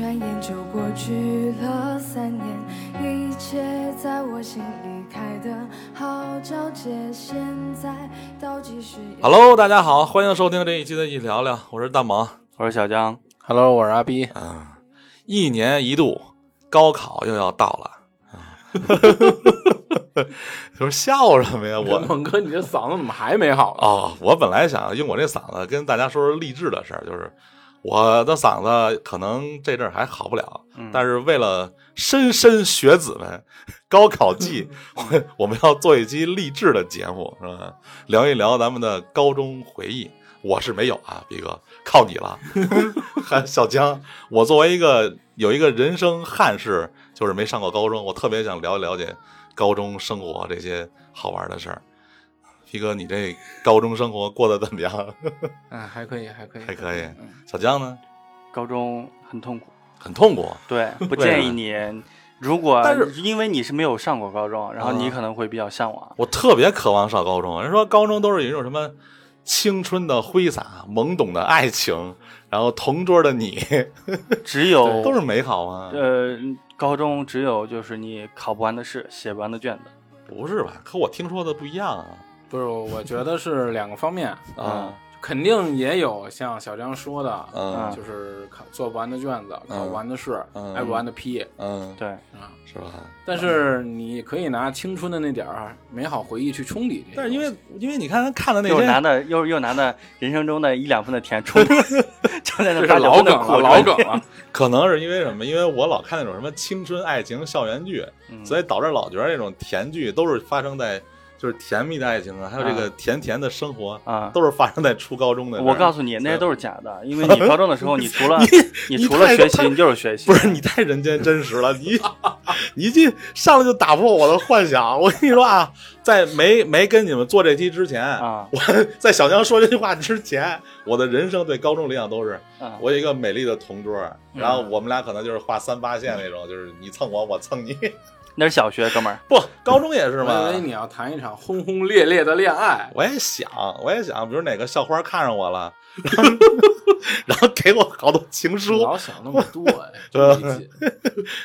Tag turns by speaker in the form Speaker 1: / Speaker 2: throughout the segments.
Speaker 1: 转眼就过去了三年，一切在我心里开的好皎洁，现在倒计时。
Speaker 2: Hello，大家好，欢迎收听这一期的《一聊聊》，我是大萌。
Speaker 3: 我说小江，
Speaker 4: Hello，我是阿逼。
Speaker 2: 一年一度高考又要到 了，他说笑什么呀？我
Speaker 4: 猛哥，你这嗓子怎么还没好啊？
Speaker 2: 哦，我本来想用我这嗓子跟大家说说励志的事儿，就是我的嗓子可能这阵儿还好不了，但是为了莘莘学子们高考季，我我们要做一期励志的节目，是吧？聊一聊咱们的高中回忆。我是没有啊，毕哥，靠你了。 还小江，我作为一个有一个人生憾事，就是没上过高中，我特别想了解了解高中生活这些好玩的事儿。皮哥，你这高中生活过得怎么样？
Speaker 4: 嗯，还可以，还可以，
Speaker 2: 还可以
Speaker 4: 嗯
Speaker 2: 小江呢？
Speaker 3: 高中很痛苦，
Speaker 2: 很痛苦，
Speaker 3: 对，
Speaker 2: 为
Speaker 3: 不
Speaker 2: 什
Speaker 3: 建
Speaker 2: 么
Speaker 3: 议你。如果
Speaker 2: 但是
Speaker 3: 因为你是没有上过高中，然后
Speaker 4: 啊
Speaker 3: 你可能会比较向往。
Speaker 2: 我特别渴望上高中。人说高中都是有一种什么青春的挥洒、懵懂的爱情，然后同桌的你，
Speaker 3: 只有
Speaker 2: 都是美好啊。
Speaker 3: 呃，高中只有就是你考不完的试，写不完的卷子。
Speaker 2: 不是吧？可我听说的不一样啊。
Speaker 4: 不是，我觉得是两个方面，
Speaker 2: 啊
Speaker 4: 肯定也有像小张说的，啊
Speaker 2: 嗯
Speaker 4: 就是考做不完的卷子，
Speaker 2: 嗯
Speaker 4: 考不完的试，
Speaker 2: 嗯
Speaker 4: 挨不完的批
Speaker 2: 嗯，
Speaker 3: 对，
Speaker 4: 啊。
Speaker 2: 是吧？
Speaker 4: 但是你可以拿青春的那点儿美好回忆去冲抵这些
Speaker 2: 但是
Speaker 4: 东西。
Speaker 2: 因为因为你看他看的那
Speaker 3: 又拿
Speaker 2: 些，
Speaker 3: 的又又拿的人生中的一两分的甜 充，就在那
Speaker 4: 这
Speaker 3: 八
Speaker 4: 是
Speaker 3: 九
Speaker 4: 老
Speaker 3: 分
Speaker 4: 梗
Speaker 3: 的苦
Speaker 4: 了，老梗了。
Speaker 2: 可能是因为什么？因为我老看那种什么青春爱情校园剧，
Speaker 3: 嗯
Speaker 2: 所以导致老觉得那种甜剧都是发生在就是甜蜜的爱情啊，还有这个甜甜的生活，
Speaker 3: 啊，
Speaker 2: 都是发生在初高中的。
Speaker 3: 我告
Speaker 2: 诉
Speaker 3: 诉你，那些都是假的，因为你高中的时候，你除了你
Speaker 2: 你
Speaker 3: 除了
Speaker 2: 太
Speaker 3: 学习，
Speaker 2: 太
Speaker 3: 你就是学习。
Speaker 2: 不是你太人间真实了，你 你这上来就打破我的幻想。我跟你说啊，在没没跟你们做这期之前，
Speaker 3: 啊
Speaker 2: 我在小江说这句话之前，我的人生对高中理想都是
Speaker 3: 啊，嗯
Speaker 2: 我有一个美丽的同桌，然后我们俩可能就是画三八线那种，就是你蹭我，我蹭你。
Speaker 3: 那是小学，哥们儿。
Speaker 2: 不，高中也是
Speaker 4: 我
Speaker 2: 嘛
Speaker 4: 以。为你要谈一场轰轰烈烈的恋爱，
Speaker 2: 我也想，我也想，比如哪个校花看上我了， 然后然后给我嗯好多情书，，
Speaker 3: 嗯
Speaker 4: 老想那么多呀 真没劲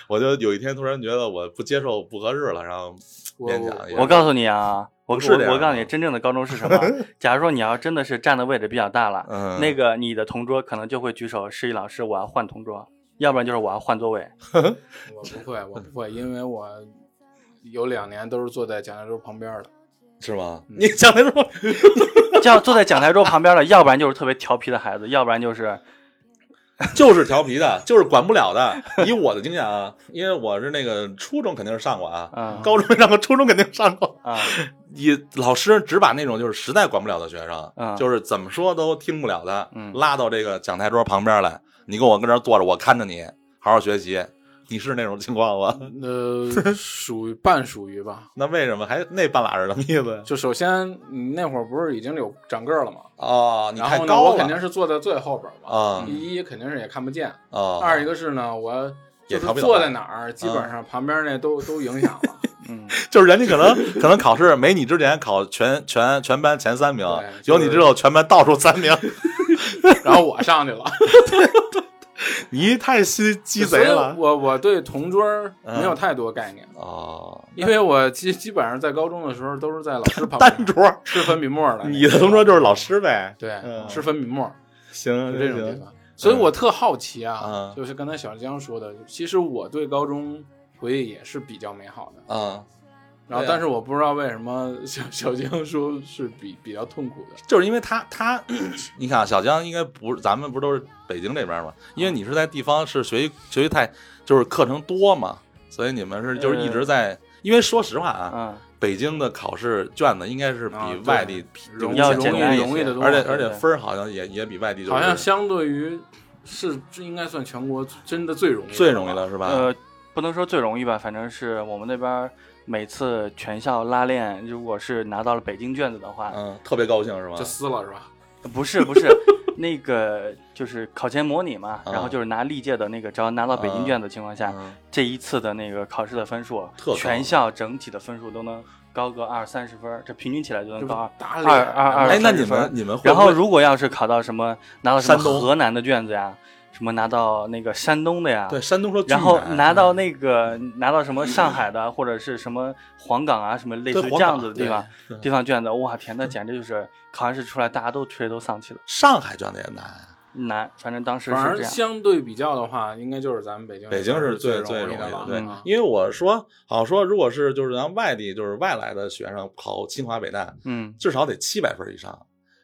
Speaker 2: 我就有一天突然觉得我不接受不合适了，然后
Speaker 4: 我
Speaker 2: 勉强也
Speaker 3: 我告诉你啊，我
Speaker 2: 不是这样
Speaker 3: 我我告诉你，真正的高中 是什么？假如说你要真的是站的位置比较大了，
Speaker 2: 嗯
Speaker 3: 那个你的同桌可能就会举手示意老师我要换同桌，要不然就是我要换座位。
Speaker 4: 我不会，我不会，因为我有两年都是坐在蒋介石桌旁边的。
Speaker 2: 是吗？
Speaker 4: 嗯
Speaker 2: 你讲那种
Speaker 3: 就要坐在讲台桌旁边的，要不然就是特别调皮的孩子，要不然就是
Speaker 2: 就是调皮的，就是管不了的。以我的经验啊，因为我是那个初中肯定是上过啊，
Speaker 3: 嗯
Speaker 2: 高中没上过，初中肯定上过。
Speaker 3: 啊
Speaker 2: 你老师只把那种就是实在管不了的学生，
Speaker 4: 啊
Speaker 3: 嗯
Speaker 2: 就是怎么说都听不了的，
Speaker 3: 嗯
Speaker 2: 拉到这个讲台桌旁边来，你跟我跟这儿坐着，我看着你，好好学习。你是那种情况吗？
Speaker 4: 呃，属于半属于吧。
Speaker 2: 那为什么还那半拉是什么意思呀？
Speaker 4: 就首先，你那会儿不是已经有长个儿了吗？
Speaker 2: 哦，你
Speaker 4: 然
Speaker 2: 太
Speaker 4: 后呢，
Speaker 2: 高
Speaker 4: 我
Speaker 2: 了
Speaker 4: 肯定是坐在最后边儿嘛。
Speaker 2: 啊
Speaker 4: 第一肯定是也看不见，
Speaker 2: 啊！
Speaker 4: 二一个是呢，我
Speaker 2: 也
Speaker 4: 就
Speaker 2: 调皮
Speaker 4: 是
Speaker 2: 捣
Speaker 4: 坐
Speaker 2: 蛋
Speaker 4: 在哪儿，基本上旁边那都都影响了。
Speaker 3: 嗯
Speaker 2: 就是人家可能可能考试没你之前考全全全班前三名，
Speaker 4: 对就
Speaker 2: 有
Speaker 4: 是
Speaker 2: 你之后全班倒数三名，
Speaker 4: 然后我上去了，
Speaker 2: 你太心 鸡
Speaker 4: 所
Speaker 2: 贼
Speaker 4: 以
Speaker 2: 了。
Speaker 4: 我我对同桌儿没有
Speaker 2: 嗯
Speaker 4: 太多概念，
Speaker 2: 哦，
Speaker 4: 因为我基基本上在高中的时候都是在老师旁边
Speaker 2: 单桌，
Speaker 4: 吃粉笔沫儿的。
Speaker 2: 你的同桌就是老师呗。
Speaker 4: 哎对
Speaker 2: 嗯，
Speaker 4: 吃粉笔沫儿
Speaker 2: 行，
Speaker 4: 就这种地
Speaker 2: 行，
Speaker 4: 方。所以我特好奇
Speaker 2: 嗯
Speaker 4: 啊，就是刚才小江说的，其实我对高中回忆也是比较美好的。
Speaker 2: 啊，
Speaker 4: 然
Speaker 2: 对
Speaker 4: 后
Speaker 2: 啊，
Speaker 4: 但是我不知道为什么小小江说是比比较痛苦的。
Speaker 2: 就是因为他他， 你看啊，小江应该不是咱们不都是北京这边嘛？因为你是在地方是学习学习太就是课程多嘛，所以你们是就是一直在。因为说实话啊，
Speaker 3: 嗯，
Speaker 2: 北京的考试卷子应该是比
Speaker 4: 啊对
Speaker 2: 外地
Speaker 4: 容易
Speaker 3: 要
Speaker 4: 容
Speaker 3: 简单
Speaker 4: 易
Speaker 3: 一
Speaker 4: 容易
Speaker 3: 些
Speaker 4: 的多，
Speaker 2: 而且
Speaker 3: 啊对
Speaker 2: 而且
Speaker 3: 对
Speaker 2: 分儿好像也也比外地就是
Speaker 4: 好像相对于是这应该算全国真的最容易的
Speaker 2: 最容易
Speaker 4: 了吧。
Speaker 2: 了是吧？
Speaker 3: 呃，不能说最容易吧，反正是我们那边儿每次全校拉练，如果是拿到了北京卷子的话，
Speaker 2: 嗯，特别高兴是吗
Speaker 4: 就？撕了是吧？
Speaker 2: 嗯
Speaker 3: 不是 不是，那个就是考前模拟嘛，然后就是拿历届的那个，只要拿到北京卷子的情况下，
Speaker 2: 嗯
Speaker 3: 这一次的那个考试的分数
Speaker 2: 特高，
Speaker 3: 全校整体的分数都能高个二三十分儿，这平均起来就能
Speaker 4: 这
Speaker 3: 高
Speaker 4: 不
Speaker 3: 二
Speaker 4: 打脸
Speaker 3: 嗯啊二二二
Speaker 2: 哎，那
Speaker 3: 三
Speaker 2: 你
Speaker 3: 十分
Speaker 2: 们
Speaker 3: 儿。
Speaker 2: 你们会
Speaker 3: 然
Speaker 2: 不会
Speaker 3: 后如果要是考到什么拿到什
Speaker 2: 山
Speaker 3: 么
Speaker 2: 东
Speaker 3: 河南的卷子呀，什么拿到那个山东的呀，
Speaker 2: 对，山东说巨
Speaker 3: 然后
Speaker 2: 难
Speaker 3: 拿到那个拿到什么上海的或者是什么黄冈啊，什么类似
Speaker 2: 对
Speaker 3: 于
Speaker 2: 黄
Speaker 3: 这样子的
Speaker 2: 冈
Speaker 3: 地方
Speaker 2: 对对
Speaker 3: 地方卷子，哇天，那简直就是考完试出来大家都吹都丧气了，
Speaker 2: 上海卷子也难，
Speaker 3: 难。反正当时
Speaker 4: 反
Speaker 3: 是
Speaker 4: 而
Speaker 3: 这样，
Speaker 4: 相对比较的话，应该就是咱们北京，
Speaker 2: 北京是最
Speaker 4: 最
Speaker 2: 容
Speaker 4: 易
Speaker 2: 易的
Speaker 4: 了，，
Speaker 2: 对
Speaker 4: 嗯，
Speaker 2: 因为我说好像说，如果是就是咱外地就是外来的学生考清华北大，
Speaker 3: 嗯，
Speaker 2: 至少得七百分以上，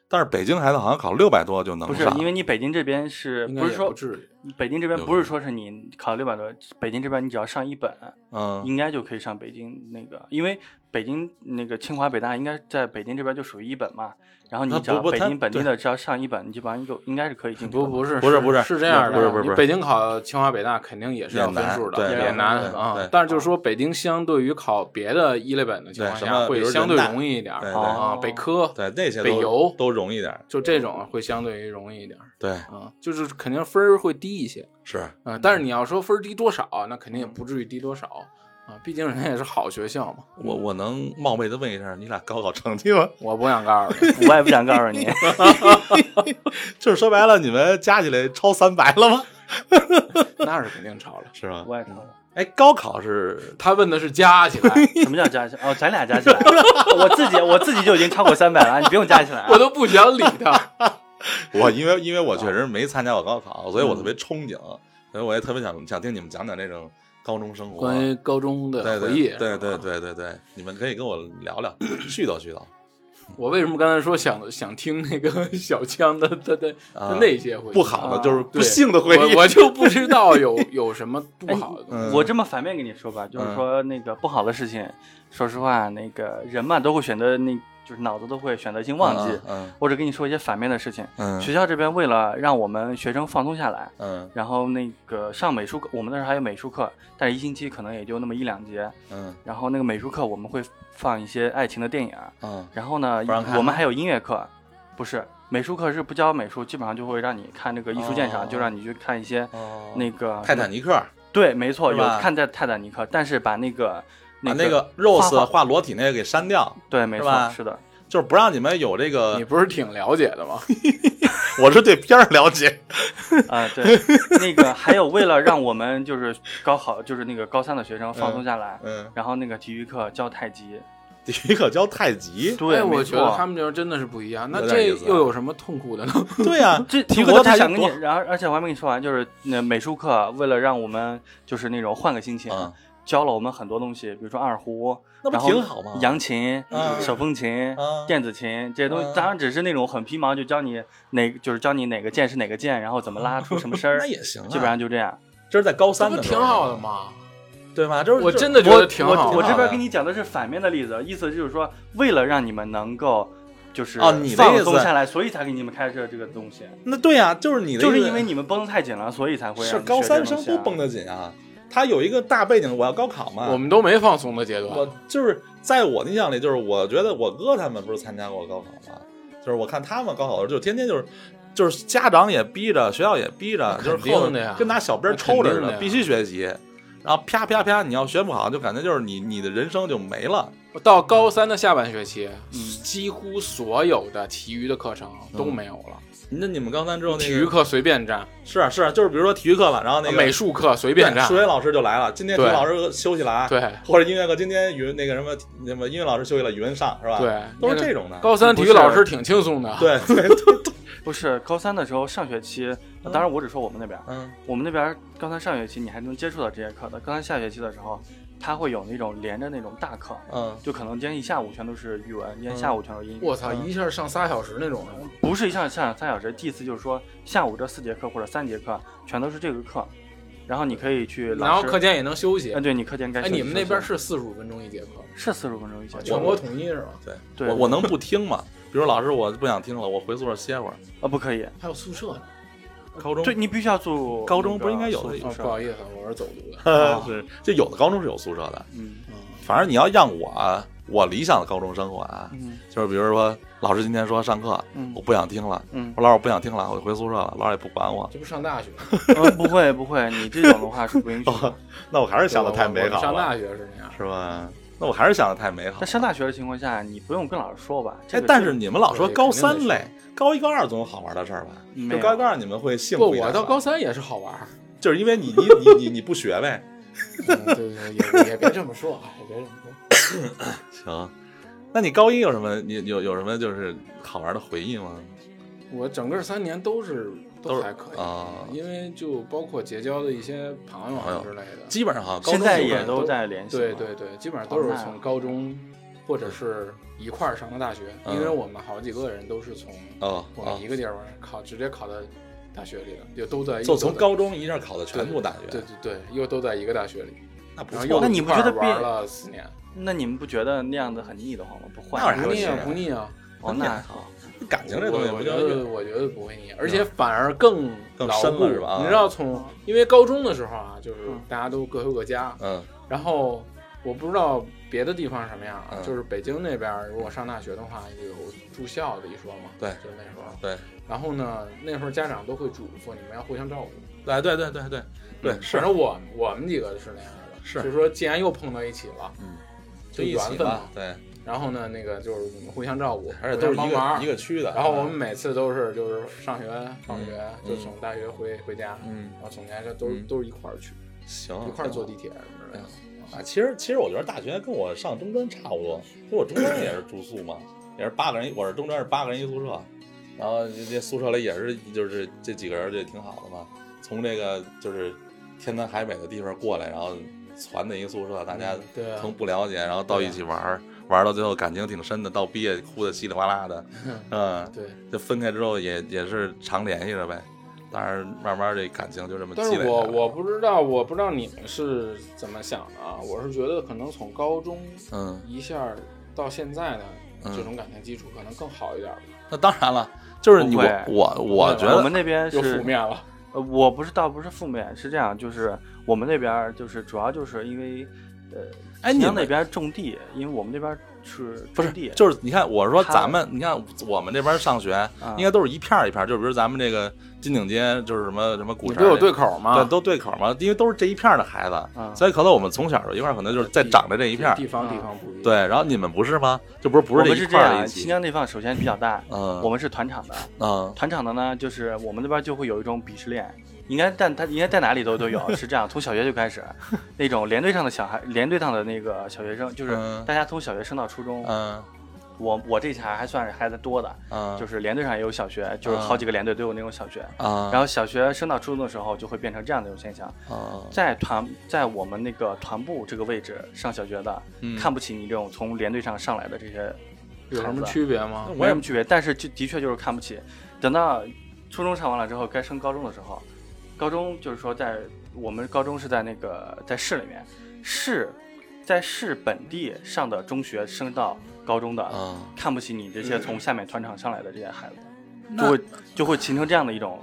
Speaker 2: 但是北京孩子好像考六百多就能
Speaker 3: 不是
Speaker 2: 上，
Speaker 3: 因为你北京这边是
Speaker 4: 应
Speaker 3: 不
Speaker 4: 该
Speaker 3: 是
Speaker 4: 也不
Speaker 3: 说
Speaker 4: 至于。
Speaker 3: 北京这边
Speaker 2: 对
Speaker 3: 不是说是你考六百多，北京这边你只要上一本，
Speaker 2: 嗯
Speaker 3: 应该就可以上北京那个，因为北京那个清华北大应该在北京这边就属于一本嘛，然后
Speaker 2: 它不
Speaker 3: 你只要
Speaker 2: 不
Speaker 3: 北
Speaker 2: 它
Speaker 3: 京本地
Speaker 2: 对
Speaker 3: 的只要上一本，你基本上就应该是可以进去
Speaker 4: 不
Speaker 3: 的。
Speaker 4: 不是
Speaker 2: 不是不是
Speaker 4: 是这样的，
Speaker 2: 不是不是不是
Speaker 4: 你北京考清华北大肯定也是要分数
Speaker 2: 也
Speaker 4: 的，
Speaker 2: 难
Speaker 3: 对
Speaker 4: 也难
Speaker 2: 对
Speaker 4: 啊
Speaker 2: 对。
Speaker 4: 但是就是说，北京相对于考别的一类本的情况
Speaker 2: 对什么
Speaker 4: 下，会
Speaker 2: 比如
Speaker 4: 相对
Speaker 2: 人大
Speaker 4: 容易一点
Speaker 2: 对
Speaker 4: 儿
Speaker 2: 对
Speaker 4: 啊，北科
Speaker 2: 对那些
Speaker 4: 北
Speaker 2: 都
Speaker 4: 邮
Speaker 2: 都容易点儿，
Speaker 4: 就这种会相对于容易一点儿
Speaker 2: 对，
Speaker 4: 啊，就是肯定分儿会低一些。
Speaker 2: 是
Speaker 4: 嗯，但是你要说分儿低多少，那肯定也不至于低多少啊，毕竟人家也是好学校嘛。
Speaker 2: 我我能冒昧的问一下，你俩高考成绩吗？
Speaker 4: 我不想 告诉你，
Speaker 3: 我也不想告诉你，
Speaker 2: 就是说白了，你们加起来超三百了吗？
Speaker 4: 那是肯定超了。
Speaker 2: 是吗？
Speaker 3: 我也不了。
Speaker 2: 哎，高考是
Speaker 4: 他问的是加起来，
Speaker 3: 什么叫加起来？哦，咱俩加起来， 我自己我自己就已经超过三百了，你不用加起来啊。
Speaker 4: 我都不想理他。
Speaker 2: 哦我因为因为我确实没参加过高考，所以我特别憧憬，所以我也特别想想听你们讲讲这种高中生活。
Speaker 4: 关于高中
Speaker 2: 对
Speaker 4: 的回忆
Speaker 2: 对，对
Speaker 4: 是吧
Speaker 2: 对对对对，你们可以跟我聊聊，絮叨絮叨。
Speaker 4: 我为什么刚才说想想听那个 小枪的他的
Speaker 2: 啊
Speaker 4: 那些回 忆？
Speaker 2: 不好的
Speaker 3: 啊
Speaker 2: 就是
Speaker 4: 对
Speaker 2: 不幸的回忆，
Speaker 4: 我我 就不知道有有什么不好的东西。
Speaker 2: 嗯
Speaker 3: 我这么反面跟你说吧，就是说那个不好的事情，说实话，那个人嘛都会选择那，就是脑子都会选择性忘记，
Speaker 2: 嗯
Speaker 3: 或者跟你说一些反面的事情。
Speaker 2: 嗯
Speaker 3: 学校这边为了让我们学生放松下来，
Speaker 2: 嗯
Speaker 3: 然后那个呃上美术课，我们那时候还有美术课，但是一星期可能也就那么一两节。
Speaker 2: 嗯
Speaker 3: 然后那个美术课我们会放一些爱情的电影儿，啊
Speaker 2: 嗯
Speaker 3: 然后呢
Speaker 2: 不让看，
Speaker 3: 我们还有音乐课，不是美术课是不教美术，基本上就会让你看那个艺术鉴赏，
Speaker 2: 哦
Speaker 3: 就让你去看一些
Speaker 2: 哦
Speaker 3: 那个
Speaker 2: 泰坦尼克
Speaker 3: 对，没错，
Speaker 2: 是
Speaker 3: 有
Speaker 2: 吧
Speaker 3: 看在泰坦尼克，但是把那个
Speaker 2: 把那
Speaker 3: 那
Speaker 2: 个 Rose
Speaker 3: 画
Speaker 2: 画裸体那个给删掉，
Speaker 3: 对，没
Speaker 2: 是吧
Speaker 3: 错，是的，
Speaker 2: 就是不让你们有这
Speaker 4: 你
Speaker 2: 个。
Speaker 4: 不是挺了解的吗？
Speaker 2: 我是对片儿了解，
Speaker 3: 啊， 对，那个还有为了让我们就是高考，就是那个高三的学生放松下来，
Speaker 2: 嗯，
Speaker 3: 然后那个体育课教太极，
Speaker 2: 体育课教太极，
Speaker 3: 对，
Speaker 4: 哎我
Speaker 3: 没
Speaker 4: 觉得
Speaker 3: 错
Speaker 4: 他们这真的是不一样。那
Speaker 2: 有
Speaker 4: 这
Speaker 2: 点意思啊
Speaker 4: 又有什么痛苦的呢？
Speaker 2: 对呀，
Speaker 3: 啊这
Speaker 2: 体育课
Speaker 3: 我
Speaker 2: 教
Speaker 3: 只
Speaker 2: 太
Speaker 3: 想
Speaker 2: 极
Speaker 3: 跟你
Speaker 2: 多，，
Speaker 3: 然后而且我还没跟你说完，就是那美术课为了让我们就是那种换个心情，
Speaker 2: 嗯
Speaker 3: 教了我们很多东西，比如说二胡，
Speaker 2: 那不
Speaker 3: 然后
Speaker 2: 挺好吗
Speaker 3: 扬琴、
Speaker 2: 嗯
Speaker 3: 手风琴、
Speaker 2: 嗯
Speaker 3: 电子琴这些东西
Speaker 2: 嗯，
Speaker 3: 当然只是那种很皮毛，就教你哪就是教你哪个键是哪个键，然后怎么拉出什么声 儿，
Speaker 2: 那
Speaker 3: 基
Speaker 2: 也行啊，
Speaker 3: 本上就这样。
Speaker 2: 这是在高
Speaker 4: 这
Speaker 2: 三啊
Speaker 4: 不
Speaker 2: 的时
Speaker 4: 挺
Speaker 2: 候
Speaker 4: 好的？吗？
Speaker 2: 对吧？就是
Speaker 4: 我
Speaker 2: 就是
Speaker 4: 真的觉得挺
Speaker 3: 我
Speaker 4: 好
Speaker 3: 我
Speaker 4: 的。
Speaker 3: 这边跟你讲的是反面的例子，意思就是说，为了让你们能够就是
Speaker 2: 哦你的
Speaker 3: 放
Speaker 2: 意思
Speaker 3: 松下来，所以才给你们开设这个东西，
Speaker 2: 那对呀、就是你的意思，
Speaker 3: 就是因为你们绷得太紧了，所以才会
Speaker 2: 是
Speaker 3: 让你
Speaker 2: 高
Speaker 3: 学这
Speaker 2: 三
Speaker 3: 个东
Speaker 2: 生
Speaker 3: 西啊
Speaker 2: 不绷得紧啊，他有一个大背景，我要高考嘛。
Speaker 4: 我们都没放松的阶段
Speaker 2: 我，就是在我印象里，就是我觉得我哥他们不是参加过高考吗？就是我看他们高考的时候，就天天就是。就是家长也逼着，学校也逼着，
Speaker 4: 那
Speaker 2: 就是
Speaker 4: 肯定
Speaker 2: 后头
Speaker 4: 的呀
Speaker 2: 跟拿小鞭抽着似
Speaker 4: 那肯定的
Speaker 2: 的，
Speaker 4: 呀
Speaker 2: 必须学习。然后啪啪啪，你要学不好，就感觉就是你你的人生就没了。
Speaker 4: 我到高三的下半学期，
Speaker 3: 嗯
Speaker 4: 几乎所有的体育的课程
Speaker 2: 嗯
Speaker 4: 都没有了。
Speaker 2: 那你们高三之后那个
Speaker 4: 体育课随便占，
Speaker 2: 是啊是啊，就是比如说体育课了，然后那个
Speaker 4: 美术课随便
Speaker 2: 对
Speaker 4: 占
Speaker 2: 数，学老师就来了，今天体育
Speaker 4: 对
Speaker 2: 老师休息了啊，
Speaker 4: 对
Speaker 2: 或者音乐课今天语文那个什么什么音乐老师休息了，语文上是吧？
Speaker 4: 对，
Speaker 2: 都是
Speaker 4: 那个
Speaker 2: 这种的。
Speaker 4: 高三体育老师挺轻松的，，
Speaker 2: 对 对对，
Speaker 3: 不是高三的时候上学期，当然我只说我们那边，
Speaker 2: 嗯
Speaker 3: 我们那边高三上学期你还能接触到这些课的，高三下学期的时候，它会有那种连着那种大课，
Speaker 2: 嗯，
Speaker 3: 就可能今天一下午全都是语文，今天
Speaker 2: 嗯
Speaker 3: 下午全都是英语。
Speaker 4: 我操，一下上仨小时那种的，
Speaker 3: 不是一下下三小时，第一次就是说下午这四节课或者三节课全都是这个课，然后你可以去
Speaker 4: 然
Speaker 3: 老
Speaker 4: 后
Speaker 3: 师，
Speaker 4: 课间也能休息
Speaker 2: 嗯
Speaker 3: 哎，。对你课间该
Speaker 4: 哎，
Speaker 3: 休息
Speaker 4: 你们那
Speaker 3: 休息
Speaker 4: 边是四十五分钟一节课吗，
Speaker 3: 是四十五分钟一节课，
Speaker 4: 全国统一是吧？
Speaker 2: 对，
Speaker 3: 对
Speaker 2: 我我能不听吗？比如老师我不想听了，我回宿舍歇 会儿。
Speaker 3: 啊不可以，
Speaker 4: 还有宿舍呢。
Speaker 2: 高中
Speaker 3: 对你必须要住
Speaker 2: 高中
Speaker 3: 那个
Speaker 2: 不是应该有的
Speaker 3: 宿宿
Speaker 4: 哦，不
Speaker 3: 舍
Speaker 4: 好意思，我是走读的。
Speaker 3: 啊
Speaker 2: 是就有的高中是有宿舍的，
Speaker 3: 嗯
Speaker 2: 反正你要让我我理想的高中生活啊，
Speaker 3: 嗯
Speaker 2: 就是比如说老师今天说上课，
Speaker 3: 嗯
Speaker 2: 我不想听了，
Speaker 3: 嗯
Speaker 2: 我，说老师我不想听了，我就回宿舍了，老师也不管我。
Speaker 4: 这不上大学吗，
Speaker 3: 呃不会不会，你这种的话是不允许的。
Speaker 2: 哦那我还是想的太美
Speaker 4: 我
Speaker 2: 好
Speaker 4: 上
Speaker 2: 了。
Speaker 4: 大学是那样，
Speaker 2: 是吧？那我还是想的太美好
Speaker 3: 在。上大学的情况下，你不用跟老师说吧？这
Speaker 2: 哎
Speaker 3: 个，
Speaker 2: 但是你们老说
Speaker 4: 对
Speaker 2: 高
Speaker 4: 肯定得
Speaker 2: 三累，高一高二总有好玩的事儿吧？
Speaker 3: 没
Speaker 2: 就
Speaker 3: 有
Speaker 2: 高一高二你们会幸
Speaker 4: 不，
Speaker 2: 福一点吧。
Speaker 4: 我到高三也是好 玩儿。
Speaker 2: 就是因为你你你你你不学呗。
Speaker 4: 嗯对对，对也也别这么说啊，也别这么说。
Speaker 2: 行，那你高一有什么你有有什么就是好玩的回忆吗？
Speaker 4: 我整个三年都是
Speaker 2: 都
Speaker 4: 都
Speaker 2: 是
Speaker 4: 还可以，
Speaker 2: 啊
Speaker 4: 因为就包括结交的一些朋友
Speaker 2: 朋
Speaker 4: 啊
Speaker 2: 友
Speaker 4: 之类的，
Speaker 2: 基本上好像高
Speaker 3: 现
Speaker 2: 中
Speaker 3: 在
Speaker 2: 基本
Speaker 3: 也
Speaker 2: 上
Speaker 3: 都在联系嘛。
Speaker 4: 对对对，基本上都是
Speaker 3: 哦那
Speaker 4: 从高中或者是一块儿上的大学，
Speaker 2: 嗯
Speaker 4: 因为我们好几个人都是从
Speaker 2: 哦
Speaker 4: 我
Speaker 2: 哦
Speaker 4: 们一，个地方考直接考到大学里的，又都在
Speaker 2: 就
Speaker 4: 又
Speaker 2: 从
Speaker 4: 都在
Speaker 2: 高中一下考到全部大学，
Speaker 4: 对对对，又都在一个大学里，
Speaker 2: 那不
Speaker 4: 然后
Speaker 2: 错
Speaker 4: 又
Speaker 3: 那你
Speaker 4: 一
Speaker 3: 不
Speaker 4: 块
Speaker 3: 觉
Speaker 4: 儿
Speaker 3: 得
Speaker 4: 玩
Speaker 3: 变
Speaker 4: 了四年，
Speaker 3: 那你们不觉得那样子很腻得慌吗？不换
Speaker 2: 那
Speaker 3: 一
Speaker 2: 还
Speaker 3: 个
Speaker 2: 有
Speaker 4: 不腻
Speaker 2: 谁啊
Speaker 4: 啊不
Speaker 3: 哦，
Speaker 4: 腻啊。
Speaker 3: 那还好。
Speaker 2: 感情这
Speaker 4: 我
Speaker 2: 东西
Speaker 4: 我
Speaker 2: 不
Speaker 4: 觉
Speaker 2: 就
Speaker 4: 得我觉得不会腻，而且反而更
Speaker 2: 更
Speaker 4: 牢
Speaker 2: 深了
Speaker 4: 固
Speaker 2: 是吧啊
Speaker 4: 你知道从因为高中的时候啊，就是
Speaker 3: 嗯
Speaker 4: 大家都各回各家，
Speaker 2: 嗯
Speaker 4: 然后我不知道别的地方什么样啊
Speaker 2: 嗯，
Speaker 4: 就是北京那边如果上大学的话，有住校的一说嘛，
Speaker 2: 对
Speaker 4: 就是那时候。
Speaker 2: 对
Speaker 4: 然后呢，那时候家长都会嘱咐你们要互相照顾。
Speaker 2: 对对对对对对是
Speaker 4: 反正我我们几个是那样的，
Speaker 2: 是
Speaker 4: 就是说既然又碰到一起了，
Speaker 2: 嗯
Speaker 4: 就
Speaker 2: 一
Speaker 4: 缘
Speaker 2: 起
Speaker 4: 分嘛
Speaker 2: 吧，。对，
Speaker 4: 然后呢，那个就是你们互相照顾，
Speaker 2: 而且都是
Speaker 4: 互
Speaker 2: 一
Speaker 4: 相帮忙
Speaker 2: 个一啊个区的，
Speaker 4: 然后我们每次都是就是上学放学、
Speaker 2: 嗯
Speaker 4: 就从大学回回家，
Speaker 2: 嗯
Speaker 4: 然后从家就都、
Speaker 2: 嗯
Speaker 4: 都是一块儿去，
Speaker 2: 行
Speaker 4: 一块儿坐
Speaker 2: 挺
Speaker 4: 地铁什么的。
Speaker 2: 好啊。其实其实我觉得大学跟我上中专差不多，因为我中专也是住宿嘛，也是八个人一，我是中专是八个人一宿舍，然后这这宿舍里也是就是这几个人就挺好的嘛，从这个就是天南海北的地方过来，然后攒的一个宿舍，大家
Speaker 4: 嗯对啊
Speaker 2: 从不了解，然后到一起玩儿，玩儿到最后感情挺深的，到毕业哭的稀里哗啦 的，嗯，
Speaker 4: 对，
Speaker 2: 就分开之后也也是常联系着呗，但是慢慢这感情就这么积
Speaker 4: 但
Speaker 2: 累下
Speaker 4: 是
Speaker 2: 来。
Speaker 4: 我我不知道，我不知道你们是怎么想的啊？我是觉得可能从高中
Speaker 2: 嗯，
Speaker 4: 一下到现在的、
Speaker 2: 嗯
Speaker 4: 这种感情基础可能更好一点吧，
Speaker 2: 那当然了，就是你
Speaker 3: 不
Speaker 2: 我
Speaker 3: 会
Speaker 2: 我我觉
Speaker 3: 我
Speaker 2: 得
Speaker 3: 们那边
Speaker 4: 又
Speaker 3: 是
Speaker 4: 负面了。
Speaker 3: 呃，我不是倒不是负面，是这样，就是我们那边儿就是主要就是因为，呃，
Speaker 2: 哎
Speaker 3: 新
Speaker 2: 你
Speaker 3: 疆
Speaker 2: 们
Speaker 3: 那边儿种地，因为我们那边儿是
Speaker 2: 不
Speaker 3: 种
Speaker 2: 是
Speaker 3: 地，
Speaker 2: 就是你看我是说
Speaker 3: 他
Speaker 2: 咱们你看我们这边上学
Speaker 3: 啊
Speaker 2: 应该都是一片儿一片儿，就比如咱们这个金顶街就是什么什么古
Speaker 4: 你
Speaker 2: 城
Speaker 4: 不，有对口吗？
Speaker 2: 对都对口嘛，因为都是这一片儿的孩
Speaker 3: 啊
Speaker 2: 子，所以可能我们从小就一块儿可能就是在长着这一片儿嗯
Speaker 4: 地。方
Speaker 3: 啊
Speaker 4: 地方不一样。
Speaker 2: 对，然后你们不是吗？就不是不
Speaker 3: 我
Speaker 2: 这
Speaker 3: 们
Speaker 2: 一
Speaker 3: 是
Speaker 2: 块
Speaker 3: 这
Speaker 2: 儿的
Speaker 3: 样，
Speaker 2: 一
Speaker 3: 新
Speaker 2: 起。
Speaker 3: 疆那地方首先比较大，
Speaker 2: 嗯，
Speaker 3: 我们是团场的，
Speaker 2: 嗯
Speaker 3: 团场的呢，就是我们那边儿就会有一种鄙视链，应该但他应该在哪里都都有，是这样，从小学就开 始，那种连队上的小孩，连队上的那个小学生，就是
Speaker 2: 嗯
Speaker 3: 大家从小学升到初中，
Speaker 2: 嗯
Speaker 3: 我我这茬还算是还在多的，
Speaker 2: 嗯，
Speaker 3: 就是是连队上也有小学，就是好几个连队都有那种小学，
Speaker 2: 啊，
Speaker 3: 然后小学升到初中的时候，就会变成这样的一种现象，
Speaker 2: 后
Speaker 3: 在团在我们那个团部这个位置上小学的，
Speaker 2: 嗯
Speaker 3: 看不起你这种从连队上上来的这些，啊
Speaker 4: 有什么区别吗？
Speaker 3: 没什么区别，但是就的确就是看不起。等到初中上完了之后，该升高中的时候，高中就是说在我们高中是在那个在市里面，市在市本地上的中学升到高中的，
Speaker 2: 啊，
Speaker 3: 看不起你这些从下面团场上来的这些孩子，就会就会形成这样的一种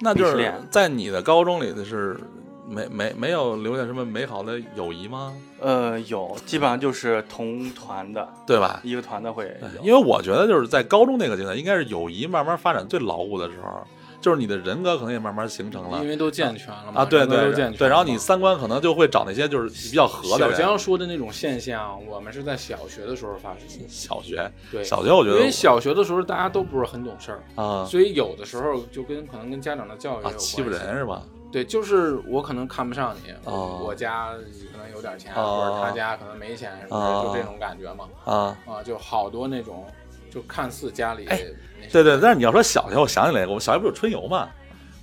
Speaker 2: 那就
Speaker 3: 鄙视
Speaker 2: 是
Speaker 3: 链
Speaker 2: 在你的高中里的是没没没有留下什么美好的友谊吗？
Speaker 3: 呃，有，基本上就是同团的
Speaker 2: 对吧？
Speaker 3: 一个团的会
Speaker 2: 对
Speaker 3: 有，
Speaker 2: 因为我觉得就是在高中那个阶段，应该是友谊慢慢发展最牢固的时候，就是你的人格可能也慢慢形成了
Speaker 4: 因为都健全了嘛
Speaker 2: 嗯啊，对
Speaker 4: 人都
Speaker 2: 对
Speaker 4: 健全
Speaker 2: 对，然后
Speaker 4: 了
Speaker 2: 你
Speaker 4: 嘛
Speaker 2: 三观可能就会找那些就是比较合的
Speaker 4: 小
Speaker 2: 人。
Speaker 4: 江说的那种现象，我们是在小学的时候发生的。
Speaker 2: 小学，
Speaker 4: 对，
Speaker 2: 小学我觉
Speaker 4: 因
Speaker 2: 得
Speaker 4: 为小学的时候大家都不是很懂事儿，
Speaker 2: 啊
Speaker 4: 所以有的时候就跟可能跟家长的教育有
Speaker 2: 啊
Speaker 4: 关系
Speaker 2: 欺负人。是吧？
Speaker 4: 对，就是我可能看不上你，
Speaker 2: 哦
Speaker 4: 我家可能有点钱，
Speaker 2: 哦
Speaker 4: 或者他家可能没钱什
Speaker 2: 哦
Speaker 4: 么的，就这种感觉嘛。
Speaker 2: 啊，
Speaker 4: 啊，就好多那种，就看似家里
Speaker 2: 哎
Speaker 4: 那什
Speaker 2: 对
Speaker 4: 么
Speaker 2: 对，但是你要说小学，我想起来，我们小学不有春游嘛？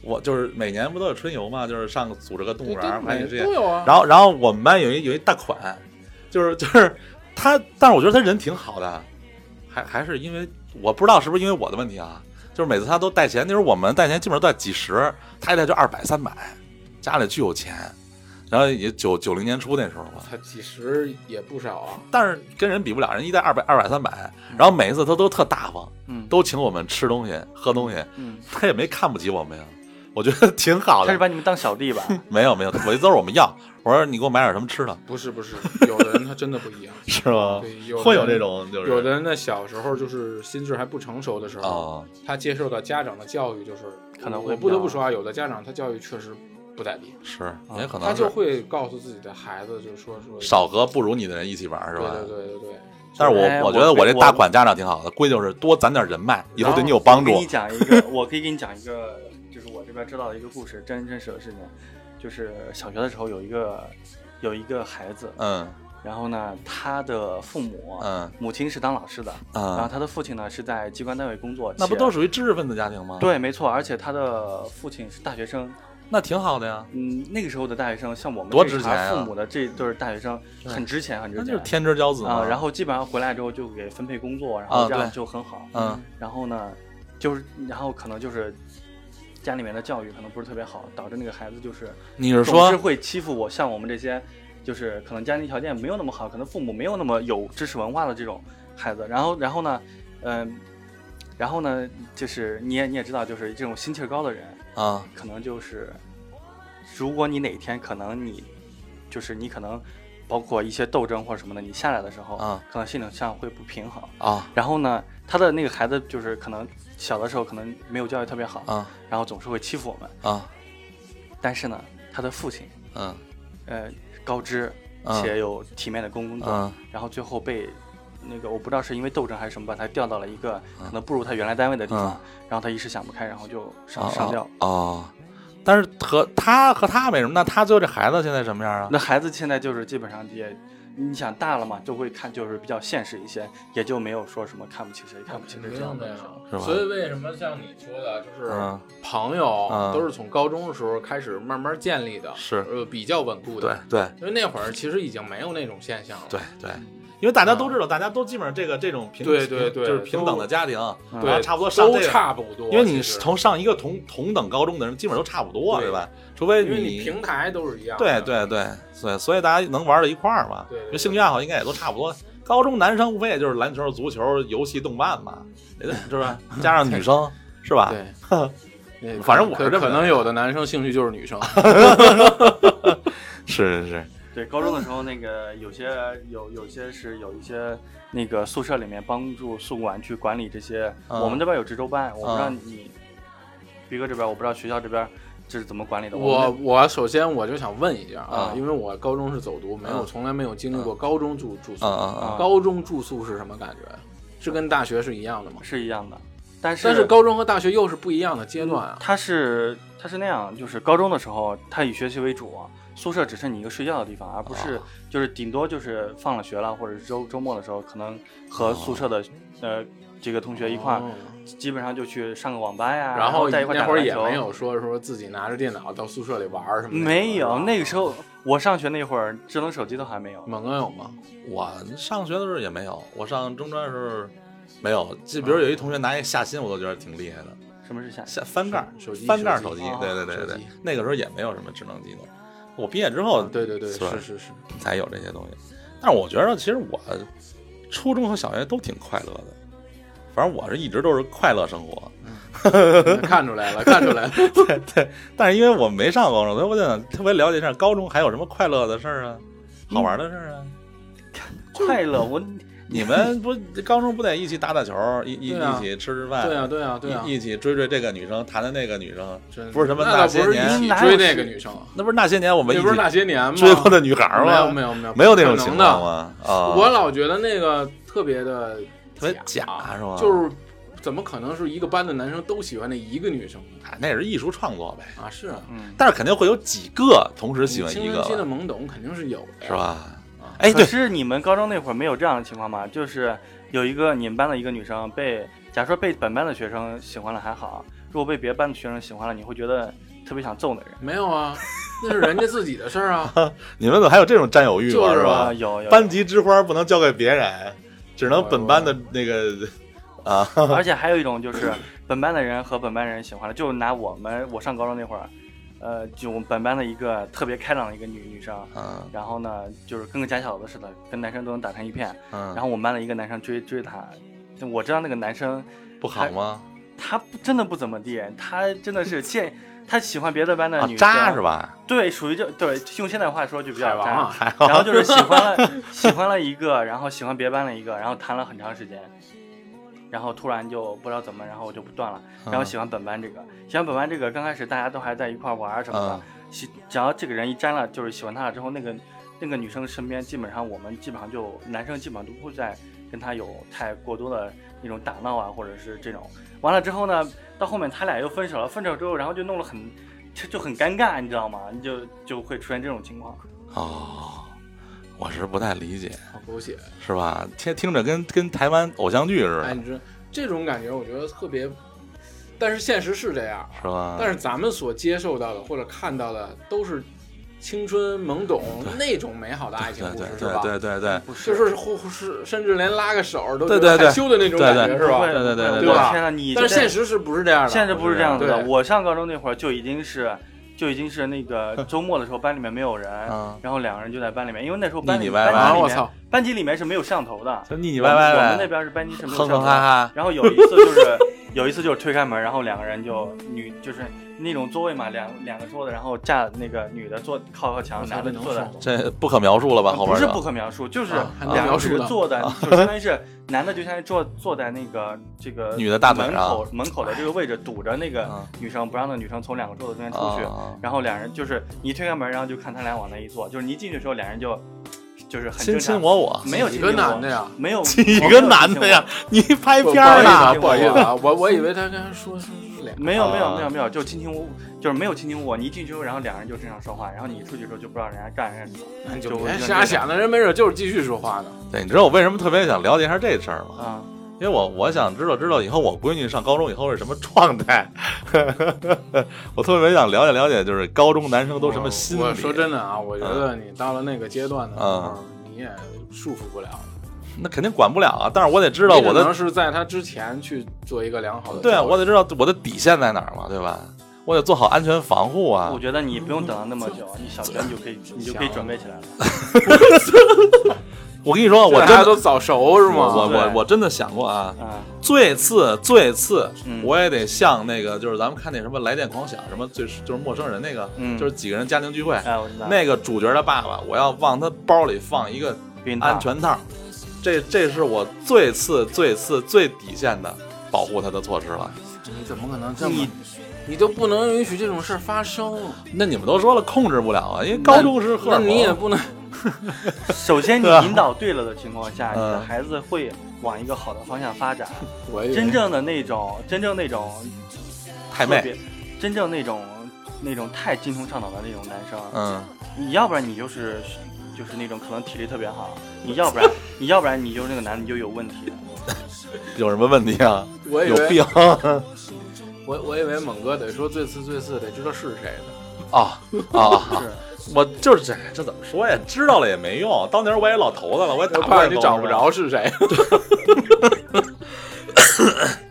Speaker 2: 我就是每年不都有春游嘛？就是上组织个动物
Speaker 4: 对
Speaker 2: 园儿，
Speaker 4: 对
Speaker 2: 还有这些
Speaker 4: 每都有啊。
Speaker 2: 然后然后我们班有一有一大款，就是 就是他，但是我觉得他人挺好的，还还是因为我不知道是不是因为我的问题啊，就是每次他都带钱，那时候我们带钱基本上都在几十，他一带就二百三百，家里巨有钱，然后也九九零年初那时候嘛，
Speaker 4: 他几十也不少啊，
Speaker 2: 但是跟人比不了，人一带二百二百三百，然后每一次他都特大方，
Speaker 3: 嗯，
Speaker 2: 都请我们吃东西喝东西，
Speaker 3: 嗯，
Speaker 2: 他也没看不起我们呀，我觉得挺好
Speaker 3: 他是
Speaker 2: 的。
Speaker 3: 把你们当小弟吧？
Speaker 2: 没有没有，我就都是我们要，我说你给我买点什么吃的，
Speaker 4: 不是不是，有的人他真的不 一样。
Speaker 2: 是吗？
Speaker 4: 对有的
Speaker 2: 会有这种就是
Speaker 4: 有的人在小时候就是心智还不成熟的时候，
Speaker 2: 哦
Speaker 4: 他接受到家长的教育就是
Speaker 3: 可能会
Speaker 4: 我
Speaker 3: 比
Speaker 4: 不得
Speaker 3: 较
Speaker 4: 不说啊，有的家长他教育确实不在理，
Speaker 2: 是也可能
Speaker 4: 他就是会告诉自己的孩子，就是说说
Speaker 2: 少和不如你的人一起玩儿，是
Speaker 4: 对
Speaker 2: 吧？
Speaker 4: 对对对对，
Speaker 2: 但是我、
Speaker 3: 哎
Speaker 2: 我觉得
Speaker 3: 我
Speaker 2: 我这
Speaker 3: 我
Speaker 2: 大款家长挺好的，规定是多攒点人脉，以后对你有帮
Speaker 3: 然后我给
Speaker 2: 助
Speaker 3: 你。讲一个，我可以给你讲一个，就是我这边知道的一个故事，真人真实的事情，就是小学的时候有一个有一个孩子，
Speaker 2: 嗯
Speaker 3: 然后呢，他的父母，啊
Speaker 2: 嗯
Speaker 3: 母亲是当老师的，然后
Speaker 2: 嗯，
Speaker 3: 他的父亲呢是在机关单位工作，
Speaker 2: 那不都
Speaker 3: 是？
Speaker 2: 属于知识分子家庭吗？，
Speaker 3: 对，没错，而且他的父亲是大学生，
Speaker 2: 那挺好的呀，
Speaker 3: 嗯，那个时候的大学生，像我们
Speaker 2: 多
Speaker 3: 这一
Speaker 2: 值钱啊
Speaker 3: 茬父母的这对儿大学生，
Speaker 2: 对
Speaker 3: 很值钱，很值
Speaker 2: 那
Speaker 3: 钱，
Speaker 2: 就是天之骄子嘛。嗯
Speaker 3: 啊、然后基本上回来之后就给分配工作，然后
Speaker 2: 啊
Speaker 3: 这样
Speaker 2: 对
Speaker 3: 就很好。
Speaker 2: 嗯
Speaker 3: 然后呢，就是然后可能就是家里面的教育可能不是特别好，导致那个孩子就是
Speaker 2: 你是
Speaker 3: 总
Speaker 2: 说
Speaker 3: 是会欺负我，像我们这些就是可能家庭条件没有那么好，可能父母没有那么有知识文化的这种孩子。然后然后呢，嗯、然后呢，就是你也你也知道，就是这种心气儿高的人，
Speaker 2: 啊
Speaker 3: 可能就是，如果你哪天可能你，就是你可能包括一些斗争或者什么的，你下来的时候，
Speaker 2: 啊
Speaker 3: 可能心理上会不平衡。
Speaker 2: 啊
Speaker 3: 然后呢，他的那个孩子就是可能小的时候可能没有教育特别好，
Speaker 2: 啊
Speaker 3: 然后总是会欺负我们。
Speaker 2: 啊
Speaker 3: 但是呢，他的父亲，
Speaker 2: 嗯
Speaker 3: 呃，高知
Speaker 2: 嗯
Speaker 3: 且有体面的工工作，
Speaker 2: 嗯
Speaker 3: 然后最后被那个我不知道是因为斗争还是什么，把他调到了一
Speaker 2: 啊
Speaker 3: 个可能不如他原来单位的地方，然后他一时想不开，然后就上、上吊。
Speaker 2: 啊啊！但是和他和他没什么，那他最后这孩子现在什么样啊？
Speaker 3: 那孩子现在就是基本上也，你想大了嘛，就会看，就是比较现实一些，也就没有说什么看不起谁、看不起谁这样的。
Speaker 2: 是吧
Speaker 4: 所以为什么像你说的，就是
Speaker 2: 嗯
Speaker 4: 朋友
Speaker 2: 嗯
Speaker 4: 都是从高中的时候开始慢慢建立的，
Speaker 2: 是
Speaker 4: 呃比较稳固
Speaker 2: 对
Speaker 4: 的。
Speaker 2: 对
Speaker 4: 因为那会儿其实已经没有那种现象了。
Speaker 2: 对对，嗯因为大家都知道，大家都基本上这个这种平
Speaker 4: 对对对
Speaker 2: 就是平等的家庭，
Speaker 3: 嗯
Speaker 2: 然后
Speaker 4: 对，
Speaker 2: 差不多上
Speaker 4: 都
Speaker 2: 这个。
Speaker 4: 差不多。
Speaker 2: 因为你
Speaker 4: 其
Speaker 2: 是
Speaker 4: 实
Speaker 2: 同上一个同同等高中的人，基本上都差不多，
Speaker 4: 对
Speaker 2: 对吧？除非
Speaker 4: 因为你平台都是一样
Speaker 2: 对
Speaker 4: 的。
Speaker 2: 对对对，所以大家能玩到一块儿嘛，
Speaker 4: 对对对
Speaker 2: 就兴趣爱好应该也都差不多。高中男生无非也就是篮球、足球、游戏、动漫嘛，也就是吧？加上女生是吧？
Speaker 4: 对，
Speaker 2: 反正我
Speaker 4: 可
Speaker 2: 是这么
Speaker 4: 可能有的男生兴趣就是女 生，
Speaker 2: 是是是，
Speaker 3: 对，高中的时候那个有些有有些是有一些那个宿舍里面帮助宿管去管理这些，
Speaker 2: 嗯
Speaker 3: 我们这边有值周班，我不知道
Speaker 2: 嗯
Speaker 3: 你，逼哥这边我不知道学校这边这是怎么管理的。
Speaker 4: 我
Speaker 3: 们
Speaker 4: 我首先我就想问一下
Speaker 2: 啊
Speaker 4: 因为我高中是走读，没有
Speaker 2: 嗯
Speaker 4: 从来没有经历过高中住住宿
Speaker 2: 嗯。嗯嗯，
Speaker 4: 高中住宿是什么感觉？是跟大学是一样的吗？
Speaker 3: 是一样的，但是
Speaker 4: 但是高中和大学又是不一样的阶段啊。
Speaker 3: 他是他是那样，就是高中的时候，他以学习为主，宿舍只是你一个睡觉的地方，而不是
Speaker 2: 哦
Speaker 3: 就是顶多就是放了学了，或者是周周末的时候，可能和宿舍的呃这个同学一
Speaker 2: 嗯
Speaker 3: 块儿
Speaker 4: 哦，
Speaker 3: 基本上就去上个网吧呀，
Speaker 4: 然后
Speaker 3: 在一块打
Speaker 4: 那
Speaker 3: 个
Speaker 4: 会儿
Speaker 3: 篮
Speaker 4: 也
Speaker 3: 球。
Speaker 4: 没有说说自己拿着电脑到宿舍里玩儿什么的。
Speaker 3: 没有，那个时
Speaker 4: 候
Speaker 3: 候我上学那会儿，智能手机都还没有。
Speaker 4: 猛哥有吗？
Speaker 2: 我上学的时候也没有，我上中专的时候没有。就比如有一同学拿一下心，我都觉得挺厉害的，
Speaker 3: 什么是下？
Speaker 2: 下翻盖儿
Speaker 4: 手机
Speaker 2: 翻盖儿
Speaker 4: 手
Speaker 2: 手
Speaker 4: 机啊
Speaker 2: 机
Speaker 3: 哦，
Speaker 2: 对对对对
Speaker 4: 手机
Speaker 2: 对，那个时候也没有什么智能机的。我毕业之后，
Speaker 4: 对对对，
Speaker 2: 是吧
Speaker 4: 是是是。
Speaker 2: 才有这些东西。但是我觉得，其实我初中和小学都挺快乐的，反正我是一直都是快乐生 活。
Speaker 4: 嗯看出来了，看出来 了。
Speaker 2: 对对，但是因为我没上高中，所以我就想特别了解一下高中还有什么快乐的事儿啊，好玩的事儿啊。
Speaker 4: 嗯
Speaker 3: 快乐，我
Speaker 2: 你们不高中不得一起打打球，一一、
Speaker 4: 对啊
Speaker 2: 一起吃吃饭，
Speaker 4: 对啊，对啊，对啊
Speaker 2: 一，一起追追这个女生，谈谈那个女生，
Speaker 4: 真的
Speaker 2: 不是什么
Speaker 4: 那倒
Speaker 2: 些
Speaker 4: 不是一
Speaker 2: 年，
Speaker 4: 起
Speaker 3: 哪
Speaker 4: 追
Speaker 3: 有
Speaker 4: 那
Speaker 3: 是
Speaker 4: 个女生啊，
Speaker 2: 那不是那些年我们一
Speaker 4: 那
Speaker 2: 起
Speaker 4: 不是那些年吗？
Speaker 2: 追过的女孩儿
Speaker 4: 没有
Speaker 2: 吗？
Speaker 4: 没有没有
Speaker 2: 没有那种
Speaker 4: 不啊可
Speaker 2: 情
Speaker 4: 能
Speaker 2: 况
Speaker 4: 的。
Speaker 2: 吗？啊，
Speaker 4: 我老觉得那个特别的
Speaker 2: 特别假是吗？
Speaker 4: 啊就是怎么可能是一个班的男生都喜欢那一个女生呢？
Speaker 2: 哎那也是艺术创作呗。
Speaker 4: 啊，是啊，
Speaker 3: 嗯，
Speaker 2: 但是肯定会有几个同时喜欢
Speaker 4: 青
Speaker 2: 一
Speaker 4: 春
Speaker 2: 个
Speaker 4: 期的
Speaker 2: 吧，
Speaker 4: 懵懂肯定是有的，
Speaker 2: 是？吧
Speaker 4: 啊？
Speaker 2: 哎，
Speaker 3: 可
Speaker 2: 对，
Speaker 3: 是你们高中那会儿没有这样的情况吗？就是有一个你们班的一个女生被，假如说被本班的学生喜欢了还好，如果被别班的学生喜欢了，你会觉得特别想揍那个人。
Speaker 4: 没有 啊，那是人家自己的事儿啊。
Speaker 2: 你们怎么还有这种占有欲
Speaker 4: 就
Speaker 2: 吗？
Speaker 4: 是
Speaker 2: 吧
Speaker 3: 啊，？有有
Speaker 2: 班，级之花不能交给别人，只能本班的那
Speaker 4: 哎
Speaker 2: 个啊，
Speaker 3: 有而且还有一种就是本班的人和本班人喜欢了，就拿我们我上高中那会儿，呃，就我们本班的一个特别开朗的一个女女生，
Speaker 2: 嗯
Speaker 3: 然后呢，就是跟个假小子似的，跟男生都能打成一片。
Speaker 2: 嗯，
Speaker 3: 然后我们班的一个男生追追她，我知道那个男生
Speaker 2: 不好吗？
Speaker 3: 他不真的不怎么地，他真的是见他喜欢别的班的
Speaker 2: 啊
Speaker 3: 女，生，
Speaker 2: 渣是？吧？
Speaker 3: 对，属于就对，用现在话说就比
Speaker 4: 海
Speaker 3: 较
Speaker 4: 王
Speaker 3: 渣。
Speaker 4: 啊，
Speaker 2: 还 好
Speaker 3: 然后就是喜欢了喜欢了一个，然后喜欢别班的一个，然后谈了很长时间，然后突然就不知道怎
Speaker 2: 嗯
Speaker 3: 么，然后我就不断了，然后喜欢本班这个，喜欢本班这个，刚开始大家都还在一块儿玩儿什么的，
Speaker 2: 嗯
Speaker 3: 喜，只要这个人一沾了，就是喜欢他了之后，那个那个女生身边基本上我们基本上就男生基本上都不会再跟她有太过多的那种打闹啊，或者是这种。完了之后呢，到后面他俩又分手了，分手之后，然后就弄了很就就很尴尬，你知道吗？你就就会出现这种情况。
Speaker 2: 哦，我是不太理解，
Speaker 4: 好狗血。
Speaker 2: 是吧？听听着跟跟台湾偶像剧似
Speaker 4: 哎，
Speaker 2: 的，
Speaker 4: 你说这种感觉，我觉得特别，但是现实是这样，
Speaker 2: 是吧？
Speaker 4: 但是咱们所接受到的或者看到的都是青春懵懂那种美好的爱情
Speaker 2: 对
Speaker 4: 故
Speaker 2: 对
Speaker 4: 事，是吧？
Speaker 2: 对对对对，
Speaker 3: 不
Speaker 4: 就，是或或是甚至连拉个手都
Speaker 2: 对
Speaker 4: 觉
Speaker 2: 对
Speaker 4: 得
Speaker 2: 对
Speaker 4: 害羞的那种感
Speaker 2: 对
Speaker 4: 觉，
Speaker 2: 对
Speaker 4: 是吧？
Speaker 2: 对对对对
Speaker 4: 对吧
Speaker 3: 我天呐，你
Speaker 4: 但是现
Speaker 3: 实
Speaker 4: 实是不是这样的？
Speaker 3: 现实不是这样子的。
Speaker 4: 对
Speaker 3: 我上高中那会儿就已经是就已经是那个 周末的时候，班里面没有人，
Speaker 4: 哎
Speaker 2: 嗯，
Speaker 3: 然后两个人就在班里面，因为那时候班
Speaker 2: 腻
Speaker 3: 里
Speaker 2: 腻歪歪
Speaker 3: 班
Speaker 4: 啊！
Speaker 3: 级里
Speaker 4: 我
Speaker 3: 面
Speaker 4: 操，
Speaker 3: 班级里面是没有摄像头的，
Speaker 2: 就腻腻
Speaker 3: 你
Speaker 2: 歪歪
Speaker 3: 我们
Speaker 2: 呗，
Speaker 3: 那边是班级是没有摄
Speaker 2: 哼
Speaker 3: 像
Speaker 2: 哼
Speaker 3: 头
Speaker 2: 哈
Speaker 3: 的。
Speaker 2: 哈，
Speaker 3: 然后有一次就是有一次就是推开门，然后两个人就女就是那种座位嘛，两两个桌子，然后架那个女的坐靠靠
Speaker 4: 我
Speaker 3: 墙，
Speaker 4: 操
Speaker 3: 男的
Speaker 4: 能
Speaker 3: 坐在
Speaker 4: 爽吗
Speaker 2: 这不可描述了吧？后
Speaker 3: 不
Speaker 2: 边
Speaker 3: 是
Speaker 2: 就
Speaker 3: 不可描述，就是
Speaker 4: 啊还能
Speaker 3: 两
Speaker 4: 描
Speaker 3: 个
Speaker 4: 述
Speaker 3: 是
Speaker 4: 的
Speaker 3: 坐
Speaker 2: 啊
Speaker 3: 在，就相当于是男的就相当于坐坐在那个这个
Speaker 2: 女的大腿
Speaker 3: 门
Speaker 2: 上
Speaker 3: 口门口的这个位置，堵着那个
Speaker 2: 啊
Speaker 3: 女生，不让那女生从两个桌子中间出去。
Speaker 2: 啊，
Speaker 3: 然后两人就是你一推开门，然后就看他俩往那一坐，就是你一进去的时候，两人就就是很
Speaker 2: 亲
Speaker 3: 正
Speaker 2: 亲
Speaker 3: 常，
Speaker 2: 我 我，
Speaker 3: 没有
Speaker 4: 几
Speaker 3: 亲
Speaker 4: 个
Speaker 3: 亲我
Speaker 4: 男的呀？
Speaker 3: 没有
Speaker 2: 一个男的呀，，你拍
Speaker 4: 不
Speaker 2: 片儿呢？
Speaker 4: 不好意思啊，不好意思啊，我我以为他刚才说说是俩，
Speaker 3: 没有没有
Speaker 2: 啊
Speaker 3: 没有没有，就卿卿我我，就是没有卿卿我我。你一进去之后，然后两人就正常说话，然后你出去之后就不知道人家干人家什么
Speaker 4: 那你就
Speaker 3: 就
Speaker 4: 别
Speaker 3: 就
Speaker 4: 哎瞎
Speaker 3: 那
Speaker 4: 想了，人没准就是继续说话呢。
Speaker 2: 对，你知道我为什么特别想了解一下这事儿吗？
Speaker 3: 啊。
Speaker 2: 因为我我想知道知道以后我闺女上高中以后是什么状态， 我特别想了解了解，就是高中男生都什么心理。嗯
Speaker 4: 哦我我说真的啊，我觉得你到了那个阶段的时候，你也束缚不了。
Speaker 2: 那肯定管不了啊，但是我得知道我
Speaker 4: 你只能
Speaker 2: 的，
Speaker 4: 是在他之前去做一个良好的
Speaker 2: 对啊，
Speaker 4: 交流
Speaker 2: 我得知道我的底线在哪儿嘛，对吧？我得做好安全防护啊
Speaker 3: 我。觉得你不用等到那么久，你小学你就可以，你就可以准备起来了。
Speaker 2: 我跟你说，我
Speaker 4: 这
Speaker 2: 真
Speaker 4: 大家
Speaker 2: 的
Speaker 4: 都早熟是
Speaker 2: 我
Speaker 4: 吗？
Speaker 2: 我我
Speaker 3: 对
Speaker 2: 我真的想过啊，
Speaker 3: 啊，
Speaker 2: 最次最次，
Speaker 3: 嗯
Speaker 2: 我也得像那个就是咱们看那什么《来电狂想》什么最就是陌生人那个，
Speaker 3: 嗯
Speaker 2: 就是几个人家庭聚会，
Speaker 4: 嗯
Speaker 3: 哎，我知道，
Speaker 2: 那个主角的爸爸，我要往他包里放一个
Speaker 3: 避孕套
Speaker 2: 安全套，这这是我最次最次最底线的保护他的措施了。
Speaker 4: 你怎么可能这么
Speaker 3: 你？
Speaker 4: 你都不能允许这种事儿发生。啊
Speaker 2: 那你们都说了控制不了啊，因为高中时荷
Speaker 4: 那
Speaker 2: 尔蒙，
Speaker 4: 你也不能
Speaker 3: 首先你
Speaker 2: 对啊
Speaker 3: 引导对了的情况下，你的
Speaker 2: 嗯
Speaker 3: 孩子会往一个好的方向发展。
Speaker 4: 我
Speaker 3: 真正的那种，真正那种
Speaker 2: 太
Speaker 3: 特
Speaker 2: 妹，
Speaker 3: 别，真正那种那种太精通倡导的那种男生，
Speaker 2: 嗯，
Speaker 3: 你要不然你就是就是那种可能体力特别好，你要不然你要不然你就是那个男的你就有问题。
Speaker 2: 有什么问题啊？
Speaker 4: 我以
Speaker 2: 有
Speaker 4: 为
Speaker 2: 病啊
Speaker 4: 我我以为猛哥得说最次最次得知道是谁的，
Speaker 2: 啊！啊
Speaker 3: 是
Speaker 2: 我就是这这怎么说呀？知道了也没用，当年我也老头子了，我也打
Speaker 4: 我
Speaker 2: 不
Speaker 4: 怕
Speaker 2: 过
Speaker 4: 你找不着。是 谁。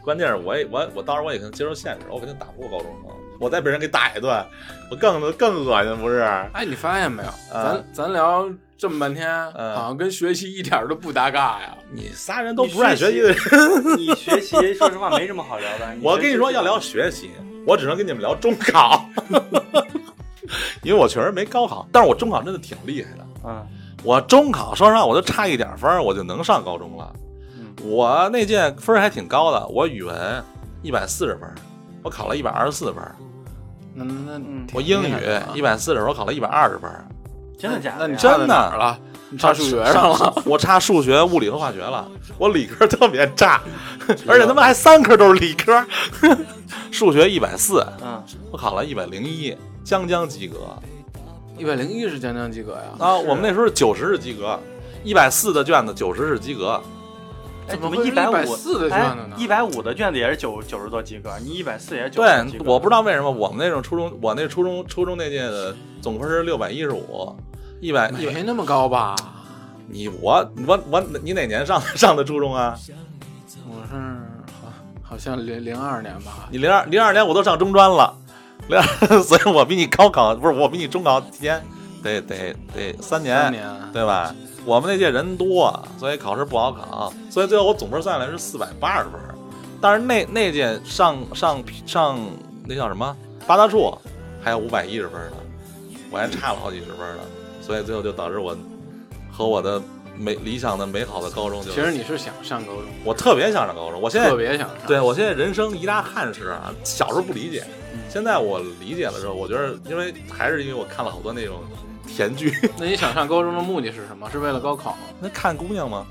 Speaker 2: 关键是我也我我当时我也可能接受现实，我肯定打不过高中生，我再被人给打一顿，我更更恶心不是？
Speaker 4: 哎，你发现没有？
Speaker 2: 嗯
Speaker 4: 咱咱聊这么半天，
Speaker 2: 嗯
Speaker 4: 好像跟学习一点儿都不搭嘎呀。
Speaker 2: 你仨人都不是爱学习的人，
Speaker 3: 你学习，说实话没什么好聊的。
Speaker 2: 我跟你说要聊学习，我只能跟你们聊中考， 因为我确实没高考，但是我中考真的挺厉害的。
Speaker 3: 嗯
Speaker 2: 我中考说实话，我就差一点分儿，我就能上高中了。
Speaker 3: 嗯
Speaker 2: 我那届分儿还挺高的，我语文一百四十分儿，我考了一百二十四分儿；
Speaker 4: 那那
Speaker 3: 嗯
Speaker 4: 挺
Speaker 2: 我英
Speaker 4: 厉
Speaker 2: 语
Speaker 4: 害的啊
Speaker 2: 一百四十，我考了一百二十分儿。
Speaker 3: 真的假的呀？
Speaker 4: 那你
Speaker 2: 嗯真
Speaker 4: 差
Speaker 2: 的
Speaker 4: 在哪儿了？你差数学上了。
Speaker 2: 我差数学、物理和化学了，我理科特别 差，而且他妈还三科都是理科。 数学一百四，
Speaker 3: 嗯，
Speaker 2: 我考了一百零一，将将及格。
Speaker 4: 一百零哦一是将将及格呀。
Speaker 2: 啊，我们那时候九十是及格，一百四的卷子九十是及格，
Speaker 3: 哎
Speaker 4: 怎
Speaker 3: 怎
Speaker 4: 么
Speaker 3: 么
Speaker 4: 会是
Speaker 3: 百五哎
Speaker 4: 140的卷子呢
Speaker 3: 一百五的卷子也是九九十多及格，你一百四也是九
Speaker 2: 对
Speaker 3: 十及，格。
Speaker 2: 我不知道为什么我们那种初中，我那初中初中那届的总分是六百一十五，一百一百，
Speaker 4: 没那么高吧？
Speaker 2: 你我我我你哪年上上的初中啊？
Speaker 4: 我是好好像零零二年吧。
Speaker 2: 你零二零二年我都上中专了，零二， 所以我比你高考不是我比你中考提前得得得三年，
Speaker 4: 三年
Speaker 2: 对吧？我们那届人多，所以考试不好考，所以最后我总分算下来是四百八十分儿。但是那那届上上上那叫什么八大处，还有五百一十分儿呢，我还差了好几十分儿呢，所以最后就导致我和我的美理想的美好的高中就。
Speaker 4: 其实你是想上高中，
Speaker 2: 我特别想上高中，我现在
Speaker 4: 特别想上。
Speaker 2: 对我现在人生一大憾事啊，小时候不理解，现在我理解了之后，我觉得因为还是因为我看了好多那种甜剧，
Speaker 4: 那你想上高中的目的是什么？是为了高考吗？
Speaker 2: 那看姑娘 吗？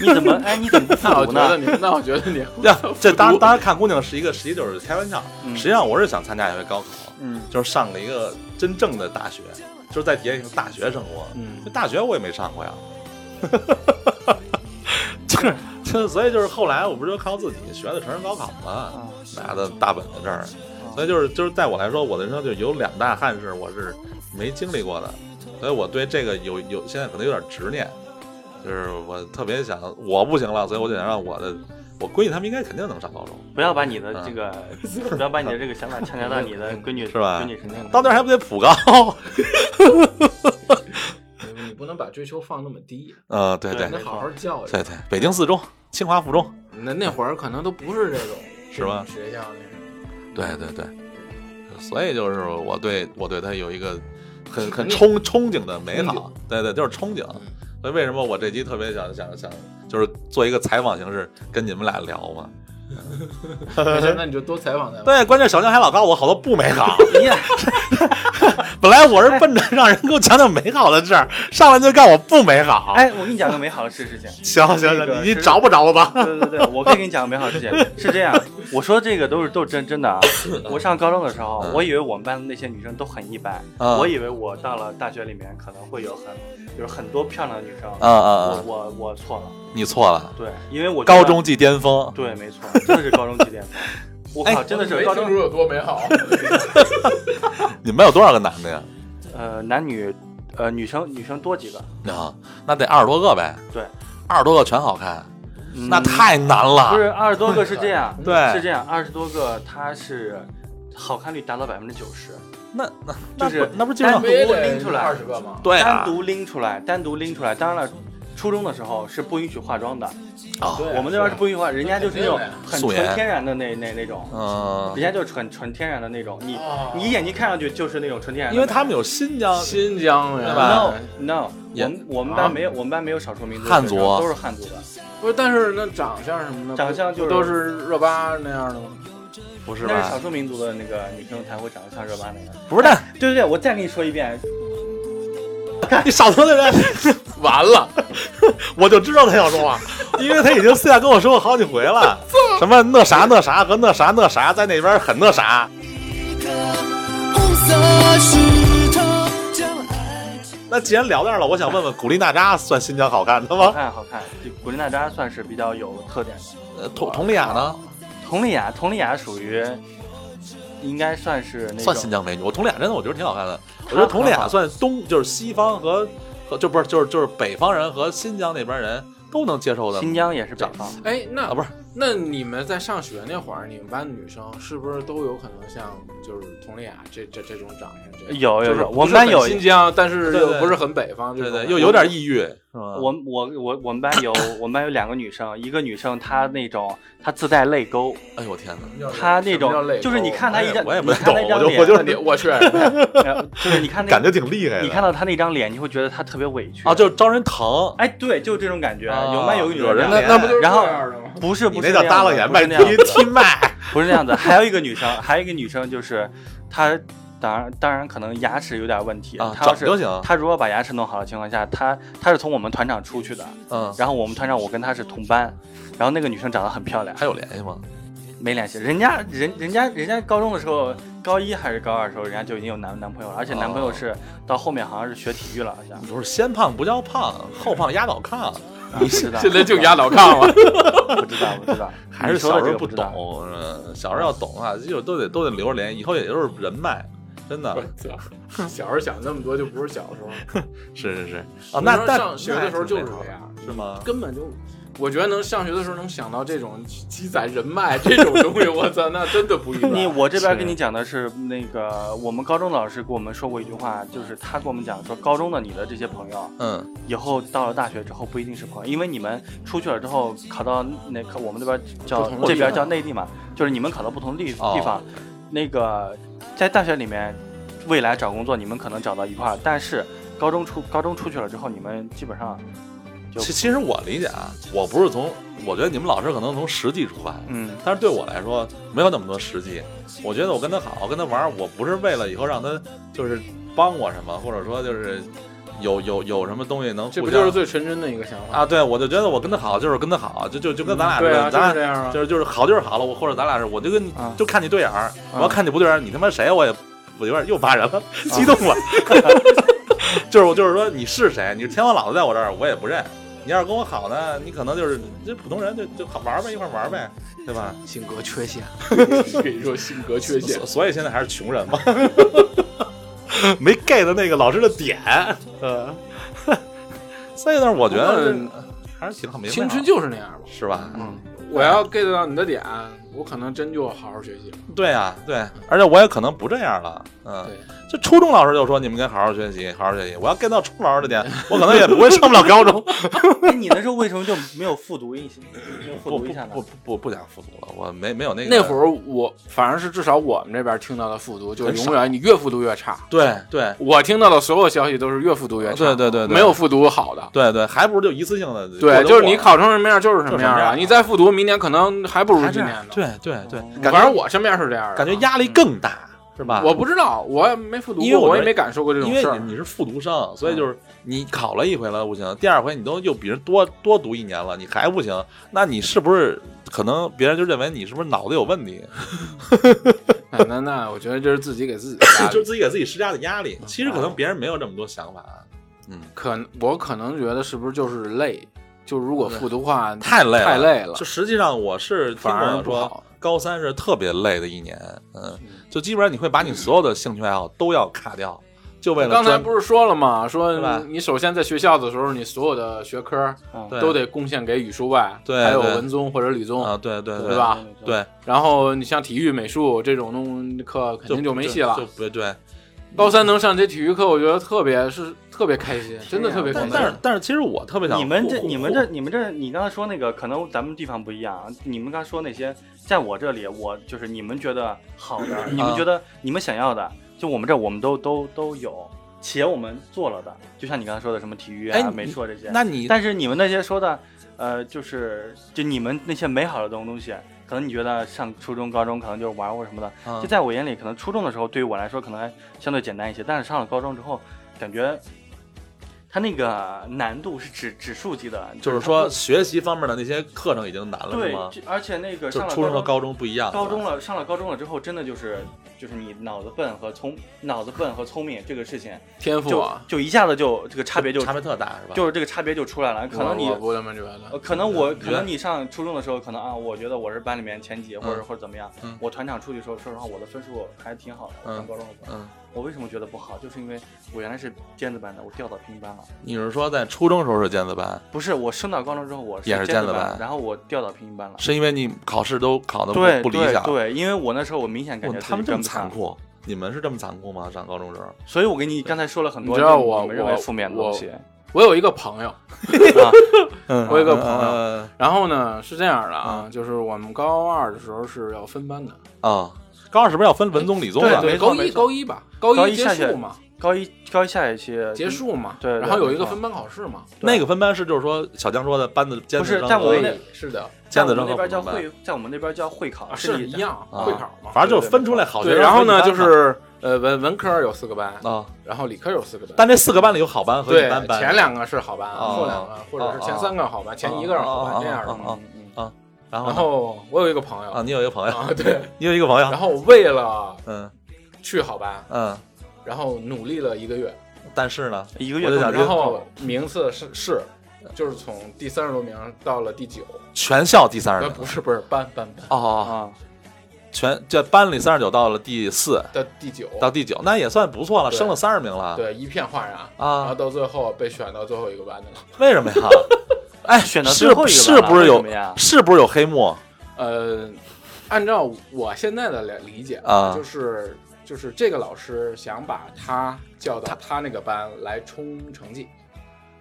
Speaker 3: 你怎么哎？你怎么不
Speaker 4: 那
Speaker 3: 复
Speaker 4: 我
Speaker 3: 读
Speaker 4: 觉
Speaker 3: 呢
Speaker 4: 得？你，那我觉得你，
Speaker 2: 呀，这当当然看姑娘是一个，实际就是开玩笑，
Speaker 3: 嗯
Speaker 2: 实际上我是想参加一回高考，
Speaker 3: 嗯
Speaker 2: 就是上了一个真正的大学，就是在体验一个大学生活。
Speaker 4: 嗯
Speaker 2: 这，大学我也没上过 呀，就是就是，所以就是后来我不是就靠自己学的成人高考嘛，
Speaker 3: 啊，
Speaker 2: 拿的大本子证儿。所以就是就是在我来说，我的人生就有两大憾事，我是没经历过的，所以我对这个有有现在可能有点执念，就是我特别想我不行了，所以我就想让我的我闺女她们应该肯定能上高中。
Speaker 3: 不要把你的这个， 不要把你的这个想法强加到你的闺女
Speaker 2: 是吧
Speaker 3: 闺女身上。
Speaker 2: 到那儿还不得普高？
Speaker 5: 你你不能把追求放那么低，
Speaker 2: 呃，对对
Speaker 5: 你得好好教育。
Speaker 2: 对对，北京四中、清华附中，
Speaker 4: 那那会儿可能都不是这种
Speaker 2: 是吧
Speaker 4: 这种学校那
Speaker 2: 对对对，所以就是我对我对他有一个很很憧憧憬嗯的美好，对对，就是憧憬。所以为什么我这集特别想想想，就是做一个采访形式跟你们俩聊 嘛？
Speaker 4: 种，没事那你就多采访采访。
Speaker 2: 对，关键小江还老告诉我好多不美好。 本来我是奔着让人给我讲讲美好的事儿，上来就告我不美好。
Speaker 3: 哎，我给你讲个美好的事 事情。
Speaker 2: 行行
Speaker 3: 那个
Speaker 2: 行，你
Speaker 3: 是
Speaker 2: 你找不着我吧？
Speaker 3: 对对对，我可以给你讲个美好的事 情，是这样，我说这个都是都是真真的啊。我上高中的时候，
Speaker 2: 嗯
Speaker 3: 我以为我们班的那些女生都很一般，
Speaker 2: 啊
Speaker 3: 我以为我到了大学里面可能会有很有很多漂亮的女生。
Speaker 2: 啊啊
Speaker 3: 我
Speaker 2: 啊！
Speaker 3: 我我错了，
Speaker 2: 你错了，
Speaker 3: 对，因为我觉得
Speaker 2: 高中即巅峰。
Speaker 3: 对，没错，真的是高中 几点钟。我
Speaker 2: 哎
Speaker 3: 靠，真的是
Speaker 4: 没
Speaker 3: 高
Speaker 4: 听出
Speaker 3: 中，
Speaker 4: 有多美好。
Speaker 2: 你们有多少个男的呀？
Speaker 3: 呃，男女，呃，女生女生多几个，
Speaker 2: 啊，那得二十多个呗。
Speaker 3: 对，
Speaker 2: 二十多个全好看，
Speaker 3: 嗯
Speaker 2: 那太难
Speaker 3: 不
Speaker 2: 了。，
Speaker 3: 是二十多个是这样
Speaker 2: 对
Speaker 3: 是这样，二十多个它是好看率达到百分之九十，
Speaker 2: 那那
Speaker 3: 就
Speaker 2: 那
Speaker 3: 是
Speaker 2: 不那不经
Speaker 3: 单
Speaker 2: 常
Speaker 3: 独拎出
Speaker 4: 二
Speaker 3: 来
Speaker 4: 十，个吗？
Speaker 2: 对啊
Speaker 3: 单独拎出来，单独拎出来。当然了，初中的时候是不允许化妆的，
Speaker 2: 啊，
Speaker 4: 对
Speaker 3: 我们那边是不允许化，人家就是那种很
Speaker 2: 素
Speaker 3: 纯
Speaker 2: 颜
Speaker 3: 天然的那那那种，人
Speaker 2: 嗯，
Speaker 3: 家就是很纯天然的那种，你
Speaker 4: 哦
Speaker 3: 你一眼睛看上去就是那种纯天然的
Speaker 2: 因
Speaker 3: 美，
Speaker 2: 为他们有新疆
Speaker 4: 新疆人
Speaker 2: 对吧
Speaker 3: No，
Speaker 2: 也
Speaker 3: 我们我们
Speaker 4: 哦啊
Speaker 3: 班没有，我们班没有少数民族的
Speaker 2: 汉
Speaker 3: 学生
Speaker 2: 族啊
Speaker 3: 都是汉族的。
Speaker 4: 不是，但是那长相什么的，
Speaker 3: 长相就是
Speaker 4: 不都是热巴那样的吗？
Speaker 2: 不是
Speaker 3: 那是少
Speaker 2: 吧？
Speaker 3: 数民族的那个女生才会长得像热巴那样。
Speaker 2: 不是 的，
Speaker 3: 对对对，我再跟你说一遍，
Speaker 2: 你少说的人，
Speaker 4: 完了，
Speaker 2: 我就知道他要说话，因为他已经私下跟我说过好几回了，什么那啥那啥和那啥那啥在那边很那啥。
Speaker 1: 红色石头就爱情。
Speaker 2: 那既然聊到这儿了，我想问问，古力娜扎算新疆好看的
Speaker 3: 好
Speaker 2: 吗？
Speaker 3: 看好看。就古力娜扎算是比较有特点的。
Speaker 2: 呃佟佟丽娅呢？
Speaker 3: 佟丽娅，佟丽娅属于应该算是那种
Speaker 2: 算新疆美女。我佟丽娅真的我觉得挺好看 的，我觉得佟丽娅算东就是西方和和就不是就是就是北方人和新疆那边人都能接受的
Speaker 3: 新疆也是北方，
Speaker 4: 哎，那
Speaker 2: 啊，不是
Speaker 4: 那你们在上学那会儿，你们班女生是不是都有可能像就是佟丽娅这这这种长相这样？
Speaker 3: 有
Speaker 4: 就
Speaker 3: 有
Speaker 4: 是
Speaker 3: 有，
Speaker 4: 不
Speaker 3: 我们
Speaker 4: 是
Speaker 3: 班
Speaker 4: 很
Speaker 3: 有
Speaker 4: 新疆，但是
Speaker 2: 对对
Speaker 4: 又不是很北方，
Speaker 2: 对
Speaker 4: 这
Speaker 2: 对，
Speaker 4: 种
Speaker 2: 又有点抑郁是吧？
Speaker 3: 我我我我们班有我们班有两个女生，一个女生她那种她自带泪沟，
Speaker 2: 哎呦我天哪，
Speaker 3: 她那
Speaker 4: 什么叫泪
Speaker 3: 种
Speaker 4: 沟
Speaker 3: 就是你看她一张，
Speaker 2: 哎我也
Speaker 3: 你
Speaker 2: 不
Speaker 3: 看
Speaker 2: 太
Speaker 3: 她一
Speaker 2: 懂，我
Speaker 3: 张
Speaker 2: 就
Speaker 3: 脸，
Speaker 2: 我就
Speaker 4: 那你我去，
Speaker 3: 呃就是你看那
Speaker 2: 感觉挺厉害的。
Speaker 3: 你看到他那张脸，你会觉得他特别委屈
Speaker 2: 啊，就是招人疼，
Speaker 3: 哎，对，就这种感觉。
Speaker 2: 啊
Speaker 3: 有吗？有一个女
Speaker 2: 惹
Speaker 3: 生这
Speaker 2: 人那
Speaker 3: 样的，
Speaker 2: 那不就是
Speaker 3: 然后
Speaker 4: 这样的吗？
Speaker 3: 不是
Speaker 2: 你
Speaker 3: 不
Speaker 2: 那
Speaker 3: 是
Speaker 2: 叫耷拉
Speaker 3: 那
Speaker 2: 眼麦
Speaker 3: 样的不是那样
Speaker 2: 踢
Speaker 3: 的
Speaker 2: 踢麦。
Speaker 3: 不是那样的。还有一个女生，还有一个女生就是她，当然当然可能牙齿有点问题，
Speaker 2: 啊
Speaker 3: 她要
Speaker 2: 长就是行
Speaker 3: 她如果把牙齿弄好的情况下，她她是从我们团长出去的，
Speaker 2: 嗯，
Speaker 3: 然后我们团长我跟她是同班，然后那个女生长得很漂亮，
Speaker 2: 还有联系吗？
Speaker 3: 没联系，人家人人家人家高中的时候，高一还是高二的时候，人家就已经有男男朋友了，而且男朋友
Speaker 2: 哦
Speaker 3: 是到后面好像是学体育了，好像。
Speaker 2: 不是先胖不叫胖，后胖压倒炕，
Speaker 3: 啊不知道，
Speaker 4: 现 在就压倒炕了。
Speaker 3: 不知道，不知道，
Speaker 2: 还是小时候不懂，嗯，小时候要懂啊，就都得都得留着联系，以后也就是人脉，真的
Speaker 4: 我操，小时候想那么多就不是小时候。
Speaker 2: 是是是啊。
Speaker 3: 哦
Speaker 4: 你
Speaker 2: 那
Speaker 4: 说
Speaker 2: 但
Speaker 4: 上学的时候就是这样，
Speaker 2: 是吗？
Speaker 4: 根本就，我觉得能上学的时候能想到这种积攒人脉这种东西，我操，那真的不 一般。
Speaker 3: 你我这边跟
Speaker 2: 是
Speaker 3: 你讲的是那个，我们高中老师给我们说过一句话，就是他跟我们讲说，高中的你的这些朋友，
Speaker 2: 嗯，
Speaker 3: 以后到了大学之后不一定是朋友，因为你们出去了之后考到那个我们这边叫
Speaker 4: 不同的
Speaker 3: 这
Speaker 4: 地方
Speaker 3: 边叫内地嘛，就是你们考到不同的地
Speaker 2: 哦
Speaker 3: 地方，那个在大学里面，未来找工作你们可能找到一块儿，但是高中出高中出去了之后，你们基本上就
Speaker 2: 其其实我理解啊，我不是从，我觉得你们老师可能从实际出发，
Speaker 3: 嗯
Speaker 2: 但是对我来说没有那么多实际。我觉得我跟他好，跟他玩儿，我不是为了以后让他就是帮我什么，或者说就是有有有什么东西能
Speaker 4: 这
Speaker 2: 互
Speaker 4: 不就是
Speaker 2: 相
Speaker 4: 最纯真的一个想 法？
Speaker 2: 啊？对，我就觉得我跟他好就是跟他好，就就就跟咱俩似
Speaker 4: 对
Speaker 2: 的，
Speaker 4: 啊，就
Speaker 2: 咱
Speaker 4: 是
Speaker 2: 俩
Speaker 4: 这样 啊。
Speaker 2: 就是就是好就是好了，我或者咱俩是，我就跟你、
Speaker 3: 啊
Speaker 2: 就看你对眼儿，我要
Speaker 3: 啊
Speaker 2: 看你不对眼儿，你他妈谁我也我有点又骂
Speaker 4: 啊
Speaker 2: 人了，激动了， 就是我就是说你是谁，你是天王老子在我这儿我也不认，你要是跟我好呢，你可能就是你这普通人就就好玩儿呗，一块儿玩儿呗，对吧？
Speaker 4: 性格缺陷，可以说性格缺陷
Speaker 2: 所。所以现在还是穷人 嘛，没 get 那个老师的 点，呃，所以呢，我觉得
Speaker 4: 嗯不过
Speaker 2: 还是挺好，没
Speaker 4: 青春
Speaker 2: 就是
Speaker 4: 就是那样吧。
Speaker 2: 是吧？
Speaker 3: 嗯，
Speaker 4: 我要 get 到你的点，我可能真就好好学习了。
Speaker 2: 对啊，对，而且我也可能不这样了，嗯。
Speaker 4: 对，
Speaker 2: 这初中老师就说你们该好好学习，好好学习。我要 get 到初中老师的 点，我可能也不会上不了高 中。
Speaker 3: 哎，你那时候为什么就没有复读一些，没有复
Speaker 2: 不
Speaker 3: 读
Speaker 2: 不
Speaker 3: 一下呢
Speaker 2: 不？不不想复读了，我没没有那个
Speaker 4: 那会儿我反正是至少我们这边听到的复读，就是
Speaker 2: 很少
Speaker 4: 永远你越复读越差。
Speaker 2: 对对
Speaker 4: 我听到的所有消息都是越复读越差。
Speaker 2: 对对对对
Speaker 4: 没有复读好的。
Speaker 2: 对对，还不如就一次性的
Speaker 4: 对，就是你考成什么样就是什
Speaker 2: 就
Speaker 4: 么样
Speaker 2: 是什么
Speaker 4: 啊！
Speaker 2: 样
Speaker 4: 你再复读，明年可能还不如今年呢。
Speaker 2: 对对对，感
Speaker 4: 反
Speaker 2: 觉
Speaker 4: 正我身边是这样的，啊
Speaker 2: 感觉压力更大，是吧？
Speaker 4: 我不知道，我也没复读
Speaker 2: 因为我
Speaker 4: 过，
Speaker 2: 觉
Speaker 4: 我
Speaker 2: 得
Speaker 4: 也没感受过这种
Speaker 2: 因为
Speaker 4: 事儿嗯
Speaker 2: 你。你是复读生，所以就是你考了一回了不行，第二回你都又比人多多读一年了，你还不行，那你是不是可能别人就认为你是不是脑子有问题？
Speaker 4: 那哎那那，我觉得这是自己给自己的 压力
Speaker 2: 啊就自己给自己施加的压力。其实
Speaker 4: 啊
Speaker 2: 可能别人没有这么多想法，嗯，
Speaker 4: 可能我可能觉得是不是就是累？就如果复读的话，
Speaker 2: 太累了，
Speaker 4: 太累了
Speaker 2: 就实际上我是听
Speaker 4: 反而
Speaker 2: 过
Speaker 4: 不
Speaker 2: 说
Speaker 4: 好，
Speaker 2: 高三是特别累的一年，嗯，就基本上你会把你所有的兴趣爱好都要卡掉，就为了
Speaker 4: 刚才
Speaker 2: 专
Speaker 4: 不是说了吗？
Speaker 2: 是
Speaker 4: 说
Speaker 2: 吧
Speaker 4: 你首先在学校的时候，你所有的学科
Speaker 3: 嗯
Speaker 2: 对
Speaker 4: 都得贡献给语数外，
Speaker 2: 对
Speaker 4: 还有
Speaker 2: 对
Speaker 4: 文综或者理综，
Speaker 2: 啊，对对
Speaker 4: 对吧？
Speaker 2: 对，
Speaker 4: 然后你像体育、美术这种弄课肯定就没戏了。
Speaker 2: 就不对。
Speaker 4: 高三能上这体育课，我觉得特别是特别开心，真的特别开
Speaker 2: 但
Speaker 4: 心。
Speaker 2: 但是但是，其实我特别想
Speaker 3: 你们这、
Speaker 2: 互
Speaker 3: 你们这、你们这，你刚才说那个，可能咱们地方不一样。啊你们刚才说那些，在我这里，我就是你们觉得好的，你
Speaker 2: 嗯
Speaker 3: 们觉得你们想要的，就我们这我们都都都有，且我们做了的，就像你刚才说的什么体育啊、
Speaker 2: 哎你
Speaker 3: 美术啊这些。
Speaker 2: 那你
Speaker 3: 但是你们那些说的，呃，就是就你们那些美好的东东西，可能你觉得上初中、高中可能就是玩或什么的，
Speaker 2: 啊
Speaker 4: 嗯
Speaker 3: 就在我眼里，可能初中的时候对于我来说可能还相对简单一些，但是上了高中之后，感觉它那个难度是指指数级的，
Speaker 2: 就是
Speaker 3: 它
Speaker 2: 说
Speaker 3: 不
Speaker 2: 学习方面的那些课程已经难了，是
Speaker 3: 对
Speaker 2: 吗？，
Speaker 3: 这而且那个
Speaker 2: 就
Speaker 3: 上了
Speaker 2: 初中和
Speaker 3: 高
Speaker 2: 高中不一样，
Speaker 3: 高中
Speaker 2: 了，
Speaker 3: 了，上了高中了之后，真的就是就是你脑子笨和聪脑子笨和聪明这个事情，
Speaker 4: 天赋
Speaker 3: 就
Speaker 4: 啊，
Speaker 3: 就一下子就这个差别就
Speaker 2: 差别特大，是吧？
Speaker 3: 就是这个差别就出来了，可能你
Speaker 4: 我我不这么觉
Speaker 3: 呃，
Speaker 4: 得。
Speaker 3: 可能我
Speaker 2: 你
Speaker 3: 可
Speaker 2: 觉得
Speaker 3: 能你上初中的时候，可能啊，我觉得我是班里面前几，或者、
Speaker 2: 嗯
Speaker 3: 或者怎么样。
Speaker 2: 嗯
Speaker 3: 我团长出去的时候，说实话，我的分数还挺好的。我上
Speaker 2: 嗯
Speaker 3: 高中的时候，
Speaker 2: 嗯，
Speaker 3: 我为什么觉得不好？就是因为我原来是尖子班的，我调到平行班了。
Speaker 2: 你是说在初中时候是尖子班，
Speaker 3: 不是，我升到高中之后，我
Speaker 2: 也是
Speaker 3: 是
Speaker 2: 尖
Speaker 3: 子
Speaker 2: 子
Speaker 3: 班
Speaker 2: 班，
Speaker 3: 然后我调到平行班了。
Speaker 2: 是因为你考试都考的
Speaker 3: 对
Speaker 2: 不不理想？
Speaker 3: 对，对，因为我那时候我明显感
Speaker 2: 哇
Speaker 3: 觉自己
Speaker 2: 他们这么
Speaker 3: 跟不上
Speaker 2: 残，酷，你们是这么残酷吗？上高中时候，
Speaker 3: 所以我给你刚才说了很多，
Speaker 4: 你知道我
Speaker 3: 们认为
Speaker 4: 我
Speaker 3: 负面的
Speaker 4: 我
Speaker 3: 东西。
Speaker 4: 我有一个朋友，
Speaker 3: 啊
Speaker 2: 嗯
Speaker 4: 我有个朋友
Speaker 2: 啊、
Speaker 4: 然后呢是这样的啊，
Speaker 2: 嗯
Speaker 4: 就是我们高二的时候是要分班的，
Speaker 2: 啊高二是不是要分文综理综
Speaker 3: 对
Speaker 2: 了？
Speaker 3: 对没错
Speaker 4: 高
Speaker 3: 没
Speaker 4: 一
Speaker 3: 错
Speaker 4: 高一吧，高
Speaker 3: 高
Speaker 4: 一
Speaker 3: 一
Speaker 4: 结
Speaker 3: 下学
Speaker 4: 束嘛，
Speaker 3: 高一高一下学期
Speaker 4: 结束嘛，
Speaker 3: 对对
Speaker 4: 然后有一个
Speaker 3: 没错
Speaker 4: 分班考试嘛，
Speaker 3: 对啊
Speaker 2: 那个分班是就是说小江说的班子尖子
Speaker 3: 不是
Speaker 2: 生
Speaker 3: 但我
Speaker 2: 和
Speaker 3: 们那
Speaker 4: 是的，
Speaker 3: 在
Speaker 2: 尖
Speaker 3: 我
Speaker 2: 子生
Speaker 3: 们那
Speaker 2: 和
Speaker 3: 边叫
Speaker 2: 普通班
Speaker 3: 会，在我们那边叫会考，
Speaker 4: 是
Speaker 3: 一
Speaker 4: 一样
Speaker 2: 啊
Speaker 4: 会考嘛，
Speaker 2: 反正就是
Speaker 3: 对对
Speaker 2: 分出来好学
Speaker 4: 对，
Speaker 2: 生
Speaker 4: 然后
Speaker 2: 一
Speaker 4: 呢
Speaker 2: 般
Speaker 4: 就是呃文文科有四个班，
Speaker 2: 嘛啊，
Speaker 4: 然后理科有四个班，
Speaker 2: 但这四个班里有好班和一
Speaker 4: 对
Speaker 2: 般班，
Speaker 4: 前两个是好班，
Speaker 2: 哦
Speaker 4: 后两个或者是前三个好班，前一个是好
Speaker 2: 哦哦
Speaker 4: 班这样的
Speaker 2: 哦哦
Speaker 4: 嘛。
Speaker 2: 哦然后
Speaker 4: 然
Speaker 2: 呢
Speaker 4: 后我有一个朋友
Speaker 2: 啊，你有一个朋友，
Speaker 4: 啊，对，
Speaker 2: 你有一个朋
Speaker 4: 然
Speaker 2: 友，
Speaker 4: 后为了
Speaker 2: 嗯
Speaker 4: 去好班，
Speaker 2: 嗯，
Speaker 4: 然后努力了一个月，
Speaker 2: 但是呢，
Speaker 3: 一个
Speaker 2: 我就
Speaker 3: 月
Speaker 2: 想
Speaker 4: 然后名次是是，就是从第三十多名到了第九，
Speaker 2: 全校第三十
Speaker 4: 呃，
Speaker 2: 名，
Speaker 4: 不是不是班班班
Speaker 2: 哦哦，哦
Speaker 3: 啊，
Speaker 2: 全这班里三十九到了第四
Speaker 4: 的第九，
Speaker 2: 到第九，那也算不错了，
Speaker 4: 对
Speaker 2: 升了三十名了，
Speaker 4: 对一片哗然，然后
Speaker 2: 啊，
Speaker 4: 到最后被选到最后一个班去了，
Speaker 2: 为什么呀？哎，
Speaker 3: 选到最
Speaker 2: 是
Speaker 3: 后一个
Speaker 2: 是
Speaker 3: 班
Speaker 2: 不是
Speaker 3: 了为
Speaker 2: 有
Speaker 3: 什么呀
Speaker 2: 是不是有黑幕？
Speaker 4: 呃，按照我现在的理理解
Speaker 2: 啊
Speaker 4: 就是。就是这个老师想把他叫到他那个班来冲成绩，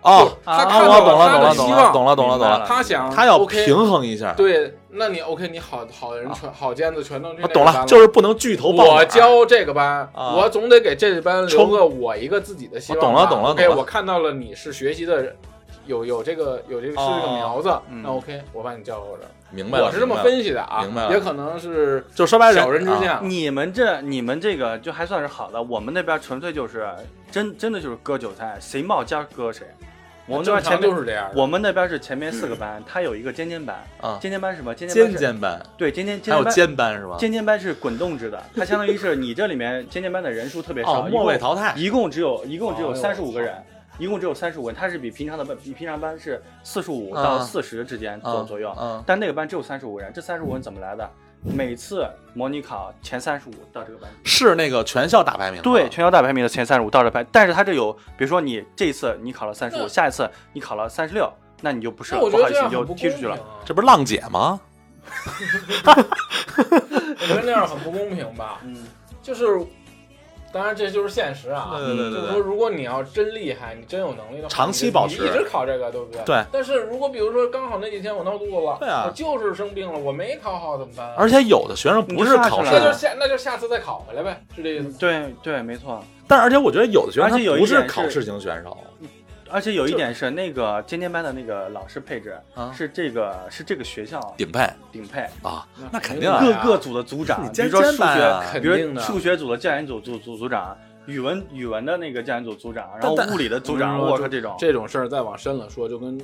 Speaker 2: 哦，
Speaker 4: 他
Speaker 2: 啊，
Speaker 4: 看
Speaker 2: 我
Speaker 4: 到
Speaker 2: 懂
Speaker 4: 他
Speaker 2: 了，
Speaker 4: 的
Speaker 2: 懂
Speaker 4: 希
Speaker 2: 了，
Speaker 4: 望
Speaker 2: 懂了，懂了，懂了，懂
Speaker 3: 明白
Speaker 2: 了。
Speaker 3: 了
Speaker 4: 他想
Speaker 2: 他要
Speaker 4: 啊 OK，
Speaker 2: 平衡一下。
Speaker 4: 对，那你 OK，你好好人全好尖子全都去
Speaker 2: 我
Speaker 4: 那个
Speaker 2: 懂
Speaker 4: 班
Speaker 2: 了，就是不能巨头爆
Speaker 4: 我
Speaker 2: 满
Speaker 4: 教这个班，
Speaker 2: 啊
Speaker 4: 我总得给这班留
Speaker 2: 冲
Speaker 4: 个我一个自己的希望吧。
Speaker 2: 我懂了懂了
Speaker 4: OK，
Speaker 2: 懂了
Speaker 4: 我看到了你是学习的有有这个有这个是这个苗子，
Speaker 3: 嗯
Speaker 4: 那 OK，我把你叫过来。
Speaker 2: 哦明白了，
Speaker 4: 我是这么
Speaker 2: 明白了，
Speaker 4: 分析的啊，
Speaker 2: 明白了
Speaker 4: 也可能是
Speaker 2: 就说白了，
Speaker 4: 小人之
Speaker 2: 啊
Speaker 4: 见。
Speaker 3: 你们这你们这个就还算是好的，我们那边纯粹就是真真的就是割韭菜，谁冒尖儿割谁。我们那边前
Speaker 4: 正常
Speaker 3: 面
Speaker 4: 就是这样的。
Speaker 3: 我们那边是前面四个班，它有一个尖尖班，
Speaker 2: 啊，
Speaker 3: 尖尖班是什么？尖班
Speaker 2: 尖
Speaker 3: 是
Speaker 2: 尖班，
Speaker 3: 对尖尖尖
Speaker 2: 还有
Speaker 3: 尖班
Speaker 2: 尖班是吧？
Speaker 3: 尖尖班是滚动制的，它相当于是你这里面尖尖班的人数特 别
Speaker 2: 哦
Speaker 3: 少，，一
Speaker 2: 末
Speaker 3: 共
Speaker 2: 位淘汰，
Speaker 3: 一共只有一共只有
Speaker 4: 哎呦
Speaker 3: 三十五
Speaker 4: 我
Speaker 3: 个
Speaker 4: 操
Speaker 3: 人，一共只有三十五人，它是比平常的班比平常班是四十五到
Speaker 2: 啊
Speaker 3: 四十之间左左右，
Speaker 2: 嗯，
Speaker 3: 但那个班只有三十五人，这三十五人怎么来的？每次模拟考前三十五到这个班级，
Speaker 2: 是那个全校打排名，
Speaker 3: 对，，全校大排名的前三十五到这排，但是它这有，比如说你这一次你考了三十五，
Speaker 4: 那
Speaker 3: 下一次你考了三十六，那你就不是
Speaker 4: 那
Speaker 3: 了，
Speaker 4: 我觉
Speaker 3: 不好意
Speaker 4: 得这
Speaker 3: 思
Speaker 4: 样
Speaker 3: 你就
Speaker 4: 很不
Speaker 3: 踢出去
Speaker 4: 公
Speaker 3: 了
Speaker 4: 平。啊
Speaker 2: 这不是浪姐吗？
Speaker 4: 我觉得那样很不公平吧？
Speaker 3: 嗯，
Speaker 4: 就是，当然这就是现实啊。
Speaker 2: 对对对
Speaker 4: 就是
Speaker 2: 对
Speaker 4: 说，
Speaker 2: 对，
Speaker 4: 如果你要真厉害，你真有能力的话，
Speaker 2: 长期
Speaker 4: 你
Speaker 2: 保持
Speaker 4: 你一直考这个，对不对？
Speaker 2: 对。
Speaker 4: 但是如果比如说刚好那几天我闹肚子了，
Speaker 2: 对啊
Speaker 4: 我就是生病了，我没考好怎么办啊？
Speaker 2: 而且有的学生不是考
Speaker 3: 你
Speaker 2: 试
Speaker 3: 就下去了
Speaker 4: 那就
Speaker 2: 的，
Speaker 4: 下那就下次再考回来呗，是这意思吗？
Speaker 3: 对对，没错。
Speaker 2: 但而且我觉得有的学生
Speaker 3: 而且有
Speaker 2: 他
Speaker 3: 一
Speaker 2: 不是
Speaker 3: 点是
Speaker 2: 考试型选手
Speaker 3: 而且有一点是，那个尖尖班的那个老师配置
Speaker 2: 啊，
Speaker 3: 是这个是这个学校
Speaker 2: 顶配
Speaker 3: 顶配，
Speaker 2: 啊，
Speaker 4: 那
Speaker 2: 肯定啊
Speaker 3: 各个组的组长，
Speaker 2: 你
Speaker 3: 比
Speaker 2: 尖
Speaker 3: 如说
Speaker 2: 尖
Speaker 3: 数
Speaker 2: 班
Speaker 3: 学，
Speaker 2: 啊，
Speaker 4: 肯
Speaker 3: 比如
Speaker 4: 定
Speaker 3: 说
Speaker 4: 的
Speaker 3: 数学组的教研组组组组长，语文语文的那个教研组组长，然
Speaker 2: 但
Speaker 3: 后
Speaker 2: 但嗯
Speaker 3: 物理的组长，
Speaker 4: 我跟你说
Speaker 3: 我靠这种，
Speaker 4: 这种事儿再往深了说，就跟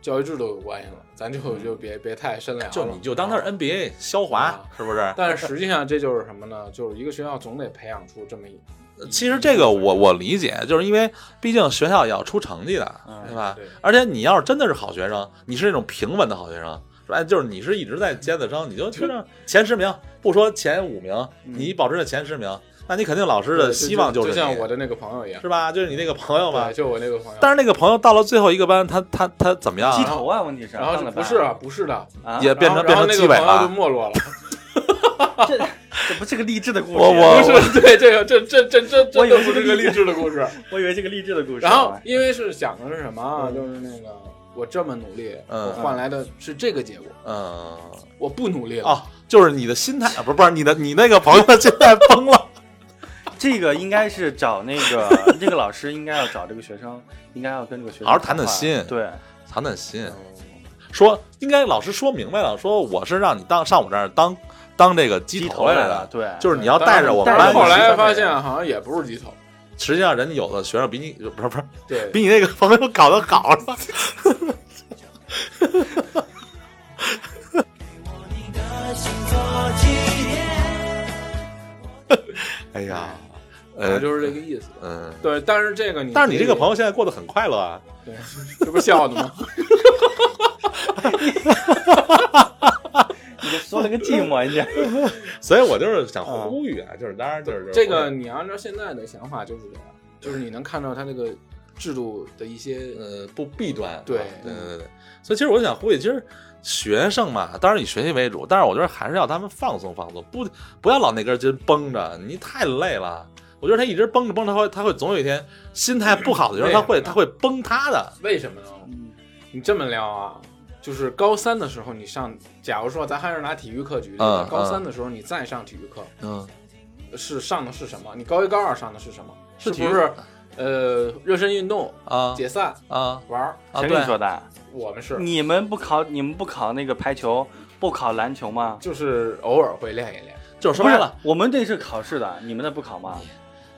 Speaker 4: 教育制度有关系了，咱就就别别太深聊了。
Speaker 2: 就你就当他是 NBA 肖华
Speaker 4: 啊
Speaker 2: 是不是？
Speaker 4: 但是实际上这就是什么呢？就是一个学校总得培养出这么一。
Speaker 2: 其实这个我我理解，就是因为毕竟学校也要出成绩的，
Speaker 3: 嗯
Speaker 2: 对吧？
Speaker 4: 对
Speaker 2: 而且你要是真的是好学生，你是那种平稳的好学生，说哎，就是你是一直在尖子生，你就就让前十名，不说前五名，
Speaker 3: 嗯
Speaker 2: 你保持在前十名，那你肯定老师的希望
Speaker 4: 就是像
Speaker 2: 你
Speaker 4: 我，的那个朋友一样，
Speaker 2: 是吧？就是你那个朋友嘛
Speaker 4: 对，。就我那个朋友。
Speaker 2: 但是那个朋友到了最后一个班，他他他怎么样
Speaker 3: 鸡
Speaker 2: 啊？
Speaker 3: 头啊，问题是
Speaker 4: 然后
Speaker 3: 当
Speaker 4: 就
Speaker 3: 了
Speaker 4: 不
Speaker 3: 班
Speaker 4: 是啊，不是的，
Speaker 3: 啊，
Speaker 2: 也变成
Speaker 4: 然后
Speaker 2: 变成
Speaker 4: 然后那
Speaker 2: 鸡
Speaker 4: 个
Speaker 2: 尾
Speaker 4: 朋友
Speaker 2: 巴
Speaker 4: 就没 落了。
Speaker 3: 这这不是个励志的故事，
Speaker 2: 我哦我
Speaker 4: 不 是，对这个这这这这
Speaker 3: 我
Speaker 4: 这
Speaker 3: 以为
Speaker 4: 都不
Speaker 3: 是
Speaker 4: 是
Speaker 3: 个
Speaker 4: 个
Speaker 3: 励
Speaker 4: 励志的故事。
Speaker 3: 我以为是个励志的故事。啊
Speaker 4: 然后因为是讲的是什么啊？
Speaker 3: 嗯
Speaker 4: 就是那个我这么努力，
Speaker 2: 嗯
Speaker 4: 我换来的是这个结果。
Speaker 2: 嗯，
Speaker 4: 我不努力了，
Speaker 2: 哦，就是你的心态，啊不是不是你的，你那个朋友现在崩了。
Speaker 3: 这个应该是找那个那个老师，应该要找这个学生，应该要跟这个学生
Speaker 2: 好好谈谈
Speaker 3: 话
Speaker 2: 心
Speaker 3: 对，
Speaker 2: 谈谈心
Speaker 4: 嗯，
Speaker 2: 说应该老师说明白了，说我是让你当上我这儿当当这个鸡
Speaker 3: 鸡
Speaker 2: 头
Speaker 3: 头
Speaker 2: 来
Speaker 3: 了，
Speaker 2: 的，
Speaker 3: 对，
Speaker 2: 就是你要带着我们
Speaker 4: 但
Speaker 2: 班
Speaker 4: 是后
Speaker 2: 的。
Speaker 4: 来发现好像也不是鸡头，
Speaker 2: 实际上，人家有的学生比你不是不是
Speaker 4: 对，
Speaker 2: 比你那个朋友搞得好了。 哎呀，
Speaker 4: 反
Speaker 2: 呃，
Speaker 4: 正就是这个意思。
Speaker 2: 嗯，
Speaker 4: 对，但是这个你，
Speaker 2: 但是你这个朋
Speaker 4: 友，
Speaker 2: 友现在过得很快乐啊。
Speaker 4: 对，这不是笑 的吗？
Speaker 3: 你就说了个寂寞，你这
Speaker 2: 所以我就是想
Speaker 4: 嗯
Speaker 2: 呼吁啊，就是当然就是
Speaker 4: 这个你按照现在的想法就是这样，就是你能看到他这个制度的一些，
Speaker 2: 呃不弊端，
Speaker 4: 对
Speaker 2: 啊对对对对。所以其实我就想呼吁，其实学生嘛，当然以学习为主，但是我觉得还是要他们放松放松，不不要老那根筋绷着，你太累了。我觉得他一直绷着绷着，他会他会总有一天心态不好的时候，
Speaker 4: 对
Speaker 2: 他会他会崩塌的。
Speaker 4: 为什么呢？你这么聊啊，就是高三的时候你上，假如说咱还是拿体育课举例
Speaker 2: 嗯
Speaker 4: 子，高三的时候你再上体育课
Speaker 2: 嗯，
Speaker 4: 是上的是什么？你高一高二上的是什么？
Speaker 2: 是
Speaker 4: 是
Speaker 2: 体育
Speaker 4: 不是呃热身运动、
Speaker 2: 啊
Speaker 4: 解散、
Speaker 2: 啊
Speaker 4: 玩儿？
Speaker 2: 啊！
Speaker 3: 谁跟
Speaker 2: 对
Speaker 3: 你，说的？
Speaker 4: 我们是
Speaker 3: 你们不考你们不考那个排球，不考篮球吗？
Speaker 4: 就是偶尔会练一练。
Speaker 2: 就是说
Speaker 3: 不
Speaker 2: 白
Speaker 3: 是
Speaker 2: 了，，
Speaker 3: 我们这是考试的，你们那不考吗？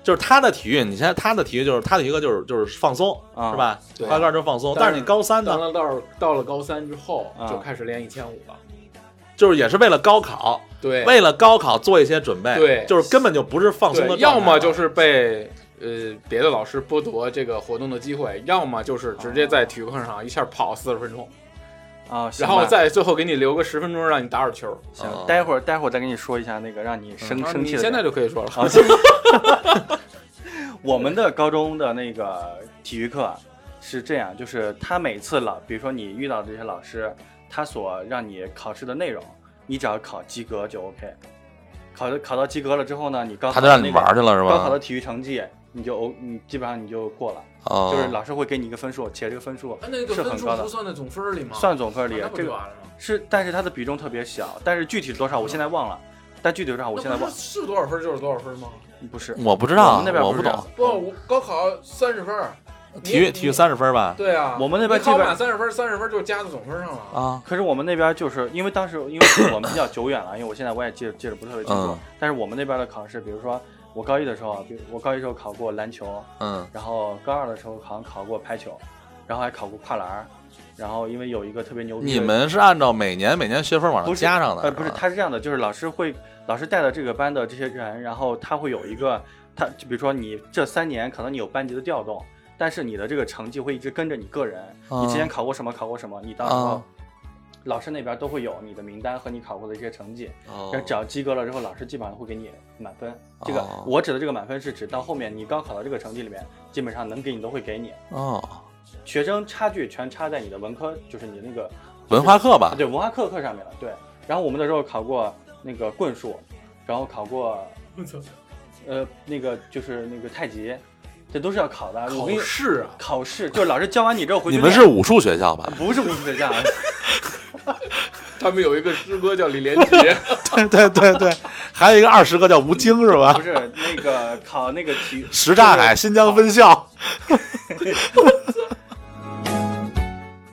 Speaker 2: 就是他的体育，你现在他的体育就是他的体育课就是就是放松，
Speaker 3: 啊
Speaker 2: 是吧？
Speaker 4: 对
Speaker 2: 高二就是放松，
Speaker 4: 但是
Speaker 2: 但是你高三
Speaker 4: 到
Speaker 2: 呢，
Speaker 4: 了到到了高三之后
Speaker 2: 嗯
Speaker 3: 啊
Speaker 4: 就开始练一千五了。
Speaker 2: 就是也是为了高考，
Speaker 4: 对，
Speaker 2: 为了高考做一些准备，
Speaker 4: 对
Speaker 2: 就是根本就不是放松的
Speaker 4: 对，
Speaker 2: 状态，
Speaker 4: 要么就是被呃别的老师剥夺这个活动的机会，要么就是直接在体育课上一下跑四十分
Speaker 2: 哦
Speaker 4: 钟，
Speaker 3: 啊，行
Speaker 4: 然
Speaker 3: 吧
Speaker 4: 后再最后给你留个十分钟让你打会儿球。
Speaker 3: 行
Speaker 2: 嗯，
Speaker 3: 待会儿待会儿再跟你说一下那个让你生
Speaker 4: 啊
Speaker 3: 生
Speaker 4: 你
Speaker 3: 气的。
Speaker 4: 现在就可以说了。
Speaker 3: 啊，行我们的高中的那个体育课是这样，就是他每次老，比如说你遇到的这些老师，他所让你考试的内容，你只要考及格就 OK。考考到及格了之后呢，你高考
Speaker 2: 他就让
Speaker 3: 的
Speaker 2: 你
Speaker 3: 那个
Speaker 2: 玩去了是吧？
Speaker 3: 高考的体育成绩，你就 O，你基本上你就过了。
Speaker 2: 哦
Speaker 3: 就是老师会给你一个分数，且哎这个分数
Speaker 4: 啊那
Speaker 3: 是很高的，
Speaker 4: 算在总分里吗
Speaker 3: 算总分里。这个
Speaker 4: 完了吗？
Speaker 3: 是，但是它的比重特别小，但是具体多少我现在忘了，但具体多少我现在忘嗯了，
Speaker 4: 是多少分就是多少分吗？
Speaker 3: 不是。
Speaker 2: 我不知
Speaker 3: 我
Speaker 2: 道
Speaker 3: 们那边
Speaker 2: 我
Speaker 3: 不是这样
Speaker 2: 懂
Speaker 3: 子，
Speaker 4: 不，我高考三十分，
Speaker 2: 体育体育三十分吧？
Speaker 4: 对啊，
Speaker 3: 我们那边
Speaker 4: 你
Speaker 3: 基
Speaker 4: 考
Speaker 3: 本
Speaker 4: 满三十分，三十分就加到总分上了。
Speaker 2: 啊，
Speaker 3: 可是我们那边就是因为当时因为我们比较久远了，因为我现在我也记记得不是特别清楚。
Speaker 2: 嗯
Speaker 3: 但是我们那边的考试，比如说我高一的时候，比如我高一时候考过篮球，
Speaker 2: 嗯
Speaker 3: 然后高二的时候好像考过排球，然后还考过跨栏儿，然后因为有一个特别牛逼的，
Speaker 2: 你们是按照每年每年学分往
Speaker 3: 不
Speaker 2: 上
Speaker 3: 是
Speaker 2: 啊加上的？
Speaker 3: 呃，不是，
Speaker 2: 吧
Speaker 3: 他是这样的，就是老师会老师带的这个班的这些人，然后他会有一个他，就比如说你这三年可能你有班级的调动，但是你的这个成绩会一直跟着你个人，你之前
Speaker 2: 嗯
Speaker 3: 考过什么考过什么，你到时候
Speaker 2: 嗯
Speaker 3: 老师那边都会有你的名单和你考过的一些成绩，
Speaker 2: 哦
Speaker 3: 然后只要及格了之后，老师基本上会给你满分。这个
Speaker 2: 哦
Speaker 3: 我指的这个满分是指到后面你高考的这个成绩里面，基本上能给你都会给你。
Speaker 2: 哦，
Speaker 3: 学生差距全差在你的文科，就是你那个
Speaker 2: 文化课吧？
Speaker 3: 啊对文化课课上面了。对，然后我们那时候考过那个棍术，然后考过
Speaker 5: 我操，
Speaker 3: 呃那个就是那个太极，这都是要考的。我
Speaker 4: 考
Speaker 3: 跟你
Speaker 4: 试啊，
Speaker 3: 考试就是老师教完你之后回去
Speaker 2: 你们是
Speaker 3: 练
Speaker 2: 武术学 校吧？
Speaker 3: 不是武术学校？
Speaker 4: 他们有一个师哥叫李 连杰，
Speaker 2: 对对对对，还有一个二十个叫吴京是吧
Speaker 3: 不？是那个考那个体 育
Speaker 2: 什刹海新疆分校，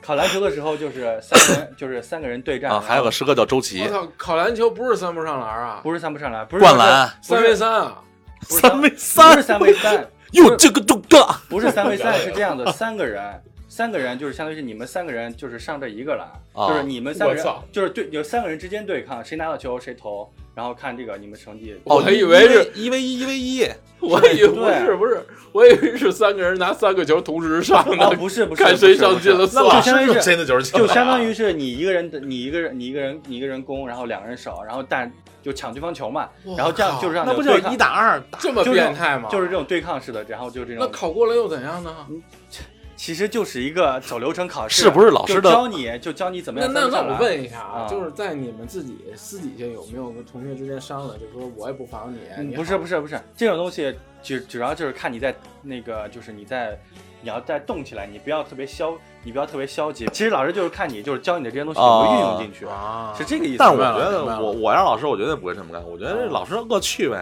Speaker 3: 考篮球的时候就是三个人就是三个人对战，
Speaker 2: 啊，
Speaker 3: 然后
Speaker 2: 还有个师哥叫周琦
Speaker 4: 我，操，考篮球不是三步上篮啊，
Speaker 3: 不是三不上篮，不是
Speaker 2: 灌篮，
Speaker 3: 不是
Speaker 4: 三 v 三啊，
Speaker 3: 不是
Speaker 2: v
Speaker 3: 不是三 v 三，
Speaker 2: 哟，这个这个，
Speaker 3: 不是三 v 三，是这样 的，三个人。三个人就是相当于是你们三个人就是上这一个篮，
Speaker 2: 啊
Speaker 3: 就是你们三个人
Speaker 4: 我操
Speaker 3: 就是对有三个人之间对抗，谁拿到球谁投，然后看这哦个你们成绩。
Speaker 4: 我还以为是
Speaker 2: 哦一 v 一 v 一 v
Speaker 4: 我以为不
Speaker 3: 对啊
Speaker 4: 是不是，我以为是三个人拿三个球同时上
Speaker 3: 啊，
Speaker 4: 的，
Speaker 3: 不是不是，
Speaker 4: 看谁上进了
Speaker 3: 那
Speaker 4: 算。
Speaker 3: 我
Speaker 2: 一，
Speaker 3: 相当于是
Speaker 2: 谁的九十
Speaker 3: 就相当于是你一个人的，你一个人，你一个人，你一个人攻，然后两个人守，然后但就抢对方球嘛，然后这样
Speaker 4: 靠
Speaker 3: 就是让
Speaker 5: 那
Speaker 3: 你
Speaker 5: 不就
Speaker 3: 对
Speaker 5: 是
Speaker 3: 抗
Speaker 5: 一，打二打？
Speaker 4: 这么
Speaker 3: 就是
Speaker 4: 变态吗？
Speaker 3: 就是这种对抗式的，然后就这
Speaker 4: 那
Speaker 3: 种，
Speaker 4: 考过了又怎样呢？
Speaker 3: 其实就是一个走流程考试，
Speaker 2: 是不是老师的
Speaker 3: 就教你就教你怎么
Speaker 4: 那
Speaker 3: 样
Speaker 4: 那
Speaker 3: 三不
Speaker 4: 那
Speaker 3: 上
Speaker 4: 我
Speaker 3: 篮？
Speaker 4: 问一下啊
Speaker 3: 啊，
Speaker 4: 就是在你们自己私底下有没有跟同学之间商量，就说我也不防你，
Speaker 3: 嗯
Speaker 4: 你
Speaker 3: 不是不是不是，这种东西只主要就是看你在那个，就是你在。你要再动起来，你不要特别消，你不要特别消极。其实老师就是看你，就是教你的这些东西怎么运用进去，
Speaker 4: 啊
Speaker 3: 是这个意思。
Speaker 2: 哦但是我
Speaker 4: 明白
Speaker 2: 觉
Speaker 4: 了
Speaker 2: 得
Speaker 4: 明白了哦
Speaker 2: 我我要是老师，我绝对不会这么干。我觉得这
Speaker 3: 啊
Speaker 2: 老师恶趣味，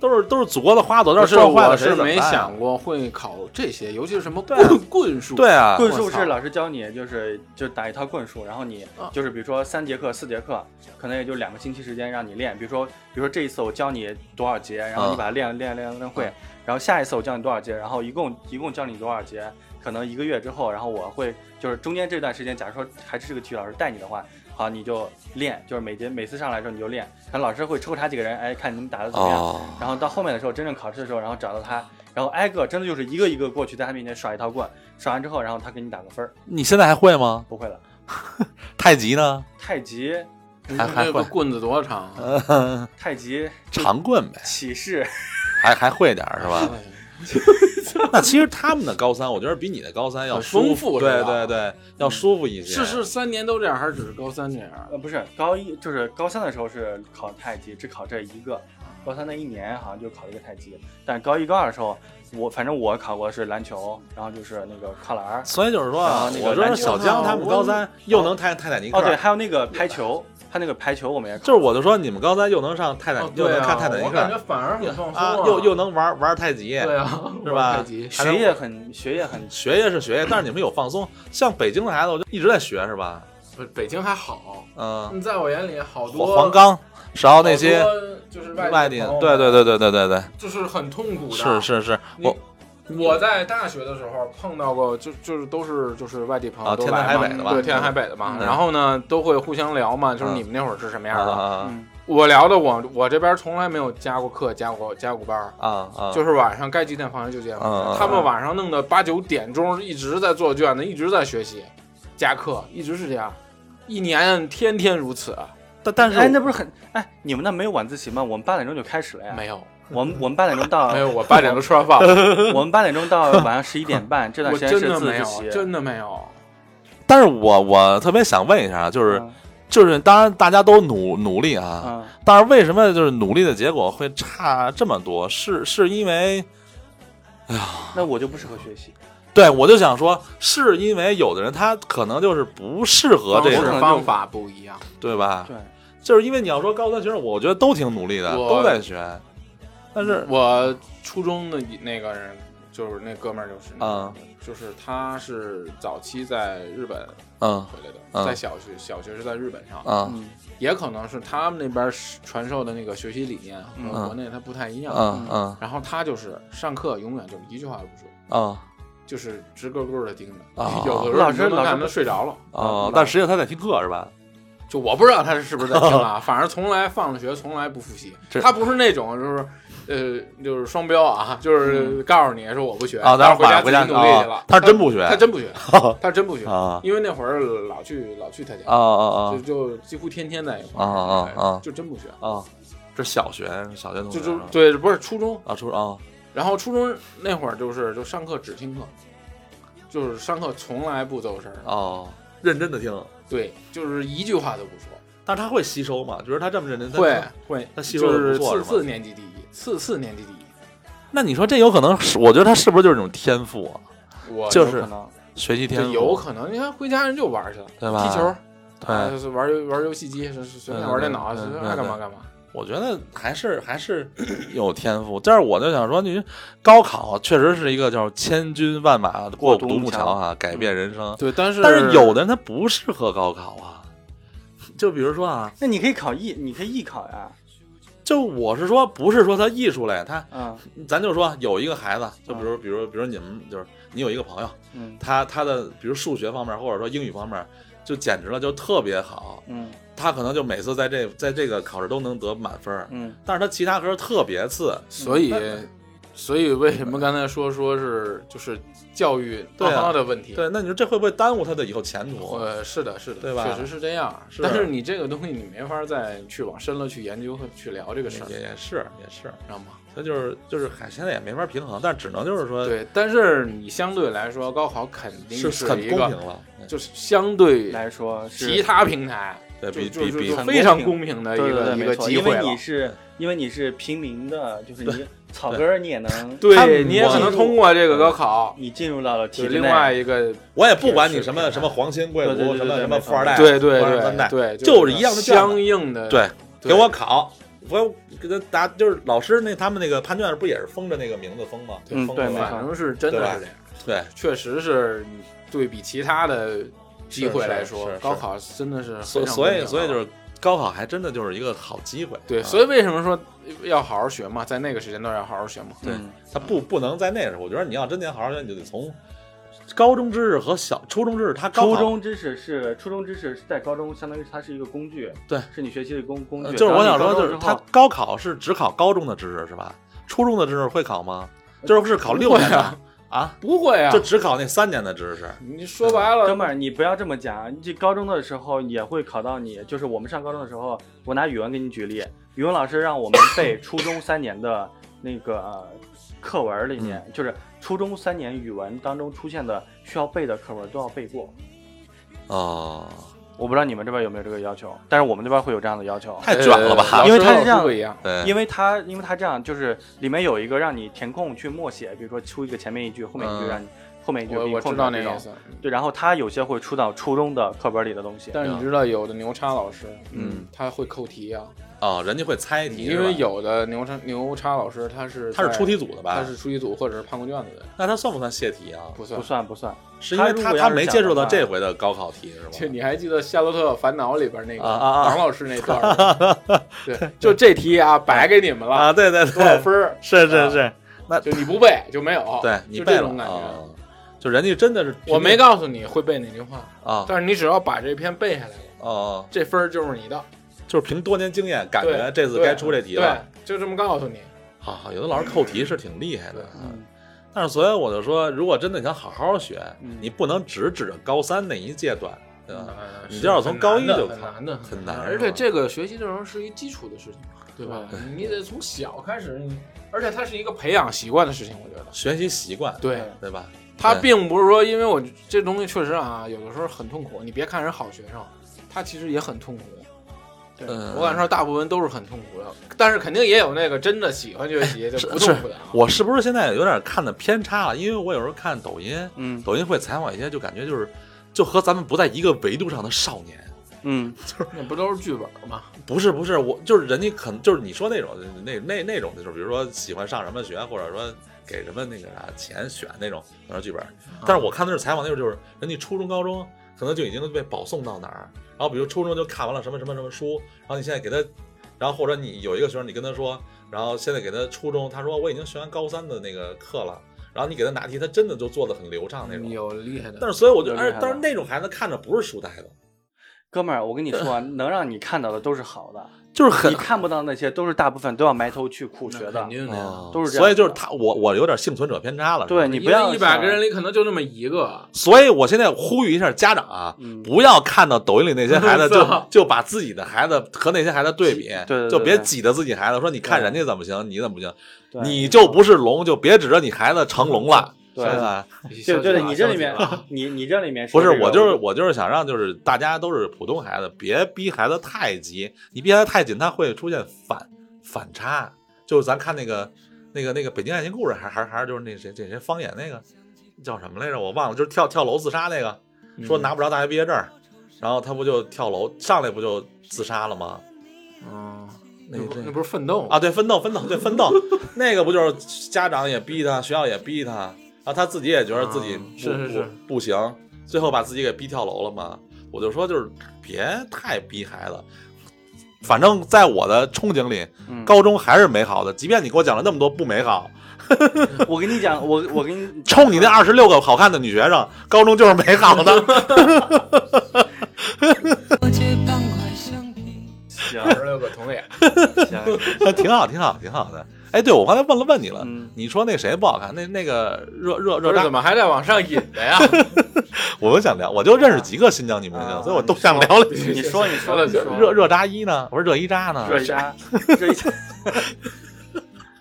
Speaker 2: 都是都是祖国的花朵，
Speaker 4: 不
Speaker 2: 让
Speaker 4: 是，
Speaker 2: 学校坏
Speaker 4: 我
Speaker 2: 了谁
Speaker 4: 是
Speaker 2: 怎么
Speaker 4: 没
Speaker 2: 办啊
Speaker 4: 想过会考这些，尤其是什么
Speaker 2: 对啊
Speaker 4: 棍棍术。
Speaker 2: 对啊，
Speaker 3: 棍术
Speaker 4: 我操
Speaker 3: 是老师教你，就是就打一套棍术，然后你
Speaker 4: 啊
Speaker 3: 就是比如说三节课、四节课，可能也就两个星期时间让你练。比如说，比如说这一次我教你多少节，然后
Speaker 4: 嗯
Speaker 3: 你
Speaker 2: 啊
Speaker 3: 把它练练练练会，然后下一次我教你多少节，然后一共一共教你多少节，可能一个月之后，然后我会就是中间这段时间，假如说还是这个体育老师带你的话，好你就练，就是每节每次上来的时候你就练，可能老师会抽查几个人，哎，看你们打的怎么样，
Speaker 2: 哦，
Speaker 3: 然后到后面的时候，真正考试的时候，然后找到他，然后挨个真的就是一个一个过去，在他面前耍一套棍，耍完之后，然后他给你打个分儿，
Speaker 2: 你现在还会吗？
Speaker 3: 不会了。
Speaker 2: 太极呢？
Speaker 3: 太 极，
Speaker 4: 你
Speaker 2: 还
Speaker 4: 看
Speaker 2: 还
Speaker 4: 这个
Speaker 2: 会呃
Speaker 4: 棍子多长啊？
Speaker 3: 太极
Speaker 2: 长棍呗，
Speaker 3: 起势，
Speaker 2: 还还会点儿是吧？
Speaker 4: 哎
Speaker 2: 那其实他们的高三，我觉得比你的高三要
Speaker 4: 很
Speaker 2: 舒
Speaker 4: 丰
Speaker 2: 服
Speaker 4: 富是
Speaker 2: 对
Speaker 4: 吧嗯
Speaker 2: 对对，要舒服一些。
Speaker 4: 是是三年都这样，还是只是高三这样？啊
Speaker 3: 呃，不是高一，就是高三的时候是考太极，只考这一个。高三那一年好像就考了一个太极，但高一高二的时候，我反正我考过是篮球，然后就是那个跨栏儿，
Speaker 2: 所以就是说
Speaker 3: 然
Speaker 2: 啊
Speaker 3: 后，那个
Speaker 2: 我觉得
Speaker 3: 篮
Speaker 2: 小
Speaker 4: 球
Speaker 2: 江
Speaker 4: 呢
Speaker 2: 他们
Speaker 4: 我
Speaker 2: 高三又能泰泰坦尼克，
Speaker 3: 哦对，还有那个排球，他那个排球我们也考
Speaker 2: 就是我就说你们高三又能上泰坦，
Speaker 4: 哦
Speaker 2: 又
Speaker 4: 对
Speaker 2: 能
Speaker 4: 啊
Speaker 2: 看泰坦尼
Speaker 5: 我
Speaker 2: 克
Speaker 5: 感觉反而很放松
Speaker 2: 啊，又又能玩玩太极，
Speaker 5: 对啊，
Speaker 2: 是吧
Speaker 4: 太极？
Speaker 2: 还能
Speaker 3: 学业很学业很
Speaker 2: 学业是学业，但是你们有放松。像北京的孩子，我就一直在学，是吧？
Speaker 4: 不，北京还好。
Speaker 2: 嗯，
Speaker 4: 你在我眼里，好多
Speaker 2: 黄冈，然后那些
Speaker 4: 嗯好多就是
Speaker 2: 外
Speaker 4: 地
Speaker 2: 地
Speaker 4: 的
Speaker 2: 的
Speaker 4: 朋友，
Speaker 2: 对对，对对对对对，
Speaker 4: 就是很痛苦的。
Speaker 2: 是是是，
Speaker 4: 你，
Speaker 2: 我
Speaker 4: 我在大学的时候碰到过，就就是都是就是外地朋
Speaker 2: 啊
Speaker 4: 友都
Speaker 2: 天南
Speaker 4: 来嘛
Speaker 2: 海北的吧
Speaker 4: 对，天南海北的嘛。
Speaker 2: 嗯
Speaker 4: 然后呢，都会互相聊嘛，就是
Speaker 2: 嗯
Speaker 4: 你们那会儿是什么
Speaker 2: 啊
Speaker 4: 样的？
Speaker 2: 啊
Speaker 3: 嗯
Speaker 4: 我聊的我我这边从来没有加过课，加过加过班儿。
Speaker 2: 啊啊，
Speaker 4: 就是晚上该几点放学就几点放
Speaker 2: 嗯嗯
Speaker 4: 学，他们晚上弄的八九点钟一直在做卷子，一直在学习，加课，一直是这样，一年天天如此，啊
Speaker 2: 但但是
Speaker 3: 哎，那不是很哎？你们那没有晚自习吗？我们八点钟就开始哎了呀。
Speaker 4: 没有
Speaker 3: 我们我们八点钟到，
Speaker 4: 没有，我八点都吃完饭了，
Speaker 3: 我们八点钟到晚上十一点 半这段
Speaker 4: 我
Speaker 3: 时间是
Speaker 4: 真
Speaker 3: 自
Speaker 4: 的没
Speaker 3: 自
Speaker 4: 有，
Speaker 3: 习。
Speaker 4: 真的没有，
Speaker 2: 但是我我特别想问一下啊，就是
Speaker 3: 嗯
Speaker 2: 就是，当然大家都努努力啊，
Speaker 3: 嗯，
Speaker 2: 但是为什么就是努力的结果会差这么多？是是因为
Speaker 3: 那我就不适合学习，
Speaker 2: 对我就想说，是因为有的人他可能就是不适合这
Speaker 4: 方
Speaker 2: 种，
Speaker 4: 式方法不一样，
Speaker 2: 对吧？
Speaker 3: 对，
Speaker 2: 就是因为你要说高三学生，我觉得都挺努力的，
Speaker 4: 我
Speaker 2: 都在学，但是
Speaker 4: 我初中的那个人就是那哥们儿就是
Speaker 2: 啊，
Speaker 4: 就是他是早期在日本
Speaker 2: 嗯
Speaker 4: 回来的，
Speaker 2: 嗯
Speaker 3: 啊
Speaker 4: 在小学小学是在日本上，
Speaker 2: 啊
Speaker 3: 嗯
Speaker 4: 也可能是他们那边是传授的那个学习理念
Speaker 3: 嗯
Speaker 4: 和国内他不太一
Speaker 2: 啊
Speaker 4: 样。
Speaker 2: 啊
Speaker 4: 然后他就是上课永远就一句话都不说，
Speaker 2: 啊
Speaker 4: 就是直勾勾的盯着，
Speaker 2: 啊
Speaker 4: 有的时候
Speaker 3: 老
Speaker 4: 你
Speaker 3: 师
Speaker 4: 都能
Speaker 3: 老师
Speaker 4: 看他睡着了。
Speaker 2: 啊！
Speaker 4: 嗯
Speaker 2: 但实际上他在听课是吧？
Speaker 4: 就我不知道他是不是在听 啊，反正从来放了学从来不复习
Speaker 2: 这，嗯
Speaker 4: 他不是那种就是，呃，就是双标啊，就是告诉你说我不学
Speaker 2: 啊，
Speaker 4: 但
Speaker 2: 待
Speaker 4: 是
Speaker 2: 会儿
Speaker 4: 家
Speaker 2: 回
Speaker 4: 自
Speaker 2: 家
Speaker 4: 己努力去
Speaker 2: 啊
Speaker 4: 了，，
Speaker 2: 他是真不学，
Speaker 4: 他 真不学，他真不学，
Speaker 2: 啊
Speaker 4: 因为那会儿老去老去他家，
Speaker 2: 啊啊
Speaker 4: 就就几乎天天在一块儿，哎
Speaker 2: 啊啊啊
Speaker 4: 就真不学，
Speaker 2: 啊啊！这是小学小学同学
Speaker 4: 就是就
Speaker 2: 吧
Speaker 4: 对，不是初中，
Speaker 2: 啊，初啊
Speaker 4: 然后初中那会儿就是就上课只听课，就是上课从来不走神儿，
Speaker 2: 哦，认真的听。
Speaker 4: 对，就是一句话都不说。
Speaker 2: 但是他会吸收嘛？觉得他这么认真，他
Speaker 4: 会会，
Speaker 2: 他吸收
Speaker 4: 就
Speaker 2: 得不
Speaker 4: 是
Speaker 2: 错是
Speaker 4: 次
Speaker 2: 吧
Speaker 4: 次年级第一，次次年级第一，
Speaker 2: 那你说这有可能是？我觉得他是不是就是这种天赋啊？
Speaker 4: 我
Speaker 2: 就
Speaker 3: 有
Speaker 2: 是
Speaker 3: 可能
Speaker 2: 学习天
Speaker 4: 就
Speaker 2: 赋
Speaker 4: 有可能，你看回家人就玩去了，
Speaker 2: 对吧
Speaker 4: 踢球，啊
Speaker 2: 对，嗯
Speaker 4: 就是玩游玩游戏机，是是随便
Speaker 2: 对
Speaker 4: 玩
Speaker 2: 对
Speaker 4: 电脑，
Speaker 2: 对
Speaker 4: 随
Speaker 2: 对
Speaker 4: 便
Speaker 2: 对
Speaker 4: 爱干嘛
Speaker 2: 对
Speaker 4: 干嘛。
Speaker 2: 我觉得还是还是 有天赋。但是我就想说，你高考确实是一个叫千军万马过独
Speaker 3: 独
Speaker 2: 木
Speaker 3: 木
Speaker 2: 桥啊，改变人生。
Speaker 4: 对，但是
Speaker 2: 但是有的人他不适合高考啊，就比如说啊，
Speaker 3: 那你可以考艺，你可以艺考呀，
Speaker 2: 就我是说，不是说他艺术类，他
Speaker 3: 嗯
Speaker 2: 咱就说有一个孩子，就比如比如比如你们就是你有一个朋友，
Speaker 3: 嗯
Speaker 2: 他他的比如数学方面或者说英语方面就简直了，就特别好，
Speaker 3: 嗯
Speaker 2: 他可能就每次在这在这个考试都能得满分儿，
Speaker 3: 嗯，
Speaker 2: 但是他其他科特别次，
Speaker 4: 所以所以为什么刚才说说是就是教育
Speaker 2: 对啊
Speaker 4: 大纲的问题？
Speaker 2: 对，那你说这会不会耽误他的以后前途？啊
Speaker 4: 呃，是的，是的，
Speaker 2: 对吧
Speaker 4: 确实是这样。
Speaker 2: 是啊
Speaker 4: 但是你这个东西，你没法再去往深了去研究和去聊这个事儿，
Speaker 2: 也也是也是，
Speaker 4: 知道吗？
Speaker 2: 他就是就是，还现在也没法平衡，但只能就是说，
Speaker 4: 对，但是你相对来说，高考肯定
Speaker 2: 是
Speaker 4: 是
Speaker 2: 很
Speaker 4: 一
Speaker 2: 公
Speaker 4: 个
Speaker 2: 平了，嗯
Speaker 4: 就是相对
Speaker 3: 来说是
Speaker 4: 其他平台，
Speaker 2: 对
Speaker 4: 就
Speaker 2: 比
Speaker 4: 就
Speaker 2: 比
Speaker 4: 就
Speaker 2: 比
Speaker 4: 就
Speaker 3: 很
Speaker 4: 非常公平的一
Speaker 3: 对对
Speaker 4: 个
Speaker 3: 对，
Speaker 4: 一
Speaker 3: 没
Speaker 4: 个
Speaker 3: 错，
Speaker 4: 机
Speaker 3: 因
Speaker 4: 会
Speaker 3: 为
Speaker 4: 了
Speaker 3: 你。是因为你是平民的，就是你草根儿你也能，
Speaker 2: 他们
Speaker 4: 对你也可能通过这个高考，
Speaker 3: 你进入到了体
Speaker 4: 就
Speaker 3: 制
Speaker 4: 另
Speaker 3: 内，
Speaker 4: 外一个
Speaker 2: 我也不管你
Speaker 4: 是
Speaker 2: 什
Speaker 4: 是
Speaker 2: 么
Speaker 4: 是
Speaker 2: 什么皇亲贵
Speaker 3: 对对
Speaker 2: 族，
Speaker 3: 对
Speaker 2: 什么
Speaker 3: 对
Speaker 2: 什么
Speaker 3: 没错
Speaker 2: 富二代，
Speaker 4: 对对
Speaker 2: 官二三代
Speaker 4: 对对，
Speaker 2: 就是一样的卷
Speaker 4: 相
Speaker 2: 子
Speaker 4: 应的
Speaker 2: 对，
Speaker 4: 对
Speaker 2: 给我考，我给他答，就是老师那他们那个判卷不也是封着那个名字封吗？
Speaker 3: 嗯
Speaker 2: 封
Speaker 3: 对
Speaker 2: 着
Speaker 3: 没
Speaker 2: 吧
Speaker 3: 错
Speaker 4: 反正是真的是这样，
Speaker 2: 对，
Speaker 4: 确实是你对比其他的机会来说
Speaker 2: 是是，是
Speaker 4: 高考真的是
Speaker 2: 所
Speaker 4: 非常
Speaker 2: 所以
Speaker 4: 重要
Speaker 2: 所以就是高考还真的就是一个好机会，
Speaker 4: 对，
Speaker 2: 啊
Speaker 4: 所以为什么说要好好学嘛，在那个时间段要好好学嘛，
Speaker 2: 对
Speaker 3: 嗯
Speaker 2: 他不不能在那时候，我觉得你要真想好好学，你就得从高中知识和小初中知识，他高考
Speaker 3: 初中知识是初中知识是在高中，相当于它是一个工具，
Speaker 2: 对，
Speaker 3: 是你学习的工工
Speaker 2: 呃
Speaker 3: 具。
Speaker 2: 就是我想
Speaker 3: 然后
Speaker 2: 说，
Speaker 3: 你
Speaker 2: 就是
Speaker 3: 高中之
Speaker 2: 他
Speaker 3: 后
Speaker 2: 高考是只考高中的知识是吧？初中的知识会考吗？就是是考六年
Speaker 4: 不会
Speaker 2: 的
Speaker 4: 啊
Speaker 2: 啊，
Speaker 4: 不会啊
Speaker 2: 就，只考那三年的知识
Speaker 4: 你说白了
Speaker 3: 哥，们儿，你不要这么讲。这高中的时候也会考到你，就是我们上高中的时候，我拿语文给你举例，语文老师让我们背初中三年的那个、呃课文里面，
Speaker 4: 嗯
Speaker 3: 就是初中三年语文当中出现的需要背的课文都要背过。
Speaker 2: 哦，
Speaker 3: 我不知道你们这边有没有这个要求，但是我们这边会有这样的要求。
Speaker 2: 太卷了吧？
Speaker 4: 呃
Speaker 3: 因为
Speaker 4: 老师
Speaker 3: 他是这
Speaker 4: 和老师
Speaker 3: 样
Speaker 4: 不一样，
Speaker 2: 对，
Speaker 3: 因为它因为它这样，就是里面有一个让你填空去默写，比如说出一个前面一句，后面一句
Speaker 2: 嗯
Speaker 3: 让你、后面一句
Speaker 4: 我
Speaker 3: 给你
Speaker 4: 我知
Speaker 3: 空着
Speaker 4: 道那
Speaker 3: 这
Speaker 4: 个
Speaker 3: 种
Speaker 4: 意。思，
Speaker 3: 对，然后它有些会出到初中的课本里的东西。
Speaker 4: 但是你知道有的牛叉老师，
Speaker 2: 啊嗯，
Speaker 4: 他会扣题啊，
Speaker 2: 哦，人家会猜题，
Speaker 4: 因
Speaker 2: 是吧
Speaker 4: 为有的牛叉牛叉老师他是
Speaker 2: 他是
Speaker 4: 在
Speaker 2: 出题，组的吧？
Speaker 4: 他是出题组或者是判过卷子的，
Speaker 2: 那他算不算泄题啊？
Speaker 4: 不算
Speaker 3: 不。算不算，
Speaker 2: 是因为
Speaker 3: 他如
Speaker 2: 他
Speaker 3: 果要
Speaker 2: 他
Speaker 3: 是
Speaker 2: 没
Speaker 3: 想
Speaker 2: 接触
Speaker 3: 的
Speaker 2: 到
Speaker 3: 话
Speaker 2: 这回的高考题是吧？
Speaker 4: 就你还记得《夏洛特烦恼》里边那个
Speaker 2: 啊啊啊
Speaker 4: 王老师那段儿吗？ 对，就这题啊，白给你们了，
Speaker 2: 啊，对对
Speaker 4: 多少
Speaker 2: 对，
Speaker 4: 分儿？
Speaker 2: 是是是，
Speaker 4: 就你不背就没有，
Speaker 2: 对
Speaker 4: 就
Speaker 2: 你
Speaker 4: 这
Speaker 2: 背了
Speaker 4: 种感觉。
Speaker 2: 啊，就人家真的是
Speaker 4: 我没告诉你会背哪句话，
Speaker 2: 啊
Speaker 4: 但是你只要把这篇背下来了，
Speaker 2: 哦，
Speaker 4: 这分儿就是你的。
Speaker 2: 就是凭多年经验，感觉
Speaker 4: 对
Speaker 2: 这次该出这题了。
Speaker 4: 对，就这么告诉你。
Speaker 2: 好好，有的老师扣题是挺厉害的，
Speaker 3: 嗯
Speaker 2: 但是所以我就说，如果真的想好好学，
Speaker 3: 嗯
Speaker 2: 你不能只指着高三那一阶段，对吧？
Speaker 4: 嗯
Speaker 2: 你这要是从高一就
Speaker 4: 很难
Speaker 5: 难的，
Speaker 2: 很难，
Speaker 4: 而且这个学习内容是一基础的事情，对吧？
Speaker 3: 对
Speaker 4: 你得从小开始，你而且它是一个培养习惯的事情，我觉得。
Speaker 2: 学习习惯，
Speaker 4: 对，
Speaker 2: 对吧？
Speaker 4: 它
Speaker 2: 对
Speaker 4: 并不是说，因为我这东西确实啊，有的时候很痛苦。你别看人好学生，他其实也很痛苦。对，
Speaker 2: 嗯
Speaker 4: 我敢说大部分都是很痛苦的，但是肯定也有那个真的喜欢学习就是不
Speaker 2: 是
Speaker 4: 痛苦的啊。
Speaker 2: 我是不是现在有点看的偏差了？因为我有时候看抖音，
Speaker 3: 嗯
Speaker 2: 抖音会采访一些就感觉就是就和咱们不在一个维度上的少年。
Speaker 3: 嗯
Speaker 4: 那不都是剧本吗？
Speaker 2: 不是不是，我就是人家可能就是你说那种那那那种，就是比如说喜欢上什么学，或者说给人们那个啥钱选那种小说剧本，但是我看的是采访那种，就是人家初中、高中可能就已经被保送到哪儿，然后比如初中就看完了什么什么什么书，然后你现在给他，然后或者你有一个学生，你跟他说，然后现在给他初中，他说我已经学完高三的那个课了，然后你给他拿题，他真的就做的很流
Speaker 4: 嗯
Speaker 2: 畅那种。
Speaker 5: 有厉害的，
Speaker 2: 但是所以我就，
Speaker 3: 有厉
Speaker 2: 而
Speaker 3: 害的
Speaker 2: 但是那种孩子看着不是书呆子，
Speaker 3: 哥们儿，我跟 你说啊，能让你看到的都是好的，
Speaker 2: 就是
Speaker 3: 你看不到那些都是大部分都要埋头去苦学
Speaker 5: 那
Speaker 3: 的
Speaker 5: 肯。定的呀。
Speaker 3: 都是这
Speaker 2: 哦
Speaker 3: 样
Speaker 2: 所以就是他，我我有点幸存者偏差了。是吧
Speaker 3: 对你不要
Speaker 5: 一百
Speaker 3: 想
Speaker 5: 个人里可能就那么一个，
Speaker 2: 所以我现在呼吁一下家长啊，
Speaker 3: 嗯啊
Speaker 2: 不要看到抖音里那些孩子
Speaker 5: 是
Speaker 2: 就
Speaker 5: 吧
Speaker 2: 就把自己的孩子和那些孩子对比，
Speaker 3: 对对
Speaker 2: 就别
Speaker 3: 对
Speaker 2: 挤得自己孩子说你看
Speaker 3: 对
Speaker 2: 人家怎么行，你怎么不行，
Speaker 3: 对
Speaker 2: 你就不是龙，就别指着你孩子成龙了，
Speaker 3: 对
Speaker 2: 是吧？
Speaker 3: 对对对，
Speaker 5: 消极了
Speaker 3: 你
Speaker 4: 啊
Speaker 3: 这里面
Speaker 5: 消 极了，
Speaker 3: 你你这里面
Speaker 2: 不是，
Speaker 3: 这个
Speaker 2: 我就是我就是想让就是大家都是普通孩子，别逼孩子太急，你逼孩子太紧，他会出现反反差。就是咱看那个那个那个《北京爱情故事》还，还还是就是那谁这谁方言那个叫什么来着？我忘了，就是跳跳楼自杀那个，
Speaker 3: 嗯
Speaker 2: 说拿不着大学毕业证儿，然后他不就跳楼上来不就自杀了吗？
Speaker 5: 嗯，
Speaker 2: 那
Speaker 5: 那
Speaker 2: 个
Speaker 5: 不
Speaker 2: 那
Speaker 5: 那不是奋斗吗
Speaker 2: 啊，对，奋斗，奋斗，对，奋斗，那个不就是家长也逼他，学校也逼他，然后他自己也觉得自己
Speaker 5: 啊
Speaker 2: 不、
Speaker 5: 是是是
Speaker 2: 不不行，最后把自己给逼跳楼了嘛。我就说，就是别太逼孩子。反正在我的憧憬里，
Speaker 3: 嗯
Speaker 2: 高中还是美好的。即便你给我讲了那么多不美好，
Speaker 3: 我跟你讲，我我跟你
Speaker 2: 冲你那二十六个好看的女学生，高中就是美好的。
Speaker 3: 行
Speaker 5: 二十六个
Speaker 4: 啊
Speaker 5: 同类，
Speaker 3: 行，
Speaker 2: 挺好，挺好，挺好的。哎，对我刚才问了问你了，
Speaker 3: 嗯
Speaker 2: 你说那谁不好看？那那个热热
Speaker 4: 不
Speaker 2: 热
Speaker 4: 是
Speaker 2: 扎
Speaker 4: 怎么还在往上引的呀？
Speaker 2: 我就想聊，我就认识几个新疆女明星，
Speaker 3: 啊
Speaker 2: 所以我都想聊聊。
Speaker 3: 你说你说
Speaker 4: 了
Speaker 3: 你说
Speaker 2: 热热扎伊呢？啊不是热依扎呢？
Speaker 3: 热一扎，热一扎，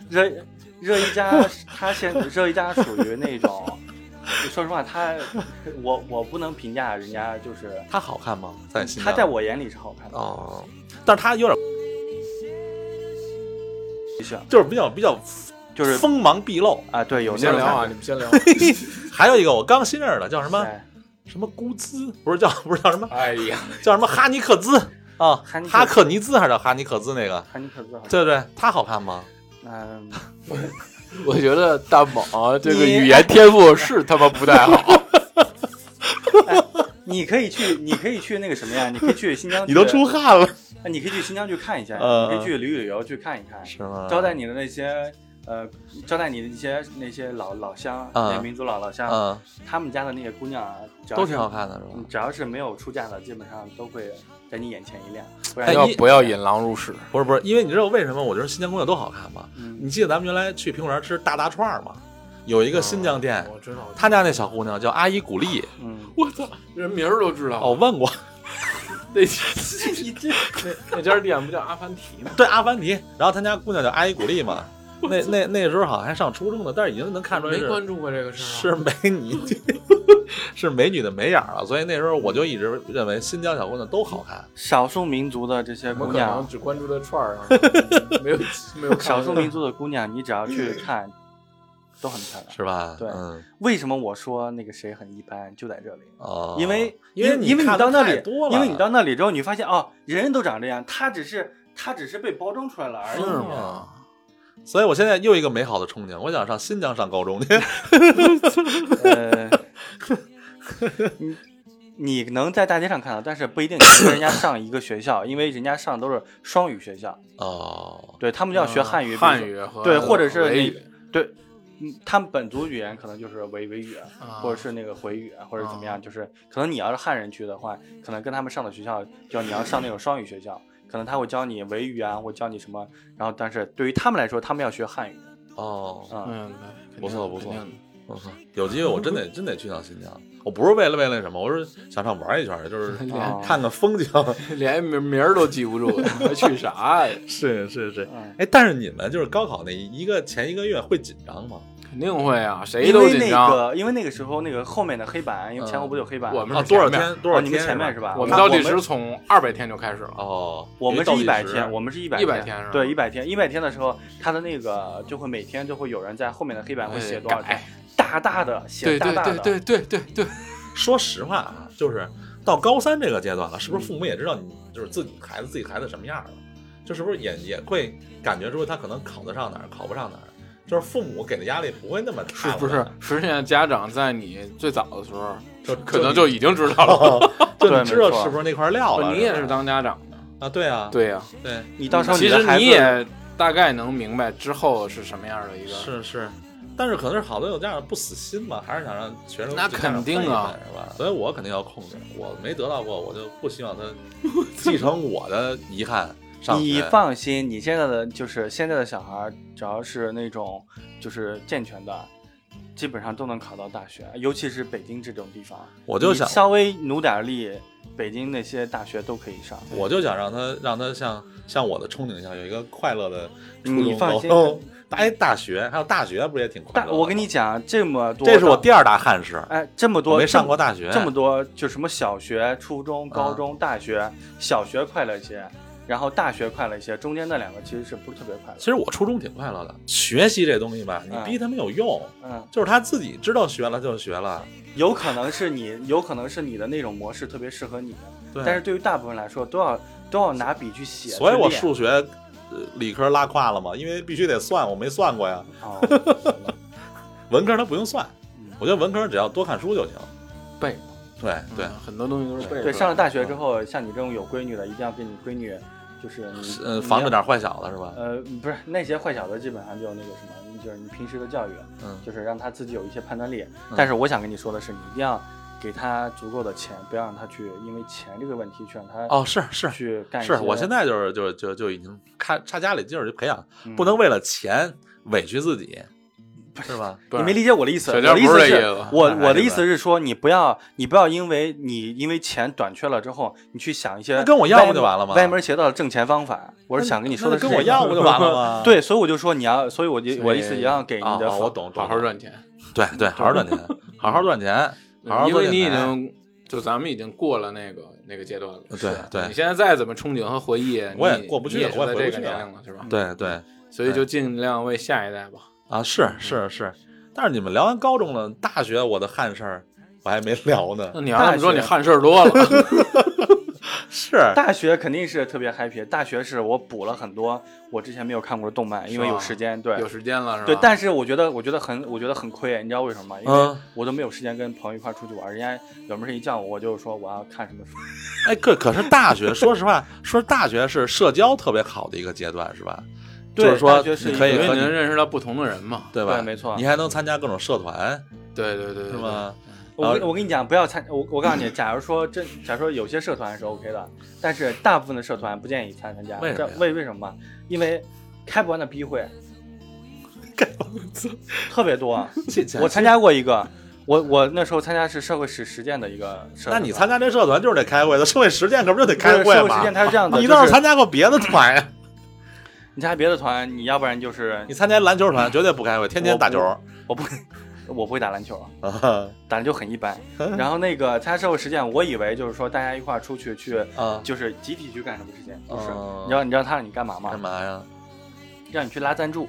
Speaker 3: 热热一扎，他现热一扎属于那种，说实话，他我我不能评价人家，就是
Speaker 2: 她好看吗？在新
Speaker 3: 他
Speaker 2: 疆
Speaker 3: 在我眼里是好看的，
Speaker 2: 哦，但是她有点
Speaker 3: 的确
Speaker 2: 就是啊比较比较
Speaker 3: 就是
Speaker 2: 锋芒毕露。
Speaker 3: 啊，对，有
Speaker 4: 你
Speaker 3: 那
Speaker 4: 先
Speaker 3: 种
Speaker 4: 聊
Speaker 3: 感觉。
Speaker 4: 啊，你们先聊。
Speaker 2: 还有一个我刚新认识的叫什么
Speaker 3: 哎
Speaker 2: 什么估兹，不是叫不是叫什么
Speaker 4: 哎呀，
Speaker 2: 叫什么哈尼克孜啊？
Speaker 3: 哈尼克孜
Speaker 2: 哈克尼兹还是叫哈尼克孜那个？
Speaker 3: 哈尼克孜好像，
Speaker 2: 对不对，她好看吗？
Speaker 3: 嗯，
Speaker 4: 我觉得大猛这
Speaker 3: 个语
Speaker 4: 言天赋是他妈不太好。
Speaker 3: 你可以去，你可以去那个什么呀？你可以去新疆去，
Speaker 2: 你都出汗了
Speaker 3: 啊，你可以去新疆去看一下，
Speaker 2: 呃
Speaker 3: 你可以去旅旅游去看一看，
Speaker 2: 是吗？
Speaker 3: 招待你的那些呃，招待你的一些那些老老乡，
Speaker 2: 嗯
Speaker 3: 那民族老老乡，
Speaker 2: 嗯，
Speaker 3: 他们家的那些姑娘啊，只要
Speaker 2: 都
Speaker 3: 是嗯
Speaker 2: 挺好看的是吧？
Speaker 3: 只要是没有出嫁的，基本上都会在你眼前一亮。不然
Speaker 2: 哎
Speaker 4: 要
Speaker 2: 你
Speaker 4: 不要引狼入室？
Speaker 2: 不是不是，因为你知道为什么我觉得新疆姑娘都好看吗？
Speaker 3: 嗯
Speaker 2: 你记得咱们原来去苹果园吃大大串儿吗？有一个新疆店，
Speaker 5: 我知道，
Speaker 2: 他家那小姑娘叫阿依古丽，
Speaker 3: 嗯，
Speaker 4: 我操，人名儿都知道。
Speaker 2: 哦，我问过，
Speaker 4: 那你这 那那家店不叫阿凡提吗？
Speaker 2: 对阿凡提，然后他家姑娘叫阿依古丽嘛，那那那时候好像还上初中呢，但是已经能看出来
Speaker 4: 没
Speaker 2: 是
Speaker 4: 关注过这个事儿啊。
Speaker 2: 是美女， 是美女的美眼儿了，所以那时候我就一直认为新疆小姑娘都好看，
Speaker 3: 少数民族的这些
Speaker 5: 我
Speaker 3: 姑
Speaker 5: 可能
Speaker 3: 娘，
Speaker 5: 只关注这串儿啊，
Speaker 4: 没有 没有看
Speaker 3: 少数民族的姑娘，你只要去看，都很 漂亮。
Speaker 2: 是吧？
Speaker 3: 对
Speaker 2: 嗯，
Speaker 3: 为什么我说那个谁很一般，就在这里，
Speaker 2: 哦，
Speaker 3: 因为
Speaker 2: 因为
Speaker 3: 因为
Speaker 2: 看
Speaker 3: 你到那
Speaker 2: 太
Speaker 3: 里
Speaker 2: 多，了，
Speaker 3: 因为你到那里之后，你发现哦，人人都长这样，他只是他只是被包装出来了而
Speaker 2: 是
Speaker 3: 已。
Speaker 2: 吗？所以我现在又一个美好的憧憬，我想上新疆上高中去。
Speaker 3: 呃， 你你能在大街上看到，但是不一定你跟人家上一个学校，因为人家上都是双语学校，
Speaker 2: 哦，
Speaker 3: 对他们要学汉语，
Speaker 4: 嗯啊汉
Speaker 3: 比如
Speaker 4: 语和
Speaker 3: 对或者是
Speaker 4: 维
Speaker 3: 那
Speaker 4: 语
Speaker 3: 说，对，嗯，他们本族语言可能就是维维语，
Speaker 4: 啊
Speaker 3: 或者是那个回语，或者怎么
Speaker 4: 啊
Speaker 3: 样，就是可能你要是汉人去的话，可能跟他们上的学校，就你要上那种双语学校，可能他会教你维语啊，会教你什么，然后但是对于他们来说，他们要学汉语，
Speaker 2: 哦，
Speaker 3: 嗯，
Speaker 4: 嗯，对肯定
Speaker 2: 不错不错
Speaker 4: 肯定的
Speaker 2: 我操！有机会我真得真得去趟新疆。我不是为了为了什么，我是想上玩一圈儿，就是
Speaker 3: 哦
Speaker 2: 看看风景。
Speaker 4: 连名名儿都记不住，还去啥呀？
Speaker 2: 是是是
Speaker 3: 嗯，
Speaker 2: 哎，但是你们就是高考那一个前一个月会紧张吗？
Speaker 4: 肯定会啊，谁
Speaker 3: 因
Speaker 4: 都
Speaker 3: 为
Speaker 4: 紧
Speaker 3: 那
Speaker 4: 张。
Speaker 3: 个，因为那个时候那个后面的黑板，因为前后不有黑板，
Speaker 4: 嗯我们
Speaker 2: 啊，
Speaker 4: 是
Speaker 2: 多少
Speaker 4: 前面
Speaker 2: 天？多少
Speaker 3: 哦你
Speaker 2: 天？
Speaker 3: 们前面是吧
Speaker 4: 我
Speaker 2: 啊我
Speaker 4: 们
Speaker 2: 们
Speaker 4: 倒
Speaker 2: 到
Speaker 4: 计
Speaker 2: 底
Speaker 4: 时从二百天就开始了，
Speaker 2: 哦，
Speaker 3: 我们是
Speaker 2: 倒计
Speaker 3: 一百
Speaker 2: 时
Speaker 3: 天，我们是一百
Speaker 4: 100天是吧
Speaker 3: 对，一百天，一百天的时候，他的那个就会每天就会有人在后面的黑板会写多少天
Speaker 4: 改，
Speaker 3: 大大的写
Speaker 4: 对
Speaker 3: 大
Speaker 4: 对
Speaker 3: 大的，
Speaker 4: 对对对对对，
Speaker 2: 说实话啊，就是到高三这个阶段了，是不是父母也知道你就是自己孩子自己孩子什么样了？就是不是也也会感觉说他可能考得上哪儿，考不上哪儿？就是父母给的压力不会那么大
Speaker 4: 是
Speaker 2: 了，
Speaker 4: 不是？实际上，家长在你最早的时候，
Speaker 2: 就
Speaker 4: 可能就已 经知道了。
Speaker 2: 就
Speaker 3: 对
Speaker 2: 你知道
Speaker 3: 没错
Speaker 2: 是不是那块料了？
Speaker 4: 你也
Speaker 2: 是
Speaker 4: 是
Speaker 2: 吧
Speaker 4: 当家长的，
Speaker 2: 啊，哦对啊，
Speaker 4: 对呀、
Speaker 2: 对，
Speaker 3: 你到时候
Speaker 4: 嗯其
Speaker 3: 的
Speaker 4: 实
Speaker 3: 孩
Speaker 4: 你
Speaker 3: 子
Speaker 4: 也大概能明白之后是什么样的一个。
Speaker 2: 是是。但是可能是好多有家长不死心嘛，还是想让学生
Speaker 4: 那
Speaker 2: 就家长
Speaker 4: 肯定啊
Speaker 2: 分一分，是吧？所以我肯定要控制，我没得到过，我就不希望他继承我的遗憾上学。
Speaker 3: 你放心，你现在的就是现在的小孩儿，只要是那种就是健全的，基本上都能考到大学，尤其是北京这种地方，
Speaker 2: 我就
Speaker 3: 你
Speaker 2: 想
Speaker 3: 稍微努点儿力，北京那些大学都可以上。
Speaker 2: 我就想让他让他像像我的憧憬一样，有一个快乐的初
Speaker 3: 你
Speaker 2: 中、
Speaker 3: 放
Speaker 2: 高
Speaker 3: 心
Speaker 2: 中、大大学，还有大学不是也挺快
Speaker 3: 大，
Speaker 2: 乐的
Speaker 3: 我跟你讲，这么多，
Speaker 2: 这是我第二大憾事，
Speaker 3: 哎，这么
Speaker 2: 我
Speaker 3: 多
Speaker 2: 没上过
Speaker 3: 大
Speaker 2: 大学，啊
Speaker 3: 这么多，就什么小学、初中、高中、大学，小学快乐一些，然后大学快乐一些，中间那两个其实是不是特别快乐
Speaker 2: 其？实我初中挺快乐的，学习这东西吧，你
Speaker 3: 嗯
Speaker 2: 逼他没有用，
Speaker 3: 嗯，
Speaker 2: 就是他自己知道学了就学了。
Speaker 3: 有可能是你，有可能是你的那种模式特别适合你。
Speaker 2: 对，
Speaker 3: 但是对于大部分来说，都要都要拿笔去写。
Speaker 2: 所以
Speaker 3: 去
Speaker 2: 我
Speaker 3: 练
Speaker 2: 数学、呃理科拉胯了嘛，因为必须得算，我没算过呀。
Speaker 3: 哦，
Speaker 2: 文科他不用算
Speaker 3: 嗯，
Speaker 2: 我觉得文科只要多看书就行。
Speaker 4: 背，
Speaker 2: 对对
Speaker 4: 嗯，很多东西都是背出来的。
Speaker 3: 对，上了
Speaker 2: 嗯
Speaker 3: 大学之后，像你这种有闺女的，一定要给你闺女，就是你
Speaker 2: 呃，
Speaker 3: 你
Speaker 2: 防着
Speaker 3: 要
Speaker 2: 点坏小子是吧？
Speaker 3: 呃，不是那些坏小子，基本上就那个什么，就是你平时的教育，
Speaker 2: 嗯
Speaker 3: 就是让他自己有一些判断力。但是我想跟你说的是，你一定要给他足够的钱，不要让他去因为钱这个问题去让他
Speaker 2: 哦，是是
Speaker 3: 去干一些。
Speaker 2: 是，我现在就是就就就已经看差家里劲儿去培养，
Speaker 3: 嗯
Speaker 2: 不能为了钱委屈自己，是吧？
Speaker 4: 不
Speaker 3: 你
Speaker 4: 是
Speaker 3: 没理解我的意思，
Speaker 4: 小
Speaker 3: 我
Speaker 4: 江
Speaker 3: 的意
Speaker 4: 不
Speaker 3: 思
Speaker 4: 是这
Speaker 3: 是
Speaker 4: 意思，
Speaker 3: 我
Speaker 2: 那还
Speaker 3: 我的
Speaker 2: 是
Speaker 3: 意思是说，你不要你不要因为你因为钱短缺了之后，你去想一些
Speaker 2: 那跟我要不就
Speaker 3: 歪
Speaker 2: 完了吗
Speaker 3: 歪门邪道的挣钱方法。我是想跟你说的
Speaker 2: 那
Speaker 3: 是
Speaker 2: 跟
Speaker 3: 这
Speaker 2: 我
Speaker 3: 个
Speaker 2: 要不就完了吗？
Speaker 3: 对，所以我就说你要，所以我就
Speaker 4: 所
Speaker 3: 我的意思
Speaker 4: 以
Speaker 3: 也要 给你
Speaker 2: 啊，
Speaker 3: 的
Speaker 2: 啊
Speaker 3: 房。
Speaker 2: 我懂，
Speaker 4: 好
Speaker 2: 懂
Speaker 4: 好赚钱，
Speaker 2: 对对，好好赚钱，好好赚钱， 好好
Speaker 4: 因
Speaker 2: 赚
Speaker 4: 为
Speaker 2: 钱。
Speaker 4: 你已经就咱们已经过了那个那个阶段了。啊
Speaker 2: 对对
Speaker 4: 你现在再怎么憧憬和回忆，
Speaker 2: 我也
Speaker 4: 你
Speaker 2: 过不去
Speaker 4: 你也
Speaker 2: 了
Speaker 4: 是
Speaker 2: 我也回
Speaker 4: 在
Speaker 2: 不
Speaker 4: 这个
Speaker 2: 去
Speaker 4: 年
Speaker 2: 了
Speaker 4: 龄了，是吧？，
Speaker 2: 对对
Speaker 4: 所以就尽量为下一代吧。
Speaker 2: 啊，是是是。但是你们聊完高中了，大学我的憾事儿我还没聊呢
Speaker 4: 那。
Speaker 3: 嗯
Speaker 4: 你要这么说，
Speaker 3: 大学
Speaker 4: 你汗事儿多了，
Speaker 2: 是
Speaker 3: 大学肯定是特别 happy，大学是我补了很多我之前没有看过的动漫，因为
Speaker 4: 是
Speaker 3: 有
Speaker 4: 吧
Speaker 3: 时间，对
Speaker 4: 有时间了是
Speaker 2: 啊
Speaker 4: 吧？
Speaker 3: 对，但是我觉得我觉得很我觉得很亏，你知道为什么吗？因为
Speaker 2: 嗯
Speaker 3: 我都没有时间跟朋友一块儿出去玩，人家有没事一叫我，我就说我要看什么书，
Speaker 2: 哎，可可是大学，说实话，说大学是社交特别好的一个阶段，是吧？
Speaker 3: 对
Speaker 2: 就是说
Speaker 3: 大学是
Speaker 2: 你可以啊
Speaker 4: 因为
Speaker 2: 和
Speaker 4: 你能
Speaker 2: 你
Speaker 4: 认识到不同的人嘛。
Speaker 2: 对吧？
Speaker 3: 对没错
Speaker 2: 你还能参加各种社团，
Speaker 4: 对对对，对
Speaker 2: 是？吗？
Speaker 3: 我跟我跟你讲，不要参我我告诉你，假如说真，假如说有些社团是 OK 的，但是大部分的社团不建议参参加。
Speaker 2: 为什
Speaker 3: 这
Speaker 2: 么呀
Speaker 3: 为为什么吗？因为开不完的逼 会，特别多。我参加过一 个，我我那时候参加是社会史实践的一个社
Speaker 2: 那
Speaker 3: 团。
Speaker 2: 你参加这社团就是得开会的，社会实践可不就得
Speaker 3: 不
Speaker 2: 开
Speaker 3: 是
Speaker 2: 会
Speaker 3: 社会实
Speaker 2: 吗
Speaker 3: 践？它是这样 的，
Speaker 2: 你
Speaker 3: 就
Speaker 2: 倒
Speaker 3: 是
Speaker 2: 是参加过别的团呀？
Speaker 3: 你参加别的团，你要不然就是
Speaker 2: 你参加篮球团绝对不开会，天天打球
Speaker 3: 我我不我不会打篮球，
Speaker 2: 啊
Speaker 3: 打的就很 一般。然后那个参加社会实践，我以为就是说大家一块儿出去去。
Speaker 2: 啊！
Speaker 3: 就是集体去干什么事情，就是、
Speaker 2: 哦
Speaker 3: 你知道你知道他让你干嘛吗？
Speaker 2: 干嘛呀？
Speaker 3: 让你去拉赞助，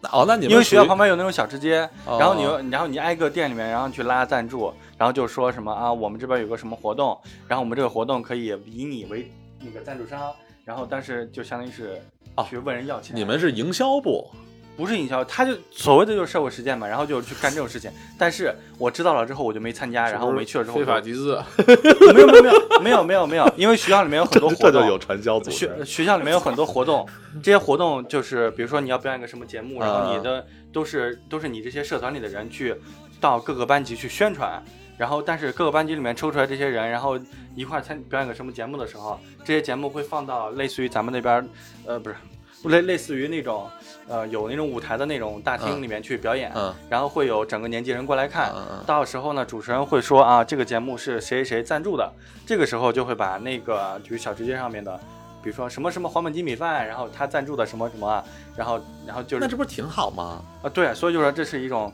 Speaker 2: 那哦，那你们
Speaker 3: 因为学校
Speaker 2: 属于
Speaker 3: 旁边有那种小吃街，
Speaker 2: 哦
Speaker 3: 然后你又然后你挨个店里面，然后去拉赞助，然后就说什么啊，我们这边有个什么活动，然后我们这个活动可以以你为那个赞助商，然后但是就相当于是
Speaker 2: 哦
Speaker 3: 去问人要钱，
Speaker 2: 你们是营销 部，
Speaker 3: 不是营销，他就所谓的就是社会实践嘛，然后就去干这种事情。但是我知道了之后，我就没参加，然后我没去了之后
Speaker 4: 非
Speaker 3: 我就，
Speaker 4: 法集啊资，
Speaker 3: 没有没有没有没有没有没有，因为学校里面有很多活动，
Speaker 2: 传销组
Speaker 3: 学学校里面有很多活动，这些活动就是比如说你要表演个什么节目，然后你的都是都是你这些社团里的人去到各个班级去宣传，然后但是各个班级里面抽出来这些人，然后一块儿参表演个什么节目的时候，这些节目会放到类似于咱们那边儿，呃，不是。类类似于那种，呃，有那种舞台的那种大厅里面去表演，
Speaker 2: 嗯
Speaker 3: 然后会有整个年级人过来看，
Speaker 2: 嗯嗯
Speaker 3: 到时候呢，主持人会说啊，这个节目是谁谁谁赞助的，这个时候就会把那个就是小吃街上面的，比如说什么什么黄焖鸡米饭，然后他赞助的什么什么啊，然后然后就是
Speaker 2: 那这不是挺好吗？
Speaker 3: 啊对，所以就说这是一种，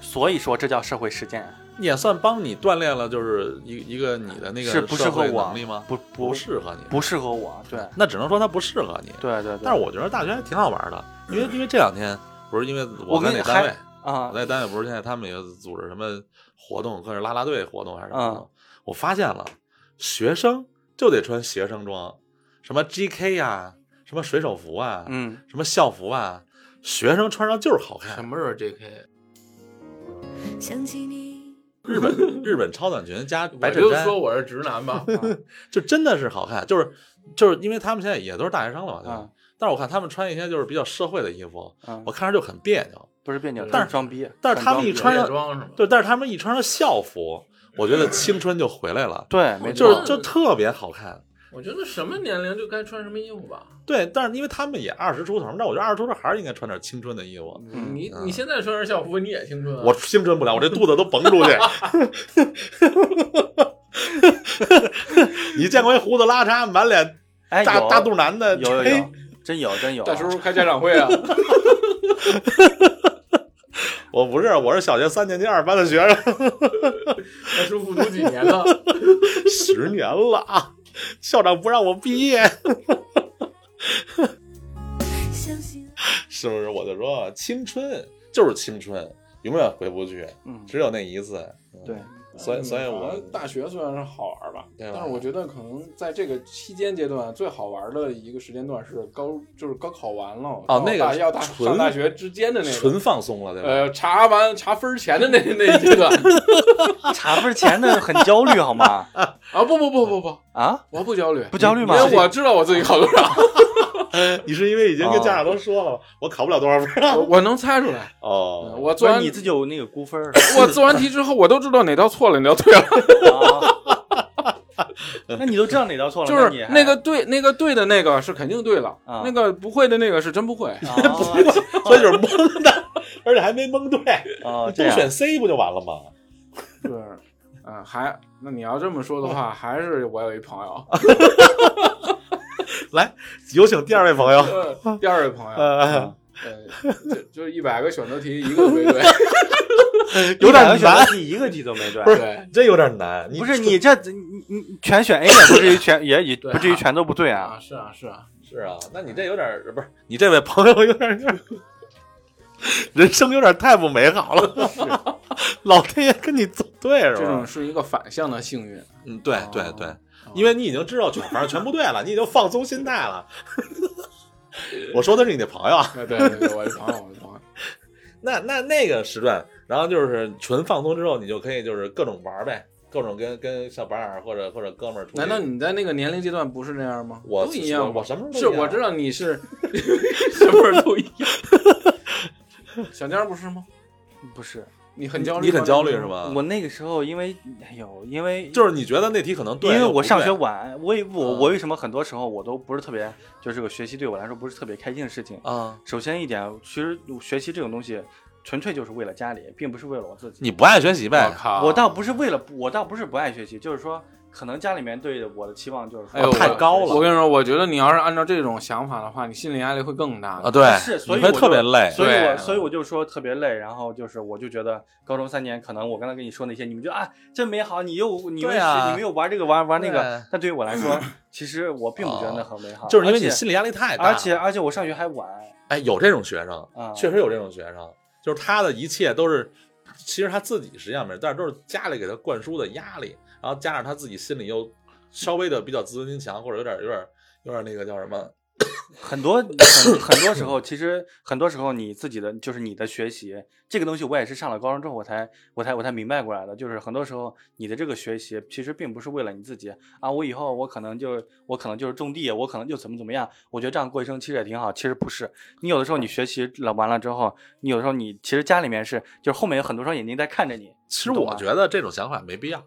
Speaker 3: 所以说这叫社会实践，
Speaker 2: 你也算帮你锻炼了，就是一一个你的那个
Speaker 3: 是不适
Speaker 2: 社
Speaker 3: 合
Speaker 2: 会
Speaker 3: 我
Speaker 2: 能力吗？
Speaker 3: 不
Speaker 2: 不
Speaker 3: 不
Speaker 2: 适合你，
Speaker 3: 不适合我，对
Speaker 2: 那只能说它不适合你。
Speaker 3: 对对对，
Speaker 2: 但是我觉得大学还挺好玩的，因为因为这两天不是因为
Speaker 3: 我
Speaker 2: 在
Speaker 3: 跟
Speaker 2: 那
Speaker 3: 你
Speaker 2: 单
Speaker 3: 还
Speaker 2: 位，
Speaker 3: 啊
Speaker 2: 我在单位不是现在他们也组织什么活动，或者啦啦队活动还是什么活
Speaker 3: 嗯
Speaker 2: 动，我发现了学生就得穿学生装，什么 GK 呀、什么水手服啊，
Speaker 3: 嗯
Speaker 2: 什么校服啊，学生穿上就是好
Speaker 5: 什
Speaker 2: 看。
Speaker 5: 么时候 JK？
Speaker 1: 想起你，
Speaker 2: 日本日本超短裙加白
Speaker 5: 我
Speaker 2: 衬
Speaker 5: 就
Speaker 2: 衫，
Speaker 5: 说我是直男吧，
Speaker 2: 就真的是好看。就是就是因为他们现在也都是大学生了嘛，对吧？
Speaker 3: 啊，
Speaker 2: 但是我看他们穿一些就是比较社会的衣服，
Speaker 3: 嗯
Speaker 2: 我，看着就很别扭。
Speaker 3: 不是别扭，
Speaker 2: 但
Speaker 3: 他
Speaker 2: 是
Speaker 3: 是装逼，
Speaker 2: 但是他们
Speaker 3: 很
Speaker 2: 一
Speaker 3: 装逼
Speaker 2: 穿上
Speaker 5: 夜装是吗？
Speaker 2: 对，但是他们一穿上校服，我觉得青春就回来了，
Speaker 3: 对，没
Speaker 2: 就
Speaker 3: 错
Speaker 2: 是就特别好看。
Speaker 5: 我觉得什么年龄就该穿什么衣服吧。
Speaker 2: 对，但是因为他们也二十出头嘛，但我觉得二十出头还是应该穿点青春的衣服。
Speaker 3: 嗯
Speaker 5: 你
Speaker 2: 嗯
Speaker 5: 你现在穿着校服，你也青春啊。
Speaker 2: 我青春不了，我这肚子都甭出去。 你见过一胡子拉碴、满脸
Speaker 3: 哎
Speaker 2: 大
Speaker 3: 有
Speaker 2: 大肚哎腩的？
Speaker 3: 有有
Speaker 2: 嘿
Speaker 3: 有，真有真有啊，
Speaker 4: 大叔叔开家长会 啊，
Speaker 2: 我不是，我是小学三年级二班的学生，
Speaker 5: 大叔复读几年了？
Speaker 2: 十年了啊！校长不让我毕业，
Speaker 1: 相信
Speaker 2: 是不是？我就说青春就是青春，永远回不去，
Speaker 3: 嗯，
Speaker 2: 只有那一次。嗯
Speaker 3: 对，
Speaker 2: 所以所以我
Speaker 4: 反正大学虽然是好玩吧，
Speaker 2: 对
Speaker 4: 但
Speaker 2: 吧
Speaker 4: 是我觉得可能在这个期间阶段最好玩的一个时间段是高，就是高考完了
Speaker 2: 哦
Speaker 4: 到
Speaker 2: 那个
Speaker 4: 大要大
Speaker 2: 纯
Speaker 4: 上大学之间的那个，
Speaker 2: 纯放松了，对吧？
Speaker 4: 呃，查完查分儿前的那那一阶段
Speaker 3: 查分啊前的很焦虑好吗？
Speaker 4: 啊，不不不不不，
Speaker 3: 啊，
Speaker 4: 我不焦虑，
Speaker 3: 不焦虑
Speaker 4: 因
Speaker 3: 吗？
Speaker 4: 为我知道我自己考多少，
Speaker 3: 哎
Speaker 2: 你是因为已经跟
Speaker 3: 哦
Speaker 2: 家长都说了，我考不了多少分
Speaker 4: 我我能猜出来，
Speaker 2: 哦，
Speaker 4: 嗯我
Speaker 3: 不
Speaker 4: 做
Speaker 3: 是
Speaker 4: 完
Speaker 3: 你自己有那个估分儿
Speaker 4: 我做完题之后，我都知道哪道错了，哪道对了。
Speaker 3: 啊？哦那你都知道哪道错了？
Speaker 4: 就
Speaker 3: 你
Speaker 4: 是
Speaker 3: 还
Speaker 4: 那个对那个对的那个是肯定对了，
Speaker 3: 啊
Speaker 4: 那个不会的那个是真不会。
Speaker 3: 啊
Speaker 2: 所以就是蒙的，而且还没蒙对，
Speaker 3: 啊，
Speaker 2: 你
Speaker 3: 这
Speaker 2: 多
Speaker 3: 样
Speaker 2: 选 C 不就完了吗？
Speaker 4: 对，嗯，还那你要这么说的
Speaker 2: 哦
Speaker 4: 话，还是我有一朋 友，
Speaker 2: 来，有请第二位朋友。
Speaker 4: 呃第二位朋友，
Speaker 2: 呃，
Speaker 4: 呃，就就一百个选择题一个 没对，
Speaker 2: 有点
Speaker 3: 一百个选择
Speaker 2: 难
Speaker 3: 题一个题都没对。
Speaker 2: 不是
Speaker 4: 对，
Speaker 2: 这有点难。
Speaker 3: 不是你这你你你全选 A 也不至于全也也
Speaker 5: 对
Speaker 3: 不至于全都不对啊
Speaker 5: 啊，！是啊是啊，
Speaker 2: 是啊？那你这有点不是？你这位朋友有点有点， 人生有点太不美好了。 老天爷跟你作对
Speaker 4: 这
Speaker 2: 是
Speaker 4: 种哦
Speaker 2: 吧？
Speaker 4: 是一个反向的 幸运。
Speaker 2: 嗯，对对对，因为你已经知道全反正全不对了，你已经放松心态了。 我说的是你那朋友啊。
Speaker 4: 对对对，我一朋友，我一朋友，
Speaker 2: 那那那个时段，然后就是纯放松之后，你就可以就是各种玩儿呗，各种跟跟小白儿或者或者哥们儿出去。
Speaker 4: 难道你在那个年龄阶段不是这样吗？
Speaker 2: 我
Speaker 4: 都一样
Speaker 2: 我
Speaker 4: 吗
Speaker 2: 我？什么时
Speaker 4: 是，
Speaker 2: 候都一样
Speaker 4: 我知道 你是什么时候都一样。小江不是吗？
Speaker 3: 不是
Speaker 4: 你很焦虑吗，
Speaker 2: 你很焦虑是吧？
Speaker 3: 我那个时候，因为哎呦，因为
Speaker 2: 啊就是你觉得那题可能对，
Speaker 3: 因为
Speaker 2: 又不
Speaker 3: 我上
Speaker 2: 对
Speaker 3: 学晚，我也我
Speaker 2: 嗯
Speaker 3: 我为什么很多时候我都不是特别，就是这个学习对我来说不是特别开心的事情。
Speaker 2: 啊，
Speaker 3: 首先一点，其实学习这种东西，纯粹就是为了家里，并不是为了我自己。
Speaker 2: 你不爱学习呗
Speaker 4: 我？靠，
Speaker 3: 我倒不是为了，我倒不是不爱学习，就是说，可能家里面对我的期望就是说
Speaker 4: 哎呦
Speaker 3: 我
Speaker 2: 太高了
Speaker 4: 我跟你说，我觉得你要是按照这种想法的话，你心理压力会更大
Speaker 2: 啊，。对，
Speaker 3: 是所以
Speaker 2: 你会
Speaker 3: 我就
Speaker 2: 特别累。
Speaker 3: 所以我
Speaker 4: 对
Speaker 3: 所以我就说特别累，然后就是我就觉得高中三年，可能我刚才跟你说那些，你们就啊真美好，你又你们、
Speaker 2: 对啊
Speaker 3: 你们又玩这个玩玩那
Speaker 2: 对哦
Speaker 3: 个，但对于我来 说，其实我并不觉得那很美好，
Speaker 2: 就是因为你
Speaker 3: 而且
Speaker 2: 心理压力太大，
Speaker 3: 而且而且我上学还晚
Speaker 2: 哎，有这种学生，
Speaker 3: 啊，
Speaker 2: 确实有这种学生，就是他的一切都是，其实他自己实际上没有，但是都是家里给他灌输的压力，然后加上他自己心里又稍微的比较自尊心强，或者有点有点有点那个叫什么，
Speaker 3: 很多很很多时候，其实很多时候你自己的就是你的学习这个东西，我也是上了高中之后我才我才我才明白过来的，就是很多时候你的这个学习其实并不是为了你自己啊，我以后我可能就我可能就是种地，我可能就怎么怎么样，我觉得这样过一生其实也挺好，其实不是，你有的时候你学习了完了之后，你有的时候你其实家里面是就是后面有很多双眼睛在看着你，
Speaker 2: 其实
Speaker 3: 你懂
Speaker 2: 我
Speaker 3: 吗
Speaker 2: 觉得这种想法没必要，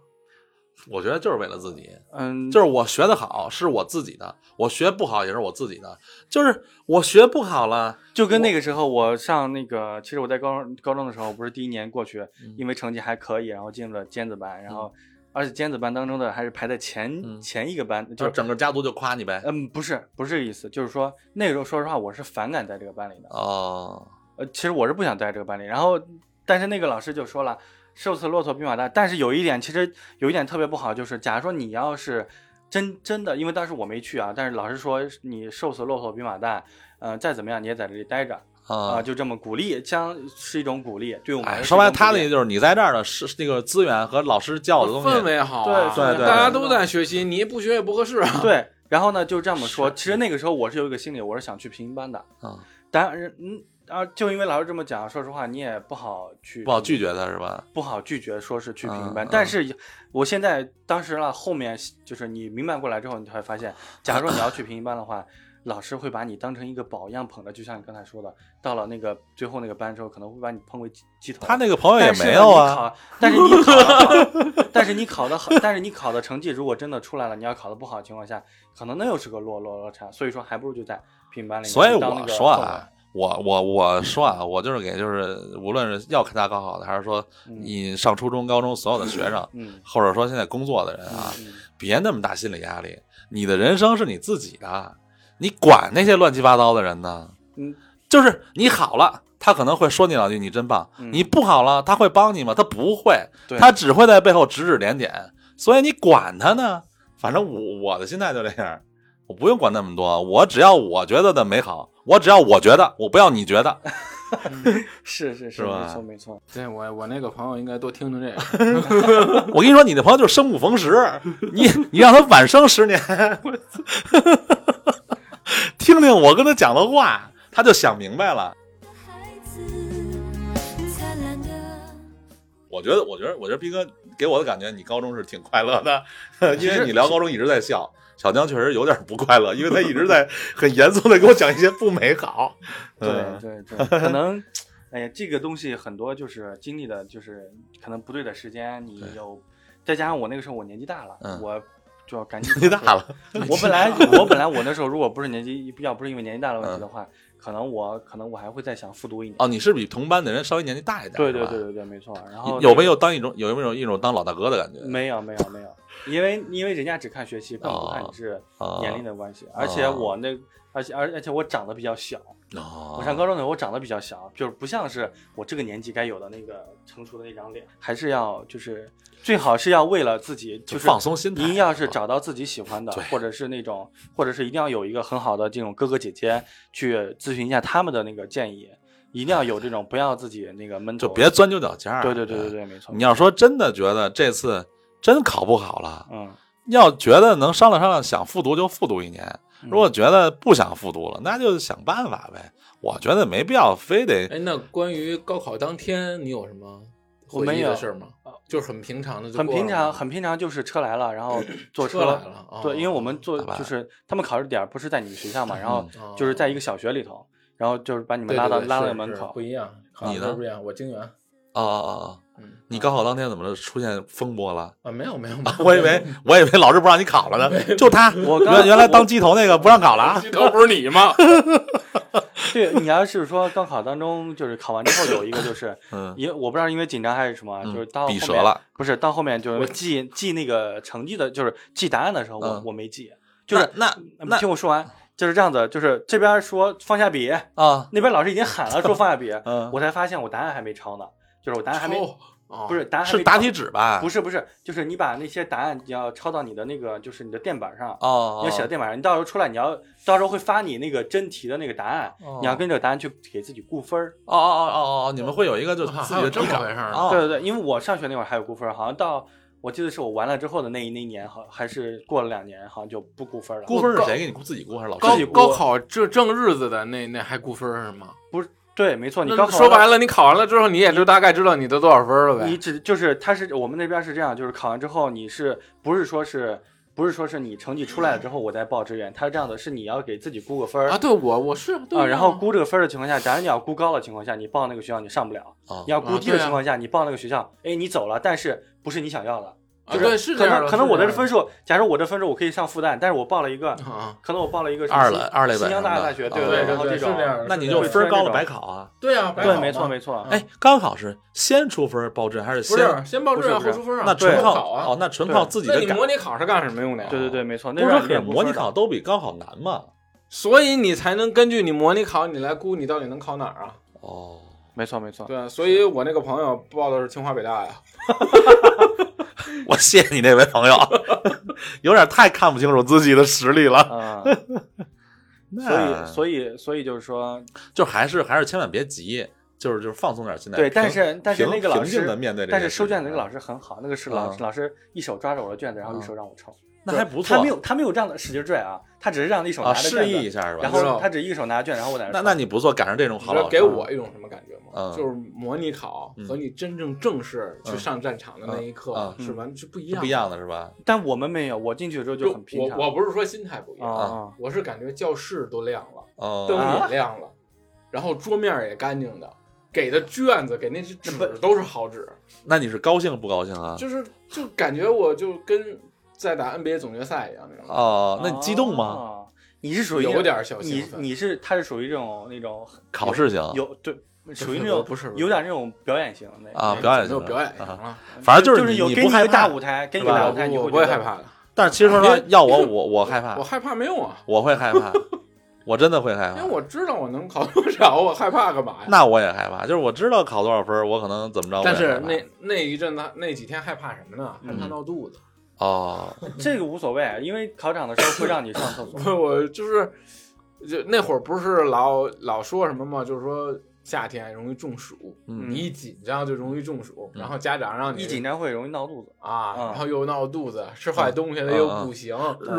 Speaker 2: 我觉得就是为了自己，
Speaker 3: 嗯，
Speaker 2: 就是我学得好是我自己的，我学不好也是我自己的，就是我学不好了，
Speaker 3: 就跟那个时候我上那个，其实我在高中高中的时候，不是第一年过去，
Speaker 2: 嗯
Speaker 3: 因为成绩还可以，然后进了尖子班，然后、而且尖子班当中的还是排在前、
Speaker 2: 嗯
Speaker 3: 前一个班，
Speaker 2: 就
Speaker 3: 就是是
Speaker 2: 整个家族就夸你呗。
Speaker 3: 嗯不是不是这个意思，就是说那个时候说实话我是反感在这个班里的，
Speaker 2: 哦，
Speaker 3: 呃其实我是不想待在这个班里，然后但是那个老师就说了，瘦死骆驼比马大，但是有一点其实有一点特别不好，就是假如说你要是真真的，因为当时我没去啊，但是老师说你瘦死骆驼比马大，呃再怎么样你也在这里待着。啊、
Speaker 2: 啊、
Speaker 3: 就这么鼓励，将是一种鼓励，对我们来
Speaker 2: 哎，
Speaker 3: 是
Speaker 2: 说
Speaker 3: 一
Speaker 2: 白了，
Speaker 3: 种
Speaker 2: 他
Speaker 3: 鼓
Speaker 2: 那
Speaker 3: 励
Speaker 2: 个就是你在这儿的是那个资源和老师教的东西，
Speaker 3: 哦
Speaker 4: 氛围好啊，
Speaker 3: 对
Speaker 2: 对对
Speaker 4: 大家都在学习，你不学也不合适啊。
Speaker 3: 对，然后呢就这么说。其实那个时候我是有一个心理，我是想去平行班的。
Speaker 2: 啊
Speaker 3: 当然，嗯，啊，就因为老师这么讲，说实话你也不好去
Speaker 2: 不好拒绝他是吧？
Speaker 3: 不好拒绝说是去评
Speaker 2: 嗯
Speaker 3: 班，
Speaker 2: 嗯
Speaker 3: 但是我现在当时了，后面就是你明白过来之后，你才会发现，假如说你要去评班的话，老师会把你当成一个宝一样捧的，就像你刚才说的，到了那个最后那个班之后，可能会把你捧为鸡鸡头。
Speaker 2: 他那个朋友也
Speaker 3: 但是呢
Speaker 2: 没有
Speaker 3: 你
Speaker 2: 啊，
Speaker 3: 考但是你考得好，但是你考 的好，但是你考的成绩如果真的出来了，你要考的不好的情况下，可能那又是个落落落差，所以说还不如就在评班里面
Speaker 2: 所以
Speaker 3: 当那
Speaker 2: 我
Speaker 3: 个
Speaker 2: 说
Speaker 3: 后面
Speaker 2: 啊，我我我说啊，我就是给就是无论是要参加高考的，还是说
Speaker 3: 嗯
Speaker 2: 你上初中、高中所有的学生，
Speaker 3: 嗯
Speaker 2: 或者说现在工作的人啊，
Speaker 3: 嗯
Speaker 2: 别那么大心理压力，你的人生是你自己的，你管那些乱七八糟的人呢？
Speaker 3: 嗯，
Speaker 2: 就是你好了，他可能会说你两句，你真棒；
Speaker 3: 嗯
Speaker 2: 你不好了，他会帮你吗？他不会，
Speaker 3: 对
Speaker 2: 他只会在背后指指点点。所以你管他呢？反正我我的心态就这样，我不用管那么多，我只要我觉得的美好，我只要我觉得，我不要你觉得。
Speaker 3: 是是是，
Speaker 2: 是吧
Speaker 3: 没错没错，
Speaker 4: 对我我那个朋友应该多听听这个。
Speaker 2: 我跟你说，你的朋友就是生不逢时，你你让他晚生十年， 我操听听我跟他讲的话，他就想明白了。
Speaker 1: 孩子灿烂的。
Speaker 2: 我觉得，我觉得，我觉得斌哥给我的感觉，你高中是挺快乐的，因
Speaker 3: 其实
Speaker 2: 为你聊高中一直在笑。小江确实有点不快乐，因为他一直在很严肃的给我讲一些不美好。
Speaker 3: 对
Speaker 2: 嗯，
Speaker 3: 对对， 可能，哎呀，这个东西很多就是经历的，就是可能不对的时间，你有，再加上我那个时候我年纪大了，
Speaker 2: 嗯
Speaker 3: 我就要赶紧
Speaker 2: 年纪大了，
Speaker 3: 我本来我本来我那时候如果不是年纪要不是因为年纪大的问题的话，可能我可能我还会再想复读一年。
Speaker 2: 嗯哦，你是比同班的人稍微年纪大一点，
Speaker 3: 对
Speaker 2: 是
Speaker 3: 对
Speaker 2: 吧
Speaker 3: 对对对，没错。然后
Speaker 2: 有
Speaker 3: 那个
Speaker 2: 没有当一种有没有一种当老大哥的感觉？
Speaker 3: 没有没有没有，因为因为人家只看学习，根本不看你是
Speaker 2: 啊，
Speaker 3: 年龄的关系，而且我那而且而而且我长得比较小，
Speaker 2: 哦，
Speaker 3: 我上高中的时候，我长得比较小，就是不像是我这个年纪该有的那个成熟的那张脸，还是要就是最好是要为了自己，
Speaker 2: 就是放。松心态。啊
Speaker 3: 您要是找到自己喜欢的
Speaker 2: 对，
Speaker 3: 或者是那种，或者是一定要有一个很好的这种哥哥姐姐去咨询一下他们的那个建议，一定要有这种，不要自己那个闷头。
Speaker 2: 就别钻牛角尖儿。啊
Speaker 3: 对对对对对，没错。
Speaker 2: 你要说真的觉得这次真考不好了，
Speaker 3: 嗯，
Speaker 2: 要觉得能商量商量，想复读就复读一年。
Speaker 3: 嗯
Speaker 2: 如果觉得不想复读了，那就想办法呗。我觉得没必要非得
Speaker 4: 哎，那关于高考当天，你有什么
Speaker 3: 我
Speaker 4: 回
Speaker 3: 没
Speaker 4: 忆的
Speaker 3: 有
Speaker 4: 事儿吗？就是很平常的就
Speaker 3: 很
Speaker 4: 过了
Speaker 3: 平常，
Speaker 4: 吗
Speaker 3: 很平常，就是车来了，然 后坐
Speaker 4: 车来了哦
Speaker 3: 对，因为我们坐
Speaker 2: 好吧
Speaker 3: 就是他们考试点儿不是在你们学校嘛，然后
Speaker 4: 嗯
Speaker 3: 就是在一个小学里头，然后就是把你们
Speaker 4: 对
Speaker 3: 拉
Speaker 4: 对
Speaker 3: 到
Speaker 4: 对
Speaker 3: 拉
Speaker 4: 是
Speaker 3: 到门
Speaker 4: 是
Speaker 3: 口
Speaker 4: 不。一样，考
Speaker 2: 你
Speaker 4: 的
Speaker 2: 呢
Speaker 4: 不一样，我京原。
Speaker 2: 哦哦哦，
Speaker 4: 嗯
Speaker 2: 你高考当天怎么出现风波 了？
Speaker 4: 啊，没有没有，没有
Speaker 2: 我以 为我以为老师不让你考了呢，就他，
Speaker 3: 我刚
Speaker 2: 原原来当鸡头那个不让考了啊。
Speaker 4: 这都不是你 吗？哦
Speaker 3: 对你要是说高考当中，就是考完之后有一个就是，
Speaker 2: 嗯，
Speaker 3: 因为我不知道因为紧张还是什么，啊
Speaker 2: 嗯
Speaker 3: 就是到后
Speaker 2: 比
Speaker 3: 面
Speaker 2: 折了，
Speaker 3: 不是到后面就是记记那个成绩的，就是记答案的时候，我
Speaker 2: 嗯
Speaker 3: 我没记，就是嗯
Speaker 2: 那那
Speaker 3: 听我说完，就是这样子，就是这边说放下笔，
Speaker 2: 那啊，
Speaker 3: 那边老师已经喊了说放下笔，
Speaker 2: 嗯
Speaker 3: 我才发现我答案还没抄呢，就是我答案还没
Speaker 4: 抄哦
Speaker 3: 不是答案还没
Speaker 2: 是答
Speaker 3: 抄
Speaker 2: 题纸吧？
Speaker 3: 不
Speaker 2: 是
Speaker 3: 是不是，就是你把那些答案你要抄到你的那个就是你的垫板上，
Speaker 2: 哦，
Speaker 3: 你要写到垫板上，你到时候出来你要到时候会发你那个真题的那个答案，
Speaker 2: 哦
Speaker 3: 你要跟这个答案去给自己估分儿。
Speaker 2: 哦哦哦哦，你们会有一个就自己
Speaker 4: 还有
Speaker 2: 的
Speaker 4: 这么
Speaker 2: 笔稿
Speaker 4: 回事儿呢
Speaker 2: 哦
Speaker 3: 对对对，因为我上学那会儿还有估分儿，好像到我记得是我完了之后的那一那一年，好还是过了两年，好像就不估分儿了。
Speaker 2: 估分是谁给你估？自己估还是老师
Speaker 4: 高
Speaker 2: 给你估？
Speaker 4: 高考这正日子的那那还估分儿是吗？
Speaker 3: 不是对，没错，你
Speaker 4: 那
Speaker 3: 高考
Speaker 4: 说白
Speaker 3: 了。
Speaker 4: 了，你考完了之后，你也就大概知道你得多少分儿了
Speaker 3: 你
Speaker 4: 呗。
Speaker 3: 只就是他是我们那边是这样，就是考完之后你是不是说是不是说是你成绩出来了之后我再报志愿？他是这样的，是你要给自己估个分儿
Speaker 4: 啊，对我我是对
Speaker 3: 啊，
Speaker 4: 呀
Speaker 3: 然后估这个分儿的情况下，假如你要估高的情况下，你报那个学校你上不了；
Speaker 2: 哦
Speaker 3: 你要估
Speaker 4: 啊
Speaker 3: 低的
Speaker 4: 对啊
Speaker 3: 情况下，你报那个学校，哎，你走了，但是不是你想要的，
Speaker 4: 啊对是这
Speaker 3: 可
Speaker 4: 样
Speaker 3: 能
Speaker 4: 的，
Speaker 3: 可能我的
Speaker 4: 的
Speaker 3: 分数，假如我的分数我可以上复旦，但是我报了一个，
Speaker 4: 啊，
Speaker 3: 可能我报了一个什么
Speaker 2: 二
Speaker 3: 新
Speaker 2: 类二类本
Speaker 3: 新疆大
Speaker 2: 什么的啊
Speaker 3: 学大学，对
Speaker 2: 对
Speaker 3: 对，然后
Speaker 5: 对
Speaker 3: 这
Speaker 5: 是
Speaker 3: 种
Speaker 5: 这样的
Speaker 2: 那你就
Speaker 3: 对
Speaker 2: 分儿高
Speaker 3: 这
Speaker 2: 了
Speaker 3: 种
Speaker 2: 白考啊？
Speaker 5: 对啊，
Speaker 3: 对，没错没错，
Speaker 2: 哎，高考是先出分儿报志愿还是
Speaker 5: 不
Speaker 2: 先？
Speaker 5: 是先报志愿
Speaker 3: 嗯不是
Speaker 5: 后出
Speaker 3: 不
Speaker 5: 分啊，
Speaker 2: 那纯
Speaker 5: 高
Speaker 2: 靠
Speaker 5: 考啊，
Speaker 2: 哦，那纯靠
Speaker 3: 对
Speaker 2: 自己
Speaker 4: 那
Speaker 2: 的
Speaker 4: 你
Speaker 2: 感。
Speaker 4: 模拟考是干什么用的呀？
Speaker 3: 对对对，没错，那
Speaker 2: 不是
Speaker 3: 让你
Speaker 2: 可
Speaker 3: 也
Speaker 2: 是
Speaker 3: 不
Speaker 2: 模拟
Speaker 3: 分儿
Speaker 2: 考都比高考难嘛？
Speaker 4: 所以你才能根据你模拟考，你来估你到底能考哪儿啊？
Speaker 2: 哦，
Speaker 3: 的，没错没错，
Speaker 4: 对，啊所以我那个朋友报的是清华北大呀。
Speaker 2: 我谢谢你那位朋友， 有点太看不清楚自己的实力了。
Speaker 3: 啊，所
Speaker 2: 那
Speaker 3: 以所以所以就是说，
Speaker 2: 就还是还是千万别急，就是就是放松点心态。
Speaker 3: 对，
Speaker 2: 平
Speaker 3: 但是但是
Speaker 2: 平
Speaker 3: 那个老
Speaker 2: 平静的
Speaker 3: 师，
Speaker 2: 面对这件事情啊，啊
Speaker 3: 但是收卷的那个老师很好，那个是老
Speaker 2: 嗯
Speaker 3: 师老师一手抓着我的卷子，然后一手让我抄，
Speaker 2: 那
Speaker 3: 对
Speaker 2: 还不
Speaker 3: 他
Speaker 2: 错
Speaker 3: 没有他没有这样的使劲拽啊，他只是让一手拿
Speaker 2: 啊，
Speaker 3: 着
Speaker 2: 示
Speaker 3: 卷
Speaker 2: 意一
Speaker 3: 子，
Speaker 2: 下是吧？
Speaker 3: 然
Speaker 4: 知
Speaker 3: 后
Speaker 4: 道
Speaker 3: 他只一手拿卷，然后我在
Speaker 2: 那
Speaker 3: 儿
Speaker 2: 那你不错，赶上这种好
Speaker 4: 你知
Speaker 2: 老
Speaker 4: 道
Speaker 2: 师，
Speaker 4: 给
Speaker 3: 嗯
Speaker 4: 我一种什么感觉吗？
Speaker 2: 嗯
Speaker 4: 就是模拟考
Speaker 2: 嗯
Speaker 4: 和你真正正式去上战场的那一刻
Speaker 2: 嗯
Speaker 3: 嗯
Speaker 4: 是完是不一
Speaker 2: 是
Speaker 4: 样
Speaker 2: 不一。样的是吧？
Speaker 3: 但我们没有，我进去之后就
Speaker 4: 就
Speaker 3: 很平
Speaker 4: 我
Speaker 3: 常。
Speaker 4: 我不是说心态不一样，
Speaker 3: 啊
Speaker 4: 我是感觉教室都亮了，
Speaker 2: 哦
Speaker 4: 灯
Speaker 3: 啊
Speaker 4: 也亮了，然后桌面也干净的，给的卷子给那些纸
Speaker 3: 那不
Speaker 4: 都是好纸，
Speaker 2: 那你是高兴不高兴啊？
Speaker 4: 就是就感觉我就跟在打 NBA 总决赛一样那种，
Speaker 2: 哦，那你激动吗？
Speaker 3: 吗？啊你是啊属于
Speaker 4: 有点小兴
Speaker 3: 你
Speaker 4: 奋。
Speaker 3: 你是他是属于这种那种
Speaker 2: 考试型，
Speaker 3: 有对属于那
Speaker 4: 我
Speaker 3: 种
Speaker 4: 不是
Speaker 3: 有点那种表演型的
Speaker 2: 啊表演
Speaker 4: 就
Speaker 2: 型
Speaker 4: 表演
Speaker 2: 的
Speaker 4: 型了，
Speaker 2: 反正
Speaker 3: 就
Speaker 2: 就是
Speaker 3: 是有
Speaker 2: 你
Speaker 3: 给
Speaker 2: 不
Speaker 3: 你一
Speaker 2: 害
Speaker 3: 个大
Speaker 2: 怕，
Speaker 3: 舞台，给你
Speaker 2: 是
Speaker 3: 个
Speaker 2: 吧
Speaker 3: 大
Speaker 4: 我
Speaker 3: 舞台，你
Speaker 4: 不我不
Speaker 3: 会
Speaker 4: 会
Speaker 3: 觉
Speaker 4: 害
Speaker 3: 得
Speaker 4: 怕的，
Speaker 2: 但是其实说实话
Speaker 4: 因为，
Speaker 2: 要我我我害怕
Speaker 4: 我，害怕没用啊，
Speaker 2: 我会害怕，我真的会害
Speaker 4: 因
Speaker 2: 怕
Speaker 4: 为。
Speaker 3: 啊
Speaker 4: 我知道我能考多少，我害怕干嘛呀？
Speaker 2: 那我也害怕，就是我知道考多少分儿，我可能怎么着我也
Speaker 4: 但
Speaker 2: 害怕。
Speaker 4: 是那那一阵子那几天害怕什么呢？害
Speaker 3: 嗯
Speaker 4: 怕闹肚子。
Speaker 2: 哦，
Speaker 3: 这个无所谓，因为考场的时候会让你上厕所。
Speaker 4: 不是 我就是，就那会儿不是老老说什么吗？就是说夏天容易中暑，
Speaker 2: 嗯
Speaker 4: 你一紧张就容易中暑，
Speaker 2: 嗯
Speaker 4: 然后家长让你
Speaker 3: 一紧张会容易闹肚子，
Speaker 4: 啊，
Speaker 3: 嗯
Speaker 4: 然后又闹肚子，吃坏东西了
Speaker 2: 嗯
Speaker 4: 又
Speaker 2: 嗯
Speaker 4: 不行。
Speaker 3: 对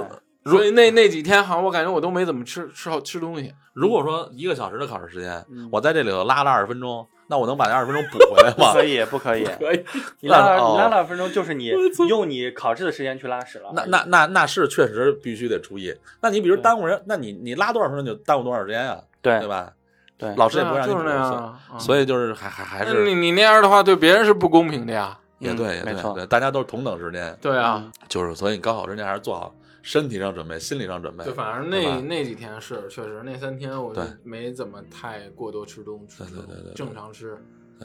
Speaker 4: 所以那那几天好像我感觉我都没怎么吃吃好吃东西，
Speaker 2: 如果说一个小时的考试时间
Speaker 3: 嗯，
Speaker 2: 我在这里头拉了二十分钟，那我能把那二十分钟补回来吗
Speaker 3: 可？以不可以？
Speaker 4: 可以
Speaker 3: 你拉了
Speaker 2: 哦
Speaker 3: 你拉了二分钟，就是你用你考试的时间去拉屎了。
Speaker 2: 那那那那是确实必须得注意。那你比如耽误人，那你你拉多少分钟就耽误多少时间啊，
Speaker 3: 对
Speaker 2: 对吧？
Speaker 3: 对
Speaker 2: 老师也不会让你
Speaker 4: 就是
Speaker 2: 补
Speaker 4: 那样
Speaker 2: 所以。
Speaker 4: 啊。啊
Speaker 2: 所以就是还还还
Speaker 4: 那你
Speaker 2: 是
Speaker 4: 你那样的话，对别人是不公平的呀。
Speaker 2: 也
Speaker 3: 嗯
Speaker 2: 对也
Speaker 3: 没
Speaker 2: 对
Speaker 3: 错
Speaker 2: 对，大家都是同等时间，
Speaker 4: 对啊，
Speaker 2: 就是所以你高考之前还是做好身体上准备，心理上准备。
Speaker 4: 就反正
Speaker 2: 对吧
Speaker 4: 那那几天是确实，那三天我就
Speaker 2: 对
Speaker 4: 没怎么太过多吃东西，
Speaker 2: 对对对对对
Speaker 4: 正常吃，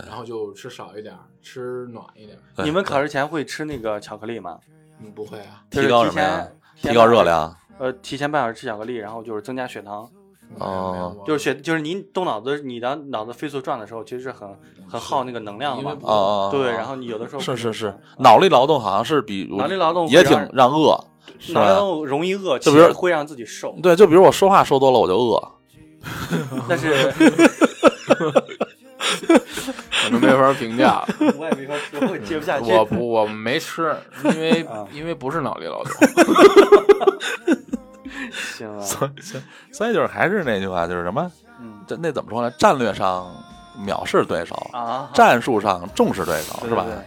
Speaker 4: 然后就吃少一点，吃暖一点。
Speaker 2: 对
Speaker 3: 你们考试前会吃那个巧克力吗？
Speaker 4: 嗯，不会啊，
Speaker 3: 就是
Speaker 2: 提高什
Speaker 3: 提
Speaker 2: 么呀
Speaker 3: 前？
Speaker 2: 提高热。量。
Speaker 3: 呃，提前半小时吃巧克力，然后就是增加血糖，
Speaker 2: 哦
Speaker 4: 没有
Speaker 3: 就是血，就是你动脑子，你的脑子飞速转的时候，其实是很很耗那个能量
Speaker 4: 因为
Speaker 3: 嘛
Speaker 4: 不。
Speaker 2: 哦哦，哦
Speaker 3: 对，然后你有的时候
Speaker 2: 是是是
Speaker 3: 嗯，
Speaker 2: 脑力劳动好像是比
Speaker 3: 脑力劳动
Speaker 2: 也
Speaker 3: 会
Speaker 2: 挺
Speaker 3: 让
Speaker 2: 让饿，是
Speaker 3: 脑
Speaker 2: 吧？
Speaker 3: 量容易饿，
Speaker 2: 就
Speaker 3: 其
Speaker 2: 比如
Speaker 3: 实会让自己 瘦。
Speaker 2: 对，就比如我说话说多了我就饿，
Speaker 3: 但是
Speaker 4: 我都没法评价，
Speaker 3: 我也没法说，我接不 下去。
Speaker 4: 我不我没吃，因 为
Speaker 3: 啊
Speaker 4: 因为不是脑力劳动，
Speaker 3: 行啊，
Speaker 2: 所以就是还是那句话，就是什么，
Speaker 3: 嗯
Speaker 2: 这那怎么说呢？战略上藐视对手，
Speaker 3: 啊，
Speaker 2: 战术上重视对手，
Speaker 3: 对
Speaker 2: 是吧
Speaker 3: 对对？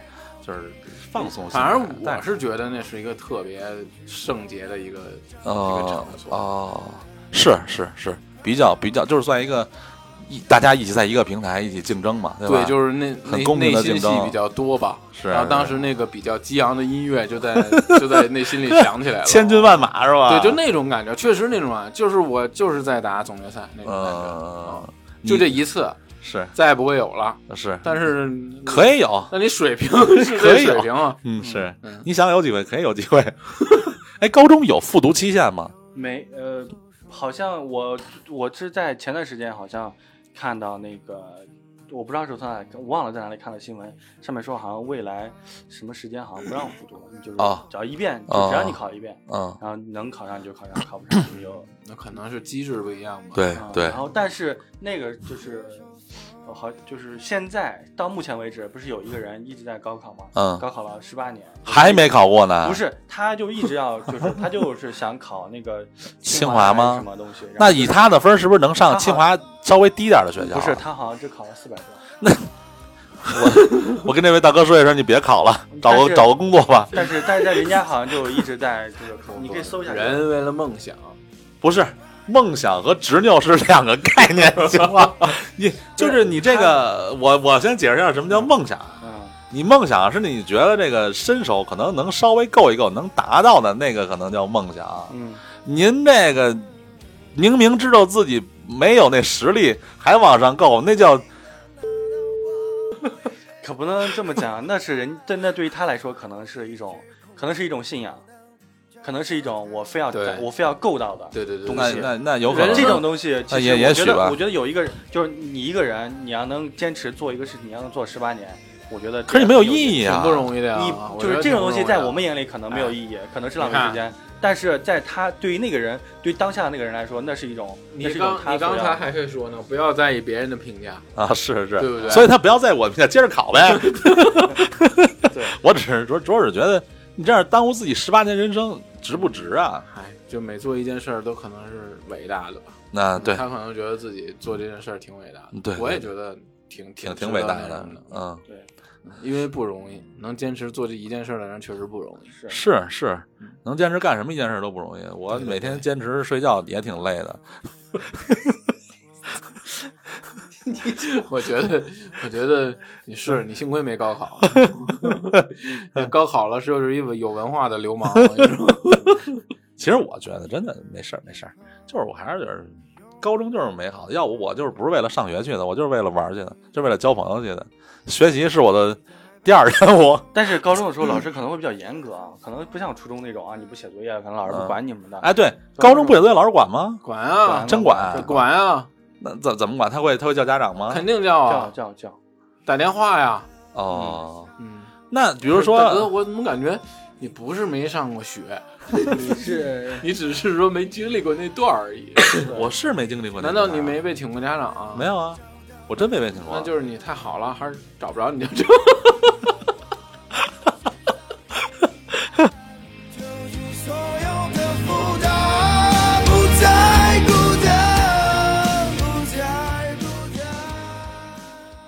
Speaker 2: 就是放松心态。
Speaker 4: 反正
Speaker 2: 但
Speaker 4: 我是觉得那是一个特别圣洁的一个一个
Speaker 2: 哦
Speaker 4: 场所。
Speaker 2: 哦，是是是，比较比较，就是算一个一大家一起在一个平台一起竞争嘛，对吧？
Speaker 4: 对，就是那
Speaker 2: 很
Speaker 4: 内
Speaker 2: 公平
Speaker 4: 内
Speaker 2: 的
Speaker 4: 心
Speaker 2: 竞
Speaker 4: 戏
Speaker 2: 争
Speaker 4: 比较多吧。
Speaker 2: 是
Speaker 4: 然后当
Speaker 2: 是
Speaker 4: 时那个比较激昂的音乐就在 就在内心里响起来了，
Speaker 2: 千军万马是吧？
Speaker 4: 对，就那种感觉，确实那种啊，就是我就是在打总决赛那种感觉，
Speaker 2: 呃，你
Speaker 4: 就这一次，
Speaker 2: 是
Speaker 4: 再也不会有了。
Speaker 2: 是，
Speaker 4: 但是
Speaker 2: 可以有，
Speaker 4: 那你水 平是这水平啊，
Speaker 2: 嗯，是
Speaker 4: 嗯
Speaker 2: 你想有几回肯定有机会。 哎，高中有复读期限吗？
Speaker 3: 没呃，好像我我是在前段时间好像看到那个，我不知道是从哪里看，我忘了在哪里看的新闻，上面说好像未来什么时间好像不让复读了，你就是
Speaker 2: 啊
Speaker 3: 只要一遍，
Speaker 2: 啊
Speaker 3: 就只要你考一遍，
Speaker 2: 嗯，
Speaker 3: 然后能考上你就考上，考不上 你就
Speaker 4: 那可能是机制不一样吧。，
Speaker 2: 对
Speaker 3: 啊
Speaker 2: 对
Speaker 3: 然，后但是那个就是。我好，就是现在到目前为止，不是有一个人一直在高考吗？
Speaker 2: 嗯
Speaker 3: 高考了十八年，
Speaker 2: 还没考过呢。
Speaker 3: 不，是，他就一直要，就是 他就是想考那个
Speaker 2: 清
Speaker 3: 华
Speaker 2: 华
Speaker 3: 还是
Speaker 2: 吗
Speaker 3: 什么东西？然
Speaker 2: 那
Speaker 3: 后
Speaker 2: 以他的分儿，是不是能上清华稍微低点儿的学校？啊
Speaker 3: 不是，他好像只考了四百 分，
Speaker 2: 我跟这位大哥说一声，你别考了，找
Speaker 3: 但
Speaker 2: 个
Speaker 3: 是
Speaker 2: 找个工作吧。
Speaker 3: 但是但是人家好像就一直在这 个，你可以搜一下。
Speaker 4: 人为了梦想，
Speaker 2: 不是，梦想和执拗是两个概念，行吗？你就是你这个，我我先解释一下什么叫梦想。
Speaker 3: 嗯，
Speaker 2: 你梦想是你觉得这个伸手可能能稍微够一够，能达到的那个可能叫梦想。
Speaker 3: 嗯
Speaker 2: 您这个明明知道自己没有那实力，还往上够，那叫
Speaker 3: 可不能这么讲，那是人，但那对于他来说，可能是一种，可能是一种信仰，可能是一种我非要
Speaker 4: 对
Speaker 3: 我非要够到的。
Speaker 4: 对对对，
Speaker 3: 东
Speaker 2: 那
Speaker 3: 西
Speaker 2: 那那有可
Speaker 4: 人
Speaker 2: 能
Speaker 3: 这种东西，其实
Speaker 2: 呃也也
Speaker 3: 我觉
Speaker 2: 许吧
Speaker 3: 得，我觉得有一个人，就是你一个人，你要能坚持做一个事情，你要能做十八年，我觉得
Speaker 2: 可是你没有意义
Speaker 3: 义。
Speaker 4: 挺
Speaker 2: 啊，
Speaker 4: 不容易的呀。
Speaker 3: 你
Speaker 4: 我
Speaker 3: 就是
Speaker 4: 觉得
Speaker 3: 这
Speaker 4: 挺
Speaker 3: 种
Speaker 4: 不
Speaker 3: 东西，
Speaker 4: 容易
Speaker 3: 在
Speaker 4: 的哎
Speaker 3: 我们眼里可能没有意义，可能是浪费时间，但是在他对于那个人，对当下那个人来说，那是一种，那
Speaker 4: 你
Speaker 3: 是一种
Speaker 4: 刚
Speaker 3: 他
Speaker 4: 你
Speaker 3: 所
Speaker 4: 刚
Speaker 3: 要
Speaker 4: 才还可以说呢，不要在意别人的评价。
Speaker 2: 啊，是是，
Speaker 4: 对不对
Speaker 2: 所以他不要在我面前接着考呗。
Speaker 3: 对
Speaker 2: 我只是主主要是觉得你这样耽误自己十八年人生，值不值啊？
Speaker 4: 哎，就每做一件事儿都可能是伟大的吧？
Speaker 2: 那对，
Speaker 4: 他可能觉得自己做这件事儿挺伟大的。
Speaker 2: 对
Speaker 4: 我也觉得挺
Speaker 2: 挺
Speaker 4: 挺
Speaker 2: 挺伟大
Speaker 4: 的
Speaker 2: 的，，嗯，
Speaker 3: 对，
Speaker 4: 因为不容易，能坚持做这一件事儿的人确实不容 易。
Speaker 3: 是
Speaker 2: 是是，能坚持干什么一件事都不容易。我每天坚持睡觉也挺累的，
Speaker 4: 我觉得，我觉得你是你幸亏没高 考，高考了就是一个有文化的流 氓。我跟你说
Speaker 2: 其实我觉得真的没事儿，没事儿，就是我还是觉得高中就是美好的，要不我就是不是为了上学去的，我就是为了玩儿去的，就是为了交朋友去的。学习是我的第二 任务。
Speaker 3: 但是高中的时候
Speaker 4: 嗯
Speaker 3: 老师可能会比较严格啊，可能不像初中那种啊，你不写作业可能老师
Speaker 4: 嗯
Speaker 3: 不管你们的。
Speaker 2: 哎，对，高中不写作业老师管吗？
Speaker 4: 管啊，
Speaker 2: 真管
Speaker 4: 管啊，
Speaker 2: 那怎怎么管？他会他会叫家长吗？
Speaker 4: 肯定叫
Speaker 3: 叫
Speaker 4: 啊，
Speaker 3: 叫 叫，
Speaker 4: 打电话呀。
Speaker 2: 哦，
Speaker 4: 嗯，
Speaker 2: 那比
Speaker 4: 比
Speaker 2: 如
Speaker 4: 大哥，
Speaker 2: 说，啊
Speaker 4: 我怎么感觉你不是没上 过学，
Speaker 5: 你是
Speaker 4: 你只是说没经历过那段儿而已。
Speaker 2: 我是没经历过那
Speaker 4: 难
Speaker 2: 种啊，
Speaker 4: 道你没被请过家长啊？
Speaker 2: 没，有啊？我真没被请过
Speaker 4: 那
Speaker 2: 啊。
Speaker 4: 就是你太好了，还是找不着你就这。
Speaker 6: 所有的负担，不再孤单，不再孤单。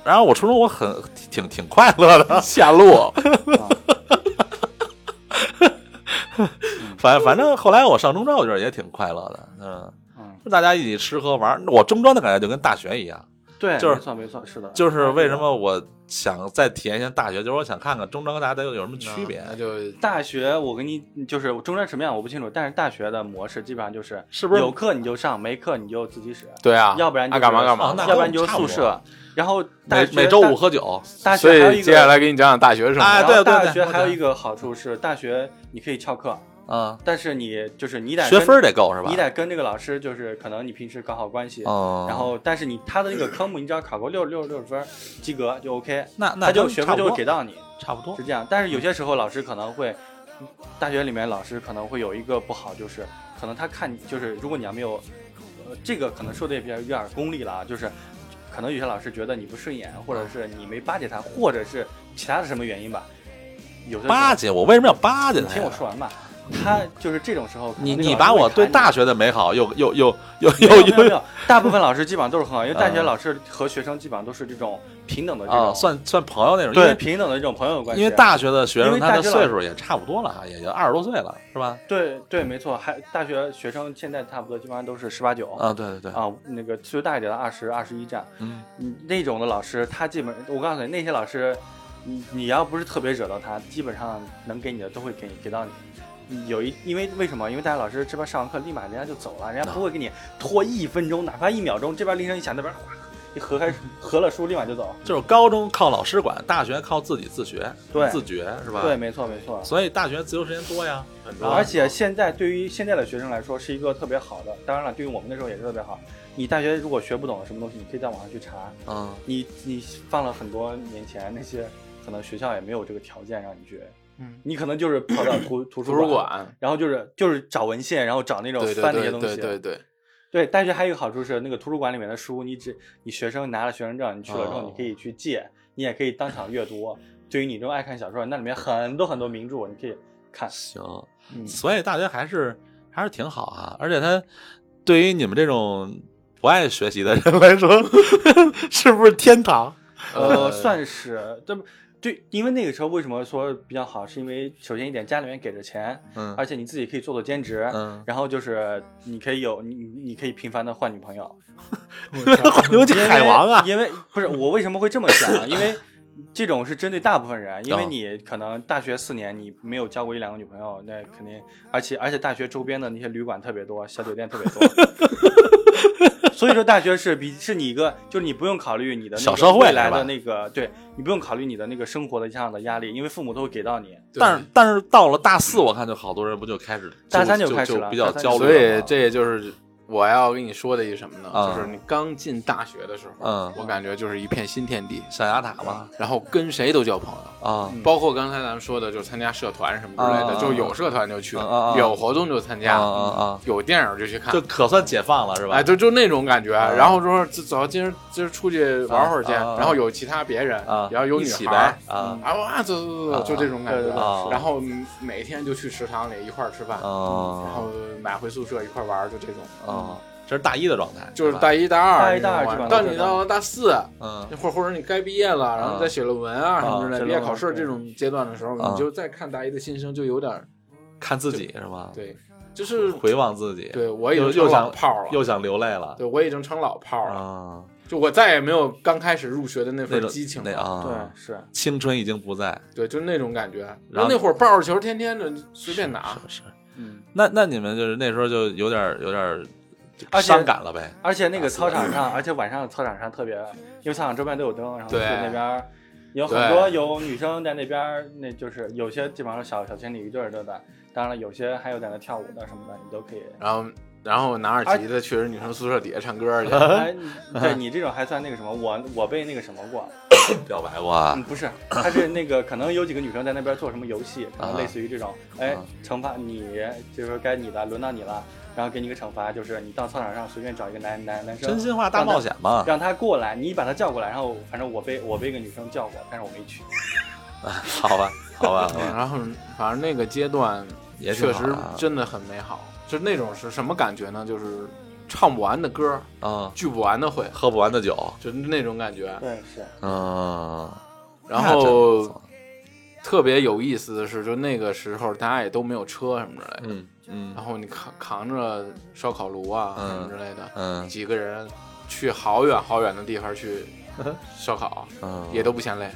Speaker 2: 然后我初中我很挺挺快乐的，
Speaker 4: 下落，
Speaker 3: 啊
Speaker 2: 反反正后来我上中专，我觉得也挺快乐的，嗯。
Speaker 3: 嗯，
Speaker 2: 就大家一起吃喝玩儿，我中专的感觉就跟大学一样，
Speaker 3: 对，
Speaker 2: 就是
Speaker 3: 没错没错，是的，
Speaker 2: 就是为什么我想再体验一下大学，就是我想看看中专和大学有有什么区别
Speaker 4: 那，就
Speaker 3: 大学我跟你就是中专什么样我不清楚，但是大学的模式基本上就是
Speaker 2: 是不是
Speaker 3: 有课你就上，没课你就自习室，
Speaker 4: 对啊，
Speaker 3: 要不然
Speaker 4: 爱
Speaker 3: 就是
Speaker 4: 干嘛干
Speaker 2: 哦
Speaker 4: 嘛。
Speaker 2: 那
Speaker 3: 要不然就是
Speaker 2: 跟我们
Speaker 3: 宿舍，然后大
Speaker 2: 每
Speaker 3: 学
Speaker 2: 每周
Speaker 3: 大
Speaker 2: 五喝酒，
Speaker 3: 大
Speaker 4: 所
Speaker 3: 学还有
Speaker 4: 以
Speaker 3: 一
Speaker 4: 接下
Speaker 3: 个。
Speaker 4: 来给你讲讲大学生活。
Speaker 2: 哎
Speaker 3: 然
Speaker 2: 对
Speaker 3: 后
Speaker 2: 对
Speaker 3: 大
Speaker 2: 对
Speaker 3: 学
Speaker 2: 对
Speaker 3: 还有一个好处是，大学你可以翘课，
Speaker 2: 嗯，
Speaker 3: 但是你就是你得
Speaker 2: 学
Speaker 3: 跟
Speaker 2: 分儿得够是吧？
Speaker 3: 你得跟这个老师，就是可能你平时搞好关系，
Speaker 2: 哦，
Speaker 3: 然后但是你他的那个科目，你只要考过六六十六十分及格就 OK，
Speaker 2: 那那
Speaker 3: 他就
Speaker 2: 跟
Speaker 3: 学
Speaker 2: 差
Speaker 3: 分
Speaker 2: 不
Speaker 3: 就会
Speaker 2: 多
Speaker 3: 给到你，
Speaker 2: 差不多
Speaker 3: 是，这样。但是有些时候老师可能会，大学里面老师可能会有一个不好，就是可能他看你就是如果你要没有，呃，这个可能说的也比较有点功利了啊，就是可能有些老师觉得你不顺眼，或者是你没巴结他，或者是其他的什么原因吧。有些
Speaker 2: 巴
Speaker 3: 结，
Speaker 2: 结我为什么要巴结
Speaker 3: 你
Speaker 2: 他？
Speaker 3: 听我，说完吧。他就是这种时候，可能
Speaker 2: 你
Speaker 3: 那个
Speaker 2: 你
Speaker 3: 老师
Speaker 2: 把
Speaker 3: 会
Speaker 2: 我对
Speaker 3: 看你
Speaker 2: 大学的美好又又又又
Speaker 3: 没有没有
Speaker 2: 又
Speaker 3: 没
Speaker 2: 又
Speaker 3: 有，大部分老师基本上都是很好，因为大学
Speaker 2: 嗯
Speaker 3: 老师和学生基本上都是这种平等的这
Speaker 2: 啊，
Speaker 3: 种，
Speaker 2: 算算朋友那种，因
Speaker 3: 对
Speaker 2: 为
Speaker 3: 平等的这种朋友关系。啊
Speaker 2: 因为大学的学
Speaker 3: 因
Speaker 2: 生
Speaker 3: 为
Speaker 2: 他
Speaker 3: 大
Speaker 2: 的
Speaker 3: 学老
Speaker 2: 岁数也差不多了，也就二十多岁了，是吧？
Speaker 3: 对对没错，还大学学生现在差不多基本上都是十八九
Speaker 2: 啊，对对对，
Speaker 3: 啊，那个岁数大一点的二十二十一这样，
Speaker 2: 嗯，
Speaker 3: 嗯那种的老师他基本我告诉你那些老师，你你要不是特别惹到他，基本上能给你的都会给你给到你。有一，因为为什么？因为大学老师这边上完课，立马人家就走了，人家不会给你拖一分钟，哪怕一秒钟。这边铃声一响，那边哗一合开合了书，立马就走。
Speaker 2: 就是高中靠老师管，大学靠自己自学，
Speaker 3: 对
Speaker 2: 自觉是吧？
Speaker 3: 对，，没错没错。
Speaker 2: 所以大学自由时间多呀，很
Speaker 3: 而且现在对于现在的学生来说是一个特别好的，当然了，对于我们那时候也是特别好。你大学如果学不懂什么东西，你可以在网上去查。
Speaker 2: 嗯，
Speaker 3: 你你放了很多年前那些，可能学校也没有这个条件让你学，
Speaker 4: 嗯，
Speaker 3: 你可能就是跑到 图图
Speaker 4: 图
Speaker 3: 书
Speaker 4: 书，馆，
Speaker 3: 然后就是就是找文献，然后找那种
Speaker 4: 对对
Speaker 3: 翻那些
Speaker 4: 对
Speaker 3: 东
Speaker 4: 对
Speaker 3: 西。
Speaker 4: 对对，
Speaker 3: 对大学还有一个好处是，那个图书馆里面的书，你只你学生拿了学生证，你去了之后
Speaker 2: 哦
Speaker 3: 你可以去借，你也可以当场阅读。对于你这种爱看小说，那里面很多很多名著，你可以看。
Speaker 2: 行，
Speaker 4: 嗯
Speaker 2: 所以大学还是还是挺好啊，而且他对于你们这种不爱学习的人来说， 是不是天堂？
Speaker 3: 呃，算是，这不对，因为那个时候为什么说比较好，是因为首先一点家里面给着钱，
Speaker 2: 嗯
Speaker 3: 而且你自己可以做做兼职，
Speaker 2: 嗯，
Speaker 3: 然后就是你可以有你你可以频繁的换女朋友，
Speaker 2: 尤其
Speaker 3: 因为
Speaker 2: 海王啊，
Speaker 3: 因为不是我为什么会这么想，因为。这种是针对大部分人，因为
Speaker 2: 哦
Speaker 3: 你可能大学四年你没有交过一两个女朋友，那肯定，而且而且大学周边的那些旅馆特别多，小酒店特别多， 所以说大学是比是你一个就是你不用考虑你的那
Speaker 2: 小
Speaker 3: 个
Speaker 2: 社会
Speaker 3: 未来
Speaker 2: 是吧
Speaker 3: 的那个，对你不用考虑你的那个生活的这样的压力，因为父母都会给到你。
Speaker 4: 对
Speaker 2: 但是但是到了大四，我看就好多人不就开始
Speaker 3: 大三
Speaker 2: 就
Speaker 3: 就开始了
Speaker 2: 就比较
Speaker 3: 大三
Speaker 2: 焦虑
Speaker 4: 所
Speaker 2: 了
Speaker 4: 以
Speaker 2: 嘛，
Speaker 4: 这也就是我要跟你说的一什么呢？
Speaker 2: 嗯
Speaker 4: 就是你刚进大学的时候，
Speaker 2: 嗯
Speaker 4: 我感觉就是一片新天地，
Speaker 2: 象牙塔嘛，
Speaker 4: 然后跟谁都交朋友。
Speaker 2: 啊
Speaker 4: 包括刚才咱们说的，就参加社团什么之类
Speaker 2: 啊啊
Speaker 4: 的，
Speaker 2: 啊
Speaker 4: 就有社团就去
Speaker 2: 啊啊，啊
Speaker 4: 有活动就参
Speaker 2: 啊
Speaker 4: 加，
Speaker 2: 啊啊，
Speaker 4: 有电影就去看
Speaker 2: 就，可算解放了是吧？
Speaker 4: 嗯哎，就就那种感觉。
Speaker 2: 啊
Speaker 4: 然后说走，走今儿今儿出去玩会儿去，
Speaker 2: 啊啊啊
Speaker 4: 然后有其他别人，
Speaker 2: 啊，
Speaker 4: 然后有
Speaker 2: 一
Speaker 4: 女
Speaker 2: 起
Speaker 4: 孩儿
Speaker 2: 呗，啊
Speaker 4: 啊哇，走走走
Speaker 2: 啊
Speaker 4: 走，就这种感
Speaker 3: 对对对
Speaker 4: 觉。
Speaker 2: 是
Speaker 4: 然后每天就去食堂里一块儿吃饭，然
Speaker 2: 哦
Speaker 4: 后买回宿舍一块儿玩儿，就这种。
Speaker 2: 哦，这是大一的状态，
Speaker 4: 就是
Speaker 2: 吧
Speaker 4: 大一、大二
Speaker 3: 大
Speaker 4: 那
Speaker 3: 一大二
Speaker 4: 种玩
Speaker 3: 基本
Speaker 4: 儿，
Speaker 3: 上
Speaker 4: 到
Speaker 3: 都
Speaker 4: 你
Speaker 3: 是这样
Speaker 4: 到大四，
Speaker 2: 嗯
Speaker 4: 或或者你该毕业了，然后你再写论文啊什么之类
Speaker 3: 啊
Speaker 4: 的，毕业考试这种阶段的时候，
Speaker 2: 啊
Speaker 4: 你就再看大一的新生，就有点儿
Speaker 2: 看自己是吗？
Speaker 4: 对，就是
Speaker 2: 回望自己，
Speaker 4: 对我已经
Speaker 2: 又
Speaker 4: 成
Speaker 2: 又
Speaker 4: 老
Speaker 2: 想
Speaker 4: 炮了，
Speaker 2: 又想流泪了
Speaker 4: 对我已经成老炮了，
Speaker 2: 啊，
Speaker 4: 就我再也没有刚开始入学的那
Speaker 2: 那
Speaker 4: 份
Speaker 2: 种
Speaker 4: 激情
Speaker 2: 那
Speaker 4: 了，
Speaker 2: 啊
Speaker 3: 对，，是
Speaker 2: 青春已经不在，
Speaker 4: 对，就那种感觉。
Speaker 2: 然后
Speaker 4: 那会儿抱着球，天天的随便拿
Speaker 2: 是，不是？
Speaker 3: 嗯，
Speaker 2: 那那你们就是那时候就有点有点
Speaker 3: 而且
Speaker 2: 伤感了呗？
Speaker 3: 而且那个操场上，而且晚上的操场上特别，因为操场周边都有灯，然后去
Speaker 4: 对
Speaker 3: 那边儿有很多有女生在那边儿，那就是有些基本上小小情侣一对儿一对儿的，当然了，有些还有在那跳舞的什么的，你都可以。
Speaker 4: 然后然后
Speaker 2: 啊
Speaker 4: 拿着吉他去人女生宿舍底下唱歌 去，
Speaker 2: 嗯
Speaker 3: 哎，你对你这种还算那个什么，我我被那个什么过，
Speaker 2: 表白过啊
Speaker 3: 嗯，不是，他是那个可能有几个女生在那边做什么游戏，可能类似于这种，哎
Speaker 2: 啊，
Speaker 3: 惩罚你，就是说该你了，轮到你了，然后给你一个惩罚，就是你到操场上随便找一个男男男生，
Speaker 2: 真心话大冒险嘛，
Speaker 3: 让他过来，你把他叫过来，然后反正我被我被一个女生叫过，但是我没去。
Speaker 4: 嗯
Speaker 2: 好吧，好吧，好吧
Speaker 4: 然后反正那个阶段
Speaker 2: 也挺
Speaker 4: 确
Speaker 2: 好
Speaker 4: 实
Speaker 2: 啊
Speaker 4: 真的很美好，就那种是什么感觉呢？就是唱不完的歌，
Speaker 2: 嗯，
Speaker 4: 聚不完的会，
Speaker 2: 喝不完的酒，
Speaker 4: 就那种感觉。
Speaker 3: 对，是
Speaker 2: 嗯，
Speaker 4: 然
Speaker 2: 那真不
Speaker 4: 后
Speaker 2: 错
Speaker 4: 特别有意思的是，就那个时候大家也都没有车什么之类的，
Speaker 2: 嗯嗯
Speaker 4: 然后你扛扛着烧烤炉啊
Speaker 2: 嗯
Speaker 4: 什么之类的，
Speaker 2: 嗯
Speaker 4: 几个人去好远好远的地方去 烧烤，
Speaker 2: 嗯，
Speaker 4: 也都不嫌累。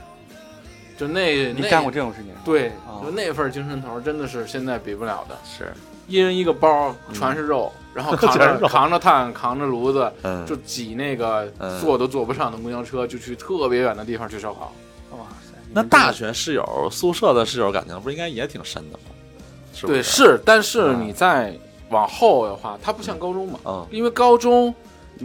Speaker 4: 就那
Speaker 3: 你
Speaker 4: 那
Speaker 3: 干过这种事情？
Speaker 4: 对，
Speaker 3: 哦
Speaker 4: 就那份精神头儿真的是现在比不了的。
Speaker 2: 是，
Speaker 4: 一人一个包，全 是肉，然后扛
Speaker 2: 嗯全是
Speaker 4: 着
Speaker 2: 肉
Speaker 4: 扛着炭，扛着炉子，
Speaker 2: 嗯
Speaker 4: 就挤那个
Speaker 2: 嗯
Speaker 4: 坐都坐不上的公交车，就去特别远的地方去烧烤。
Speaker 3: 哇塞！你
Speaker 2: 那
Speaker 3: 们
Speaker 2: 大学室友、宿舍的室友感情不是应该也挺深的吗？是不
Speaker 4: 对，
Speaker 2: 是，啊
Speaker 4: 是，但是你再往后的话，它不像高中嘛，
Speaker 2: 嗯
Speaker 4: 因为高中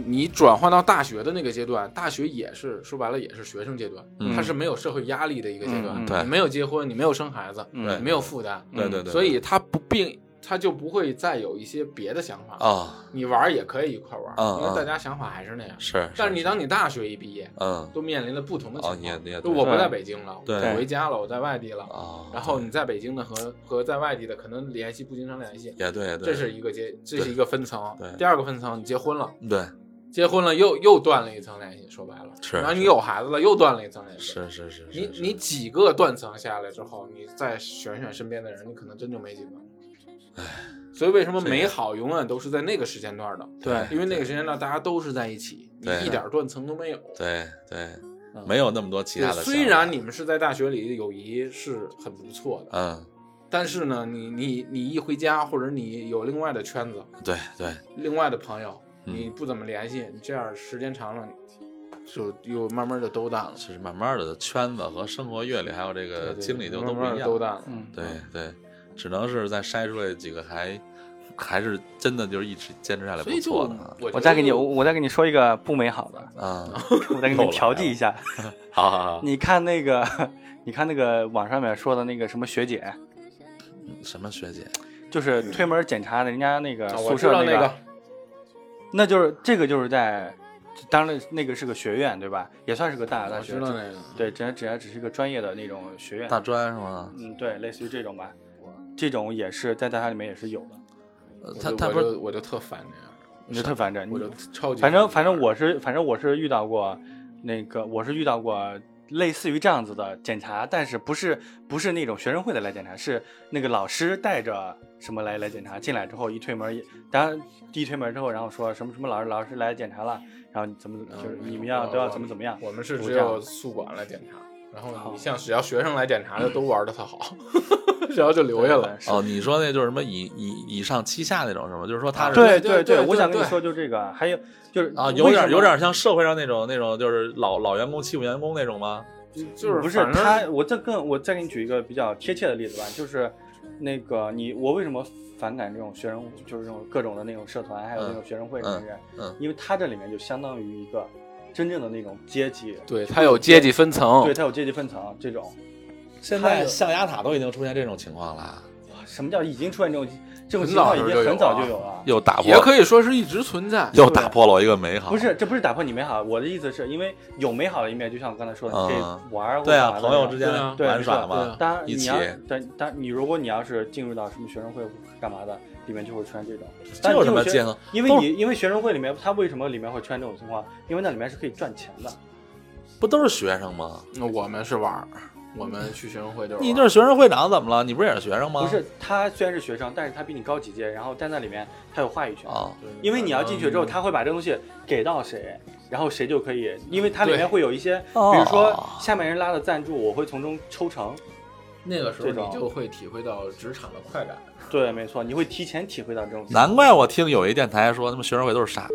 Speaker 4: 你转换到大学的那个阶段，大学也是说白了也是学生阶段，
Speaker 2: 嗯
Speaker 4: 它是没有社会压力的一个阶段，
Speaker 3: 嗯嗯
Speaker 2: 对
Speaker 4: 你没有结婚，你没有生孩子，
Speaker 3: 嗯
Speaker 4: 你没有负担，
Speaker 2: 对对对，
Speaker 4: 嗯所以它不并。它就不会再有一些别的想法，
Speaker 2: 啊
Speaker 4: 你玩儿也可以一块儿玩
Speaker 2: 嗯
Speaker 4: 儿，因
Speaker 2: 嗯
Speaker 4: 为大家想法还是那样。
Speaker 2: 是，
Speaker 4: 但是你当你大学一毕业，
Speaker 2: 嗯
Speaker 4: 都面临了不同的
Speaker 2: 哦，
Speaker 4: 情
Speaker 2: 你也
Speaker 4: 况。
Speaker 2: 你也
Speaker 4: 就我不
Speaker 3: 对
Speaker 4: 在北京了，
Speaker 2: 对
Speaker 4: 我回家了，我在外地了。
Speaker 2: 啊，
Speaker 4: 然后你在北京的和和在外地的可能联系不经常联系，
Speaker 2: 也对，也对
Speaker 4: 这是一个阶，这是一个分层
Speaker 2: 对。
Speaker 4: 第二个分层，你结婚了，
Speaker 2: 对，
Speaker 4: 结婚了又又断了一层联系，说白了。
Speaker 2: 是
Speaker 4: 然后你
Speaker 2: 是
Speaker 4: 有孩子了，又断了一层联系。
Speaker 2: 是是是，是
Speaker 4: 你
Speaker 2: 是
Speaker 4: 你几个断层下来之后，你再选选身边的人，你可能真就没几个。所以为什么
Speaker 2: 这个
Speaker 4: 美好永远都是在那个时间段的？
Speaker 2: 对
Speaker 4: 因为那个时间段大家都是在一起，你
Speaker 2: 对
Speaker 4: 一点断层都没有。
Speaker 2: 对对，没有那么多其他
Speaker 4: 嗯对
Speaker 2: 的想法。
Speaker 4: 虽然你们是在大学里的友谊是很不错的，
Speaker 2: 嗯，
Speaker 4: 但是呢，你你你一回家或者你有另外的圈子、
Speaker 2: 嗯对对，
Speaker 4: 另外的朋友，
Speaker 2: 嗯
Speaker 4: 你不怎么联系，你这样时间长了，就又慢慢的都淡了，
Speaker 2: 就是慢慢的圈子和生活阅历还有这
Speaker 4: 对
Speaker 2: 个
Speaker 4: 对对
Speaker 2: 呃经历就
Speaker 4: 慢
Speaker 2: 都不
Speaker 4: 慢
Speaker 2: 一
Speaker 4: 地
Speaker 2: 样
Speaker 4: 都。淡了。
Speaker 3: 嗯，
Speaker 2: 对对，只能是再筛出来几个还还是真的就是一直坚持下来
Speaker 4: 所
Speaker 2: 不
Speaker 4: 以就
Speaker 2: 错 的
Speaker 4: 我
Speaker 3: 我
Speaker 4: 我
Speaker 3: 再给你，我我再给你说一个不美好 的，
Speaker 2: 啊。
Speaker 3: 我再给你们调剂一下。
Speaker 2: 好好好，
Speaker 3: 你看那个，你看那个网上面说的那个什么学姐，
Speaker 2: 什么学姐？
Speaker 3: 就是推门检查的人家那个
Speaker 4: 啊我
Speaker 3: 宿
Speaker 4: 知
Speaker 3: 舍
Speaker 4: 道那
Speaker 3: 个，那就是这个就是在，当然那个是个学院对吧？也算是个大
Speaker 4: 我
Speaker 3: 大
Speaker 4: 知
Speaker 3: 学，
Speaker 4: 道那个。
Speaker 3: 对，只只只是一个专业的那种学院。
Speaker 2: 大专是吗？
Speaker 3: 嗯，对，类似于这种吧，这种也是在大学里面也是有的。
Speaker 2: 呃
Speaker 4: 我
Speaker 2: 他
Speaker 4: 就
Speaker 2: 他
Speaker 4: 我
Speaker 2: 不是嗯
Speaker 4: 就我就特烦这样，
Speaker 3: 你就特反正
Speaker 4: 我
Speaker 3: 你
Speaker 4: 就超级
Speaker 3: 反正反
Speaker 4: 烦这样
Speaker 3: 正我是反正我是遇到过那个我是遇到过类似于这样子的检查，但是不是不是那种学生会的来检查，是那个老师带着什么来来检查，进来之后一推门一，当然一推门之后，然后说什么什么老师老师来检查了，然后你怎么
Speaker 2: 嗯
Speaker 3: 怎么就是你们要
Speaker 4: 我
Speaker 3: 都要
Speaker 4: 我
Speaker 3: 怎么怎么样，
Speaker 4: 嗯我们是
Speaker 3: 我
Speaker 4: 只
Speaker 3: 这样
Speaker 4: 有宿管来检查，然后你像只要学生来检查的都玩的特好， 然后就留下来。
Speaker 2: 哦，你说那就是什么以以以上欺下那种是吗？就是说他是
Speaker 3: 对
Speaker 4: 对对
Speaker 3: 对，我
Speaker 4: 对
Speaker 3: 想跟你
Speaker 4: 对
Speaker 3: 说就这个，还有就是
Speaker 2: 啊，有
Speaker 3: 为什
Speaker 2: 点
Speaker 3: 么
Speaker 2: 有点像社会上那种那种就是老老员工欺负员工那种吗？
Speaker 4: 就是
Speaker 3: 不是
Speaker 4: 反正
Speaker 3: 他，我再更我再给你举一个比较贴切的例子吧，就是那个你我为什么反感这种学生，就是这种各种的那种社团，还有那种学生会里面的人，
Speaker 6: 嗯嗯
Speaker 3: 因为它这里面就相当于一个真正的那种阶级，
Speaker 4: 对，它有阶级分层，
Speaker 3: 对，它有阶级分层这种。
Speaker 2: 现
Speaker 3: 还
Speaker 2: 在
Speaker 3: 有
Speaker 2: 象牙塔都已经出现这种情况了，
Speaker 3: 什么叫已经出现这种这种
Speaker 4: 很
Speaker 3: 情
Speaker 4: 早
Speaker 3: 况？已
Speaker 4: 时
Speaker 3: 经
Speaker 4: 候就
Speaker 3: 很
Speaker 4: 有
Speaker 3: 早
Speaker 4: 啊
Speaker 3: 就有了。
Speaker 2: 又打破
Speaker 4: 也，可以说是一直存在。
Speaker 2: 又打破了我一个美好。
Speaker 3: 不是，，这不是打破你美好，我的意思是因为有美好的一面，就像我刚才说的，你可
Speaker 2: 嗯
Speaker 3: 以玩儿或
Speaker 2: 对啊，
Speaker 3: 干嘛的
Speaker 2: 朋友之间
Speaker 5: 对啊
Speaker 3: 对
Speaker 2: 玩耍
Speaker 5: 对啊
Speaker 2: 嘛，
Speaker 3: 当然
Speaker 2: 一
Speaker 3: 你
Speaker 2: 起
Speaker 3: 要，但但你如果你要是进入到什么学生会干嘛的，里面就会出现这种。
Speaker 2: 这
Speaker 3: 但
Speaker 2: 有什么
Speaker 3: 进入学
Speaker 2: 见呢？
Speaker 3: 因为
Speaker 2: 都是
Speaker 3: 你因为学生会里面，他为什么里面会出现这种情况？因为那里面是可以赚钱的。
Speaker 2: 啊不都是学生吗？
Speaker 4: 那我们是玩儿，我们去学生会就是玩儿
Speaker 2: 你就是学生会长怎么了？你不是也是学生吗？
Speaker 3: 不是，他虽然是学生，但是他比你高几届，然后在那里面他有话语权。
Speaker 2: 啊，
Speaker 5: 对
Speaker 3: 因为你要进
Speaker 4: 呃
Speaker 3: 去之后，他会把这东西给到谁，然后谁就可以，因为它里面会有一些，比
Speaker 2: 哦
Speaker 3: 如说下面人拉的赞助，我会从中抽成。
Speaker 5: 那个时候
Speaker 3: 这种
Speaker 5: 你就会体会到职场的快感。
Speaker 3: 对，没错，你会提前体会到这种。
Speaker 2: 难怪我听有一电台说他们学生会都是傻，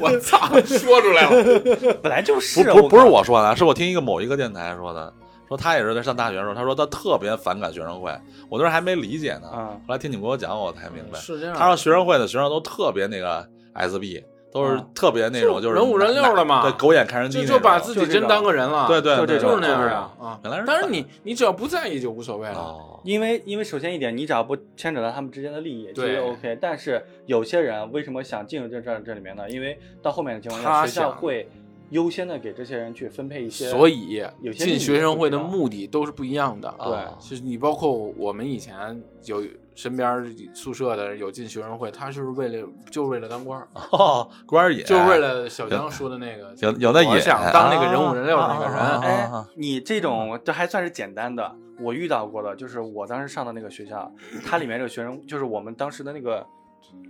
Speaker 4: 我操，说出来了，
Speaker 3: 本来就
Speaker 2: 不
Speaker 3: 是啊
Speaker 2: 不不是
Speaker 3: 靠
Speaker 2: 我说的，啊是我听一个某一个电台说的，说他也是在上大学的时候，他说他特别反感学生会，我那时候还没理解呢，
Speaker 3: 啊
Speaker 2: 后来听你跟我讲，我才明白，
Speaker 5: 是这样的。
Speaker 2: 他说学生会的学生都特别那个 SB，都是
Speaker 3: 嗯
Speaker 2: 特别那种
Speaker 4: 就是人五人六的嘛
Speaker 2: 对，狗眼看人低
Speaker 4: 就
Speaker 2: 那种，
Speaker 4: 就把自己
Speaker 3: 就这
Speaker 4: 真
Speaker 3: 种
Speaker 4: 当个人了，
Speaker 2: 对对
Speaker 3: 就
Speaker 2: 对
Speaker 3: 这
Speaker 2: 对
Speaker 3: 种
Speaker 4: 就是那样
Speaker 3: 对
Speaker 4: 啊啊。
Speaker 2: 原来是
Speaker 4: 当然你你只要不在意就无所谓了，
Speaker 2: 哦，
Speaker 3: 因为因为首先一点，你只要不牵扯到他们之间的利益，其实
Speaker 4: 对
Speaker 3: OK。但是有些人为什么想进入这这这里面呢？因为到后面的情况下，
Speaker 4: 他
Speaker 3: 学校
Speaker 4: 想
Speaker 3: 会优先的给这些人去分配一些。
Speaker 4: 所以
Speaker 3: 有些
Speaker 4: 进
Speaker 3: 利益
Speaker 4: 学生会的
Speaker 3: 不一样
Speaker 4: 目的都是不一样的。
Speaker 2: 对
Speaker 4: 就是你包括我们以前有身边儿宿舍的人有进学生会，他就是为了就是为了当官儿，
Speaker 2: 哦， 官儿也
Speaker 4: 就是为了小江说的那个，
Speaker 2: 有有那啊
Speaker 4: 我
Speaker 2: 也
Speaker 4: 想当那个人五人六的那个
Speaker 2: 啊啊啊
Speaker 4: 人。
Speaker 3: 哎，你这种这还算是简单的，我遇到过的，就是我当时上的那个学校，它里面这个学生，就是我们当时的那个，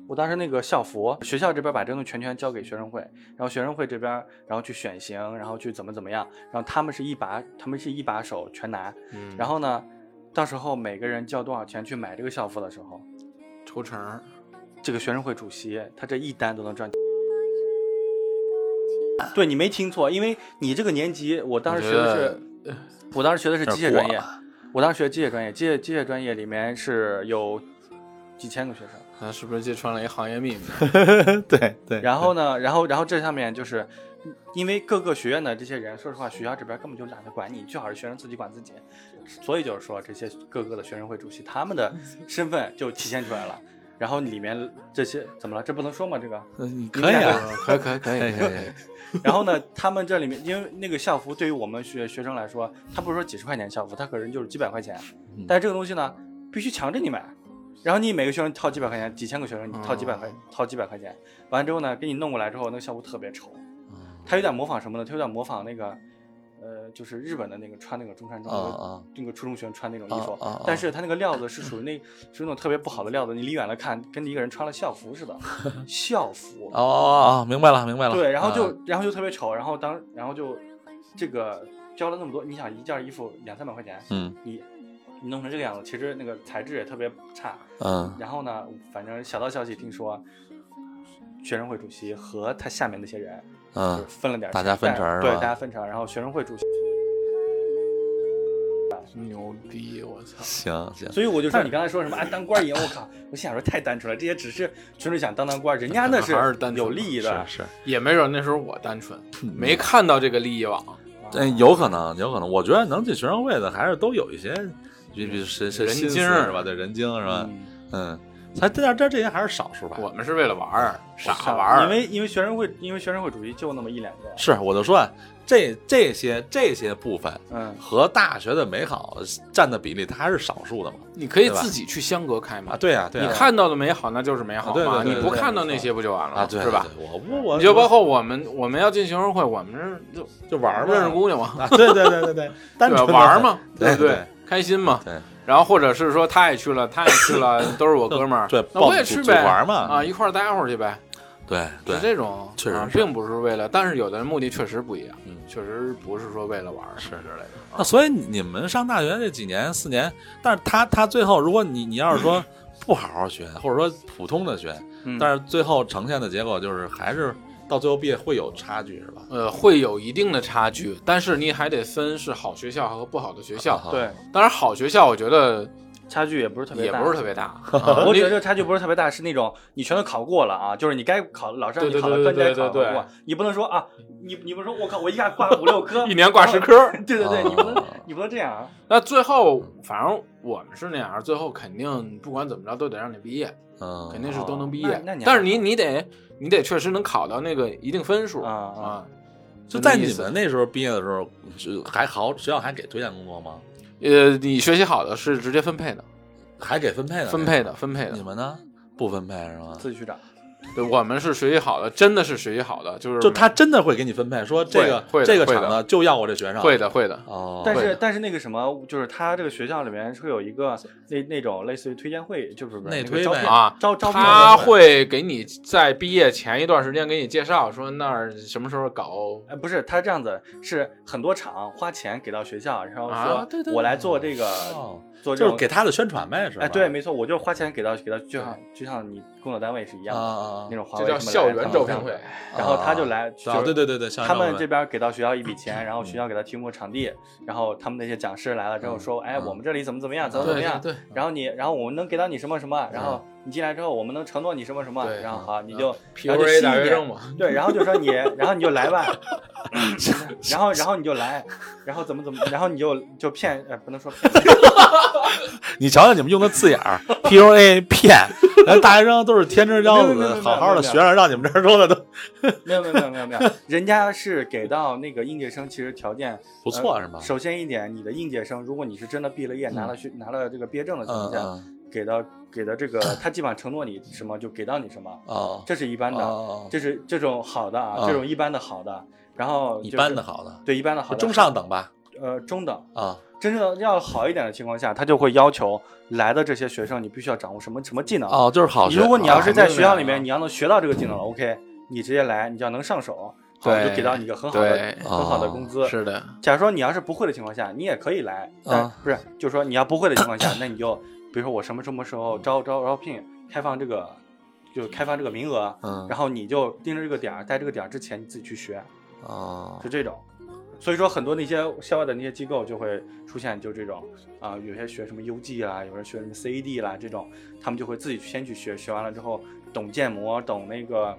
Speaker 3: 我当时那个校服，学校这边把这东西全权交给学生会，然后学生会这边，然后去选型，然后去怎么怎么样，然后他们是一把，他们是一把手全拿，
Speaker 4: 嗯
Speaker 3: 然后呢，到时候每个人交多少钱去买这个校服的时候，
Speaker 4: 抽成儿，
Speaker 3: 这个学生会主席他这一单都能赚。对你没听错，因为你这个年级，我当时学的是我当时学的是机械专
Speaker 2: 有
Speaker 3: 业
Speaker 2: 点过，
Speaker 3: 我当时学机械专业，机械机械专业里面是有几千个学生。
Speaker 4: 他是不是揭穿了一行业秘密？
Speaker 2: 对对，
Speaker 3: 然后呢，然后然后这上面就是，因为各个学院的这些人，说实话，学校这边根本就懒得管你，最好是学生自己管自己。所以就是说，这些各个的学生会主席，他们的身份就体现出来了。然后里面这些怎么了？这不能说吗？这个。
Speaker 2: 嗯可以啊，
Speaker 4: 可以可以可
Speaker 2: 可
Speaker 4: 以
Speaker 2: 以可以可以，
Speaker 3: 然后呢，他们这里面因为那个校服对于我们学学生来说，他不是说几十块钱校服，他可能就是几百块钱
Speaker 2: 嗯。
Speaker 3: 但是这个东西呢，必须强制你买。然后你每个学生掏几百块钱，几千个学生你掏几百块，掏几百块钱。完了之后呢，给你弄过来之后，那个校服特别丑，他有点模仿什么呢？他有点模仿那个，呃，就是日本的那个穿那个中山装
Speaker 2: 啊啊
Speaker 3: 那个初中学生穿那种衣服
Speaker 2: 啊啊啊，
Speaker 3: 但是他那个料子是属于那属于那种特别不好的料子，你离远了看跟你一个人穿了校服似的，校服
Speaker 2: 哦哦哦，明白了明白了，
Speaker 3: 对，然后就、
Speaker 2: 嗯
Speaker 3: 然后就特别丑，然后当然后就这个交了那么多，你想一件衣服两三百块钱，
Speaker 2: 嗯
Speaker 3: 你你弄成这个样子，其实那个材质也特别差。
Speaker 2: 嗯，
Speaker 3: 然后呢，反正小道消息听说，学生会主席和他下面那些人就
Speaker 2: 嗯
Speaker 3: 是分了点
Speaker 2: 大
Speaker 3: 钱
Speaker 2: 家分成
Speaker 3: 但
Speaker 2: 是
Speaker 3: 对，
Speaker 2: 吧
Speaker 3: 大家分成，然后学生会主席，
Speaker 4: 牛逼！我操，
Speaker 2: 行行，
Speaker 3: 所以我就说你刚才说什么啊，当官儿赢，我靠，我心想说太单纯了，这些只是纯粹想当当官儿，人家那
Speaker 4: 还是单纯
Speaker 3: 有
Speaker 4: 的
Speaker 3: 利益的
Speaker 2: 是，是，
Speaker 4: 也没准那时候我单纯，没看到这个利益网。
Speaker 2: 嗯，有可能有可能，我觉得能进学生会的还是都有一些，比比神神
Speaker 4: 人
Speaker 2: 心思
Speaker 4: 精
Speaker 2: 是吧？对人精是吧？
Speaker 3: 嗯
Speaker 2: 嗯，才这这这些还是少数吧。
Speaker 4: 我们是为了玩儿，傻玩
Speaker 3: 因
Speaker 4: 儿。
Speaker 3: 为因为学生会，因为学生会主席就那么一两个，
Speaker 2: 是我就说啊，这这些这些部分
Speaker 3: 嗯，
Speaker 2: 和大学的美好占的比例，它还是少数的嘛。
Speaker 4: 你可以
Speaker 2: 对吧
Speaker 4: 自己去相隔开
Speaker 2: 啊，
Speaker 4: 嘛。
Speaker 2: 对呀、对呀、
Speaker 4: 你看到的美好，那就是美好
Speaker 2: 啊对
Speaker 4: 嘛。
Speaker 2: 对对
Speaker 4: 你
Speaker 2: 对
Speaker 4: 不
Speaker 2: 对
Speaker 4: 看到那些不就完了
Speaker 2: 啊，
Speaker 4: 嘛，
Speaker 2: 对
Speaker 4: 是吧？
Speaker 2: 对对我不我
Speaker 4: 你就包括我们，我们要进学生会，我们这就
Speaker 2: 就玩儿嘛，
Speaker 4: 认识姑娘嘛，
Speaker 2: 啊，对对对对对，单
Speaker 4: 对吧？
Speaker 2: 纯的
Speaker 4: 玩儿嘛，
Speaker 2: 对
Speaker 4: 不对？开心嘛。
Speaker 2: 对
Speaker 4: 然后或者是说他也去了，他也去了，都是我哥们儿，
Speaker 2: 对
Speaker 4: 那我
Speaker 2: 抱
Speaker 4: 也
Speaker 2: 组
Speaker 4: 去
Speaker 2: 组
Speaker 4: 呗，
Speaker 2: 玩嘛
Speaker 4: 啊，一块儿待会儿去呗，
Speaker 2: 对
Speaker 4: 是
Speaker 2: 对，
Speaker 4: 这种，
Speaker 2: 确实
Speaker 4: 啊
Speaker 2: 是
Speaker 4: 并不是为了，但是有的人目的确实不一样，
Speaker 2: 嗯
Speaker 4: 确实不是说为了玩儿
Speaker 2: 是
Speaker 4: 之类的。
Speaker 2: 那所以你们上大学这几年四年，但是他他最后，如果你你要是说不好好学，或者说普通的学，
Speaker 3: 嗯
Speaker 2: 但是最后呈现的结果就是还是到最后毕业会有差距，是吧？
Speaker 4: 呃，会有一定的差距，但是你还得分是好学校和不好的学校。
Speaker 2: 啊，
Speaker 3: 对，
Speaker 4: 当然好学校，我觉得
Speaker 3: 差距也不是特别
Speaker 4: 也
Speaker 3: 大，啊
Speaker 4: 不是特别大。
Speaker 3: 我指的这个差距不是特别大，是那种你全都考过了啊，就是你该考老师让你
Speaker 4: 对对
Speaker 3: 考的科
Speaker 4: 对
Speaker 3: 你该
Speaker 4: 对
Speaker 3: 考
Speaker 4: 对
Speaker 3: 的
Speaker 4: 对
Speaker 3: 过，你不能说啊，你你不能说我靠我一下挂五六科
Speaker 4: ，一年挂十科。
Speaker 3: 对对对，你不能
Speaker 4: 啊
Speaker 3: 你不能这样啊，
Speaker 4: 那最后，反正我们是那样，最后肯定不管怎么着都得让你毕业，
Speaker 2: 嗯，
Speaker 4: 肯定是都能毕业。
Speaker 3: 那那你还
Speaker 4: 但是你你得你得确实能考到那个一定分数
Speaker 3: 啊啊
Speaker 4: 啊。
Speaker 2: 就在
Speaker 4: 那意
Speaker 2: 你
Speaker 4: 思
Speaker 2: 们那时候毕业的时候，就还好，学校还给推荐工作吗？
Speaker 4: 呃，你学习好的是直接分配的，
Speaker 2: 还给分配呢？
Speaker 4: 分配的，分配
Speaker 2: 你
Speaker 4: 的。
Speaker 2: 们呢？不分配是吗？
Speaker 3: 自己去找。
Speaker 4: 对，我们是学习好的，真的是学习好的，就是
Speaker 2: 就他真的会给你分配，说这个
Speaker 4: 会的
Speaker 2: 这个
Speaker 4: 会的
Speaker 2: 厂子就要我这学生。
Speaker 4: 会的会的。
Speaker 2: 哦，
Speaker 3: 但
Speaker 4: 会
Speaker 3: 是
Speaker 4: 的
Speaker 3: 但是那个什么，就是他这个学校里面是有一个那那种类似于推荐会，就是不是
Speaker 2: 内
Speaker 3: 那个
Speaker 2: 推
Speaker 3: 招
Speaker 2: 呗
Speaker 3: 聘
Speaker 4: 啊
Speaker 3: 招招聘的
Speaker 4: 他
Speaker 3: 那个
Speaker 4: 会给你在毕业前一段时间给你介绍，说那儿什么时候搞
Speaker 3: 哎，不是，他这样子是很多厂花钱给到学校，然后
Speaker 4: 啊
Speaker 3: 说
Speaker 4: 对对
Speaker 3: 我
Speaker 4: 对
Speaker 3: 来做这个
Speaker 2: 哦
Speaker 3: 做这
Speaker 2: 就是
Speaker 3: 种
Speaker 2: 给他的宣传呗，是吧？
Speaker 3: 哎，对，没错，我就是花钱给到给到，就像就像你工作单位是
Speaker 2: 啊
Speaker 3: 一样的
Speaker 2: 啊啊
Speaker 3: 那！种华
Speaker 4: 这
Speaker 3: 为
Speaker 4: 叫
Speaker 3: 什么来
Speaker 4: 校园
Speaker 3: 他们
Speaker 4: 招
Speaker 3: 这
Speaker 4: 聘
Speaker 3: 样
Speaker 4: 会
Speaker 3: 子，然后他就来，
Speaker 2: 啊，
Speaker 3: 就是
Speaker 2: 对对对对，像
Speaker 3: 他
Speaker 2: 这
Speaker 3: 们
Speaker 2: 种
Speaker 3: 这边给到学校一笔钱，然后
Speaker 4: 嗯
Speaker 3: 学校给他提供场地，然后他们那些讲师来了之后说，哎，我们这里怎么怎么样，怎么怎么样，
Speaker 4: 嗯对，嗯
Speaker 3: 然后你，然后我们能给到你什么什么，然后你进来之后，我们能承诺你什么什么，
Speaker 4: 对
Speaker 3: 然后
Speaker 4: 嗯
Speaker 3: 好，你就然后就吸
Speaker 4: PUA
Speaker 3: 引
Speaker 4: 大学
Speaker 3: 点
Speaker 4: 生嘛，
Speaker 3: 对，然后就说 你，然后你就来吧，然后然后你就来，然后怎么怎么，然后你就就骗，呃，不能说骗，
Speaker 2: 你瞧瞧你们用的字眼儿，PUA 骗，咱大学生都是天之骄
Speaker 3: 没有没有没
Speaker 2: 子，
Speaker 3: 有
Speaker 2: 好好
Speaker 3: 没有
Speaker 2: 的学生，让你们这儿说的都
Speaker 3: 没有没有没有没有没 有，人家是给到那个应届生，其实条件
Speaker 2: 不错是
Speaker 3: 呃
Speaker 2: 吗？
Speaker 3: 首先一点，你的应届生，如果你是真的毕了业，拿了学拿了这个毕业证的情
Speaker 2: 嗯
Speaker 3: 况下，
Speaker 2: 嗯
Speaker 3: 给到给的这个，他基本上承诺你什么就给到你什么，
Speaker 2: 哦，
Speaker 3: 这是一般的，
Speaker 2: 哦
Speaker 3: 这是这种好的啊，
Speaker 2: 嗯
Speaker 3: 这种一般的好的，然后、就是、
Speaker 2: 一般的好的，
Speaker 3: 对一般的好的
Speaker 2: 中上等吧？
Speaker 3: 呃中等，
Speaker 2: 啊，
Speaker 3: 真正的要好一点的情况下，他就会要求来的这些学生，你必须要掌握什么什么技能。
Speaker 2: 哦，就是好学。
Speaker 3: 如果你要是在学校里
Speaker 4: 啊
Speaker 3: 面，你要能学到这个技能了，OK，你直接来，你就要能上手，好，
Speaker 4: 对
Speaker 3: 就给到你一个很好的、
Speaker 4: 对，
Speaker 3: 很
Speaker 2: 哦
Speaker 3: 好的工资。
Speaker 4: 是的，
Speaker 3: 假如说你要是不会的情况下，你也可以来，但、
Speaker 2: 啊
Speaker 3: 不是，就是说你要不会的情况下，那你就比如说我什么什么时候招招招聘开放这个，就开放这个名额，
Speaker 2: 嗯
Speaker 3: 然后你就盯着这个点儿，在这个点儿之前你自己去学，
Speaker 2: 哦
Speaker 3: 就这种。所以说，很多那些校外的那些机构就会出现就这种啊、有些学什么 UG 啦，有人学什么 CAD 啦这种，他们就会自己先去学，学完了之后懂建模，懂那个，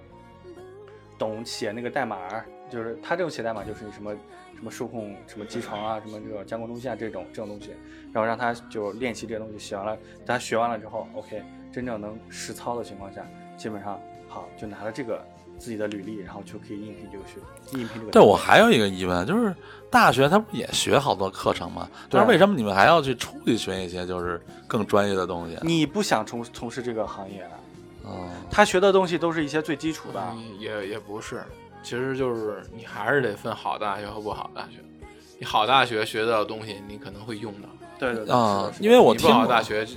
Speaker 3: 懂写那个代码儿，就是他这种写代码就是你什么什么数控、什么集成啊、什么这个加工中心啊这种这种东西，然后让他就练习这些东西，写完了，他学完了之后，OK，真正能实操的情况下，基本上好就拿了这个自己的履历，然后就可以应聘这个学应聘这个单位。
Speaker 2: 对，我还有一个疑问，就是大学它不也学好多课程吗？但是为什么你们还要去出去学一些就是更专业的东西？
Speaker 3: 你不想从从事这个行业，
Speaker 2: 嗯，
Speaker 3: 他学的东西都是一些最基础的。
Speaker 4: 嗯也也不是，其实就是你还是得分好大学和不好大学。你好大学学到的东西，你可能会用到
Speaker 3: 对对对，
Speaker 2: 啊
Speaker 3: 是的
Speaker 2: 因为我
Speaker 4: 你
Speaker 2: 听
Speaker 4: 不好
Speaker 2: 过
Speaker 4: 大学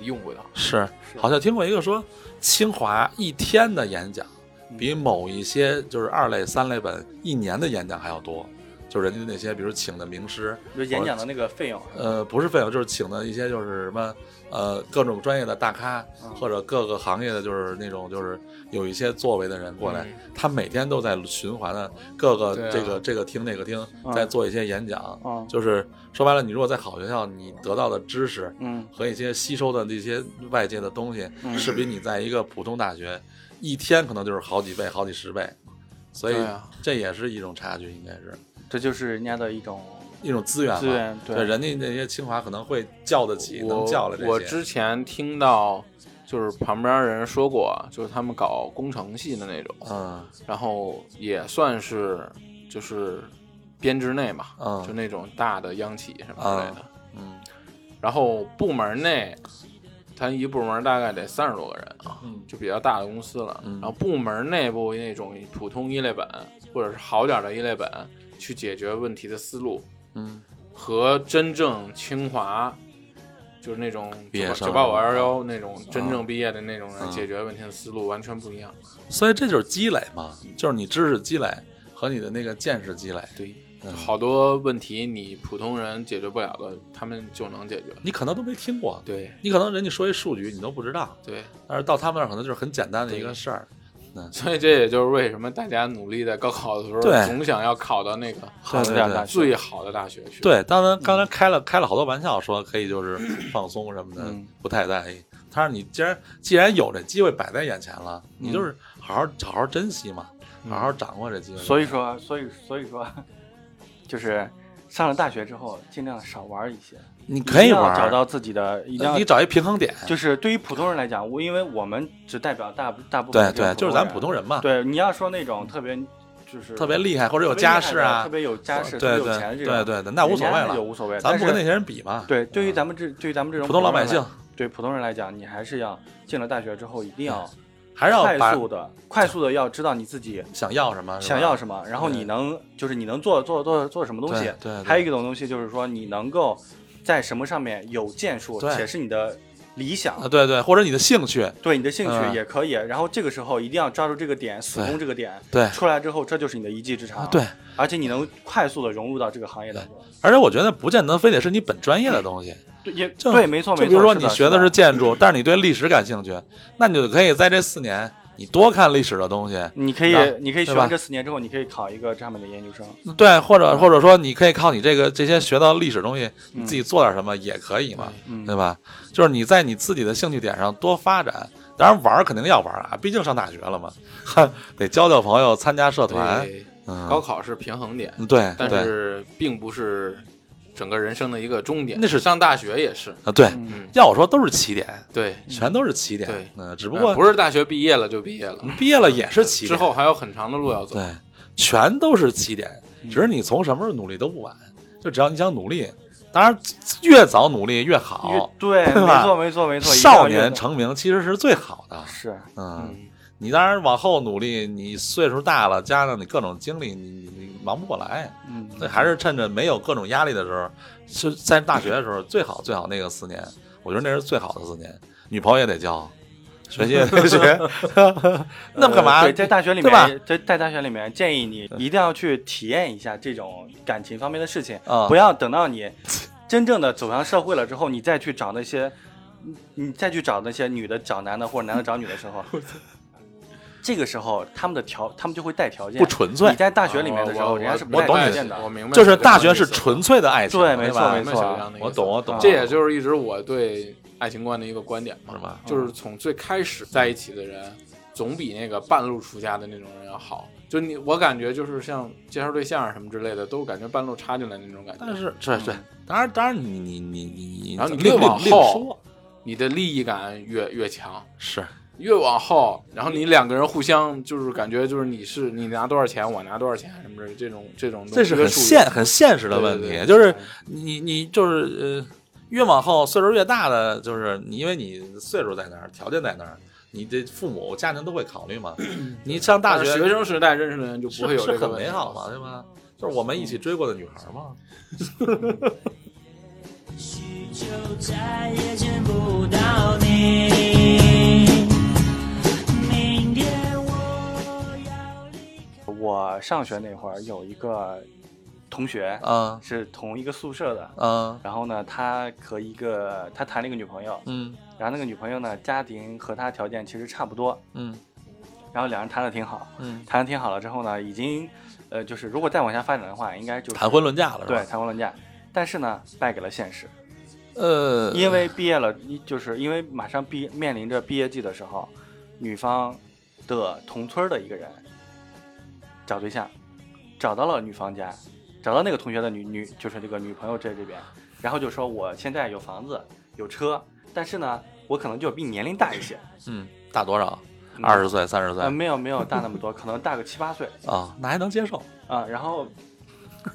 Speaker 4: 你用不到。
Speaker 2: 是，
Speaker 3: 是
Speaker 2: 好像听过一个说，清华一天的演讲
Speaker 3: 嗯
Speaker 2: 比某一些就是二类、三类本一年的演讲还要多。就人家那些，比如请的名师，
Speaker 3: 就演讲的那个费用，
Speaker 2: 呃，不是费用，就是请的一些就是什么，呃，各种专业的大咖，
Speaker 3: 嗯
Speaker 2: 或者各个行业的，就是那种就是有一些作为的人过来，
Speaker 3: 嗯
Speaker 2: 他每天都在循环的各个
Speaker 4: 对啊
Speaker 2: 这个、这个厅那个厅，
Speaker 3: 嗯
Speaker 2: 在做一些演讲。
Speaker 3: 嗯
Speaker 2: 就是说白了，你如果在好学校，你得到的知识，
Speaker 3: 嗯，
Speaker 2: 和一些吸收的这些外界的东西，
Speaker 3: 嗯
Speaker 2: 是比你在一个普通大学一天可能就是好几倍、好几十倍，所以
Speaker 4: 对啊
Speaker 2: 这也是一种差距，应该是
Speaker 3: 这就是人家的一种
Speaker 2: 一种资源吧。
Speaker 3: 资源对
Speaker 2: 对，人家那些清华可能会叫得起，能
Speaker 4: 我
Speaker 2: 叫来这些。
Speaker 4: 我之前听到就是旁边人说过，就是他们搞工程系的那种，
Speaker 2: 嗯
Speaker 4: 然后也算是就是编制内嘛，
Speaker 2: 嗯
Speaker 4: 就那种大的央企什么之类的。
Speaker 2: 嗯
Speaker 4: 然后部门内，他一部门大概得三十多个人啊，
Speaker 2: 嗯
Speaker 4: 就比较大的公司了。
Speaker 2: 嗯
Speaker 4: 然后部门内部那种普通一类本或者是好点儿的一类本去解决问题的思路，
Speaker 2: 嗯
Speaker 4: 和真正清华就是那种
Speaker 2: 毕业生啊
Speaker 4: 九八五二幺那种真正毕业的那种
Speaker 2: 嗯
Speaker 4: 人解决问题的思路完全不一样。
Speaker 2: 所以这就是积累嘛，就是你知识积累和你的那个见识积累。
Speaker 4: 对，
Speaker 2: 嗯
Speaker 4: 好多问题你普通人解决不了的，他们就能解决。
Speaker 2: 你可能都没听过，
Speaker 4: 对
Speaker 2: 你可能人家说一数据你都不知道，
Speaker 4: 对
Speaker 2: 但是到他们那儿可能就是很简单的一个
Speaker 4: 对
Speaker 2: 事儿。嗯
Speaker 4: 所以这也就是为什么大家努力在高考的时候
Speaker 2: 对
Speaker 4: 总想要考到那个
Speaker 3: 考得了大学
Speaker 4: 最好的大学去。，
Speaker 2: 对，当然刚才
Speaker 3: 嗯
Speaker 2: 开了、开了好多玩笑，说可以就是 放松什么的，
Speaker 3: 嗯
Speaker 2: 不太在意。他说你既然既然有这机会摆在眼前了，你就是
Speaker 3: 嗯
Speaker 2: 好好好好珍惜嘛，好好掌握这机会。
Speaker 3: 所以说，所以所以说， 就是上了大学之后，尽量少玩一些，
Speaker 2: 你可以
Speaker 3: 一定要
Speaker 2: 玩，
Speaker 3: 找到自己的，一定要
Speaker 2: 你找一平衡点，
Speaker 3: 就是对于普通人来讲，我因为我们只代表大部大部分
Speaker 2: 对对，就是咱们普通
Speaker 3: 人
Speaker 2: 人嘛，
Speaker 3: 对，你要说那种特别就是
Speaker 2: 特别厉害或者
Speaker 3: 特别
Speaker 2: 有
Speaker 3: 厉害
Speaker 2: 家
Speaker 3: 的
Speaker 2: 世啊
Speaker 3: 特，别有家世、特别
Speaker 2: 对
Speaker 3: 有
Speaker 2: 对
Speaker 3: 钱的这
Speaker 2: 对
Speaker 3: 种，
Speaker 2: 对对，那无所谓
Speaker 3: 人家就
Speaker 2: 了，
Speaker 3: 无所谓。
Speaker 2: 咱们不跟
Speaker 3: 但
Speaker 2: 那
Speaker 3: 是
Speaker 2: 些人比嘛。
Speaker 3: 对，对于咱们这对于咱们这种
Speaker 2: 普通老百姓
Speaker 3: 人来，对普通人来讲，你还是要进了大学之后，一定要
Speaker 2: 还是要
Speaker 3: 快
Speaker 2: 把
Speaker 3: 速的、快速的要知道你自己
Speaker 2: 想要什么，是吧
Speaker 3: 想要什么，然后
Speaker 2: 对
Speaker 3: 你能就是你能做做做做什么东西
Speaker 2: 对。对，对
Speaker 3: 还有一种东西就是说，你能够在什么上面有建树，
Speaker 2: 对
Speaker 3: 且是你的理想
Speaker 2: 啊，，对对，或者你的兴趣，
Speaker 3: 对你的兴
Speaker 2: 嗯
Speaker 3: 趣也可以。然后这个时候一定要抓住这个点，死
Speaker 2: 对
Speaker 3: 攻这个点。
Speaker 2: 对
Speaker 3: 出来之后，这就是你的一技之长。
Speaker 2: 啊，对，，
Speaker 3: 而且你能快速的融入到这个行业当中。
Speaker 2: 而且我觉得不见得非得是你本专业的东西，
Speaker 3: 对，也
Speaker 2: 就
Speaker 3: 对，没错，
Speaker 2: 就
Speaker 3: 没错。
Speaker 2: 比如说
Speaker 3: 是
Speaker 2: 你学
Speaker 3: 的
Speaker 2: 的是建筑，但是你对历史感兴趣，那你就可以在这四年你多看历史的东西，
Speaker 3: 你可以
Speaker 2: 那，
Speaker 3: 你可以学
Speaker 2: 对
Speaker 3: 完
Speaker 2: 吧
Speaker 3: 这四年之后，你可以考一个这上面的研究生。
Speaker 2: 对，或者或者说你可以靠你这个这些学到历史东西，你自己做点什么也可以嘛，
Speaker 3: 嗯
Speaker 2: 对吧？就是你在你自己的兴趣点上多发展。当然玩儿肯定要玩儿啊，毕竟上大学了嘛， 哈，得交交朋友，参加社团，
Speaker 4: 对，
Speaker 2: 嗯，
Speaker 4: 高考是平衡点，
Speaker 2: 嗯对
Speaker 4: 但
Speaker 2: 对
Speaker 4: 是并不是整个人生的一个终点。
Speaker 2: 那是
Speaker 4: 上大学也是，
Speaker 2: 啊对，
Speaker 4: 嗯，
Speaker 2: 要我说都是起点，
Speaker 4: 对，
Speaker 2: 全都是起点，
Speaker 4: 对
Speaker 2: 嗯，只不过
Speaker 4: 呃不是大学毕业了就毕业了，
Speaker 2: 毕业了也是起点，
Speaker 4: 之后还有很长的路要走。
Speaker 2: 对，全都是起点，
Speaker 3: 嗯
Speaker 2: 只是你从什么时候努力都不晚，就只要你想努力，当然越早努力越好。
Speaker 3: 对，
Speaker 2: 哦对
Speaker 3: 没
Speaker 2: 吧
Speaker 3: 错，没错，没错。一定要
Speaker 2: 少
Speaker 3: 阅
Speaker 2: 年
Speaker 3: 读
Speaker 2: 成名其实是最好的，
Speaker 3: 是，
Speaker 2: 嗯，
Speaker 4: 嗯，
Speaker 2: 你当然往后努力，你岁数大了，加上你各种经历，你你你忙不过来，
Speaker 3: 嗯，
Speaker 2: 那还是趁着没有各种压力的时候，是在大学的时候最好最好那个四年，我觉得那是最好的四年，女朋友也得交，学习也得 学， 那干嘛？
Speaker 3: 呃对，在大学里
Speaker 2: 对吧
Speaker 3: 面，在在大学里面，建议你一定要去体验一下这种感情方面的事情，
Speaker 2: 啊
Speaker 3: 不要等到你真正的走向社会了之后，你再去找那些， 你你再去找那些女的找男的或者男的找女的时 候，这个时候他们的条，他们就会带条件，
Speaker 2: 不纯粹啊
Speaker 3: 你在大学里面的时
Speaker 4: 我
Speaker 3: 候，
Speaker 4: 我
Speaker 3: 人家是不
Speaker 4: 我
Speaker 3: 带
Speaker 4: 懂
Speaker 3: 条
Speaker 4: 你
Speaker 3: 件的
Speaker 4: 我。明白，
Speaker 2: 就是
Speaker 4: 我懂
Speaker 2: 大
Speaker 4: 你
Speaker 2: 学是
Speaker 4: 意思
Speaker 2: 纯粹的爱情，
Speaker 3: 对没错
Speaker 2: 吧
Speaker 3: 没
Speaker 4: 明白
Speaker 3: 错
Speaker 4: 小杨的意思啊
Speaker 2: 我懂我懂
Speaker 4: 这也就是一直我对爱情观的一个观点嘛，
Speaker 2: 是吧
Speaker 4: 就是从最开始在一起的人，总比那个半路出家的那种人要好。就你，我感觉就是像介绍对象啊什么之类的，都感觉半路插进来那种感觉。嗯
Speaker 2: 但是对对，当然当然你你你你你，
Speaker 4: 然后你
Speaker 2: 另
Speaker 4: 越往
Speaker 2: 另
Speaker 4: 后
Speaker 2: 说，
Speaker 4: 你的利益感越越强，
Speaker 2: 是
Speaker 4: 越往后，然后你两个人互相就是感觉就是你是你拿多少钱，我拿多少钱什么之类的这种这种东西，
Speaker 2: 这是
Speaker 4: 越
Speaker 2: 很
Speaker 4: 数越
Speaker 2: 现很现实的问
Speaker 4: 对对
Speaker 2: 题，
Speaker 4: 对
Speaker 2: 就是你你就是呃，越往后岁数越大的，就是你因为你岁数在那儿，条件在那儿，你的父母家庭都会考虑嘛。 你上大
Speaker 4: 但
Speaker 2: 学
Speaker 4: 是学生时代认识的人就是不会有这
Speaker 2: 是
Speaker 4: 个
Speaker 2: 很
Speaker 4: 问题
Speaker 2: 美好嘛，对吧？就是我们一
Speaker 4: 嗯
Speaker 2: 起追过的女孩嘛，
Speaker 7: 许久再也见不到你，明天我要离开。
Speaker 3: 我上学那会儿有一个同学
Speaker 2: 啊
Speaker 3: 是同一个宿舍的，
Speaker 2: 啊
Speaker 3: 然后呢，他和一个他谈了一个女朋友，
Speaker 2: 嗯
Speaker 3: 然后那个女朋友呢，家庭和他条件其实差不多，
Speaker 2: 嗯
Speaker 3: 然后两人谈的挺好，
Speaker 2: 嗯，
Speaker 3: 谈的挺好了之后呢，已经，呃，就是如果再往下发展的话，应该就是
Speaker 2: 谈婚论嫁了是
Speaker 3: 对
Speaker 2: 吧？
Speaker 3: 谈婚论嫁，但是呢，败给了现实，
Speaker 2: 呃，
Speaker 3: 因为毕业了，就是因为马上毕面临着毕业季的时候，女方的同村的一个人找对象，找到了女方家，找到那个同学的女女就是这个女朋友这这边，然后就说我现在有房子有车，但是呢，我可能就比你年龄大一些，嗯
Speaker 2: 嗯大多少？二十岁三十岁
Speaker 3: 呃，没有没有大那么多，可能大个七八岁
Speaker 2: 啊，那还能接受，
Speaker 3: 啊。然后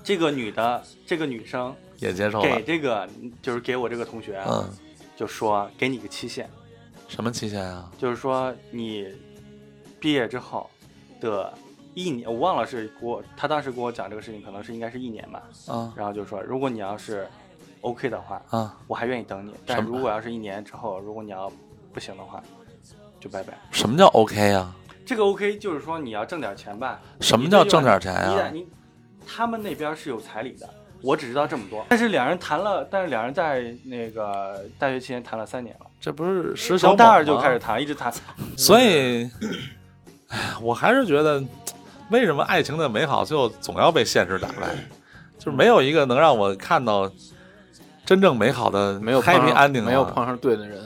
Speaker 3: 这个女的，这个女生
Speaker 2: 也接受了
Speaker 3: 给。这个就是给我这个同学，
Speaker 2: 嗯，
Speaker 3: 就说给你个期限，
Speaker 2: 什么期限啊？
Speaker 3: 就是说你毕业之后的一年，我忘了是给我他当时跟我讲这个事情，可能是应该是一年吧。
Speaker 2: 啊
Speaker 3: 然后就说如果你要是 OK 的话，
Speaker 2: 啊，
Speaker 3: 我还愿意等你，但
Speaker 2: 什么
Speaker 3: 如果要是一年之后，如果你要不行的话，就拜拜。
Speaker 2: 什么叫 OK 啊？
Speaker 3: 这个 OK 就是说你要挣点钱吧，
Speaker 2: 什么叫挣点钱啊
Speaker 3: 你得
Speaker 2: 呀、
Speaker 3: 你他们那边是有彩礼的，我只知道这么多。但是两人谈了，但是两人在那个大学期间谈了三年了，
Speaker 2: 这不是石小
Speaker 3: 从
Speaker 2: 猛
Speaker 3: 大二就
Speaker 2: 吗
Speaker 3: 开始，谈，一直谈。
Speaker 2: 所以，哎我还是觉得，为什么爱情的美好最后总要被现实打败？就是没有一个能让我看到真正美好的
Speaker 4: 没有碰
Speaker 2: happy
Speaker 4: 上
Speaker 2: ending，啊
Speaker 4: 没有碰上对的人，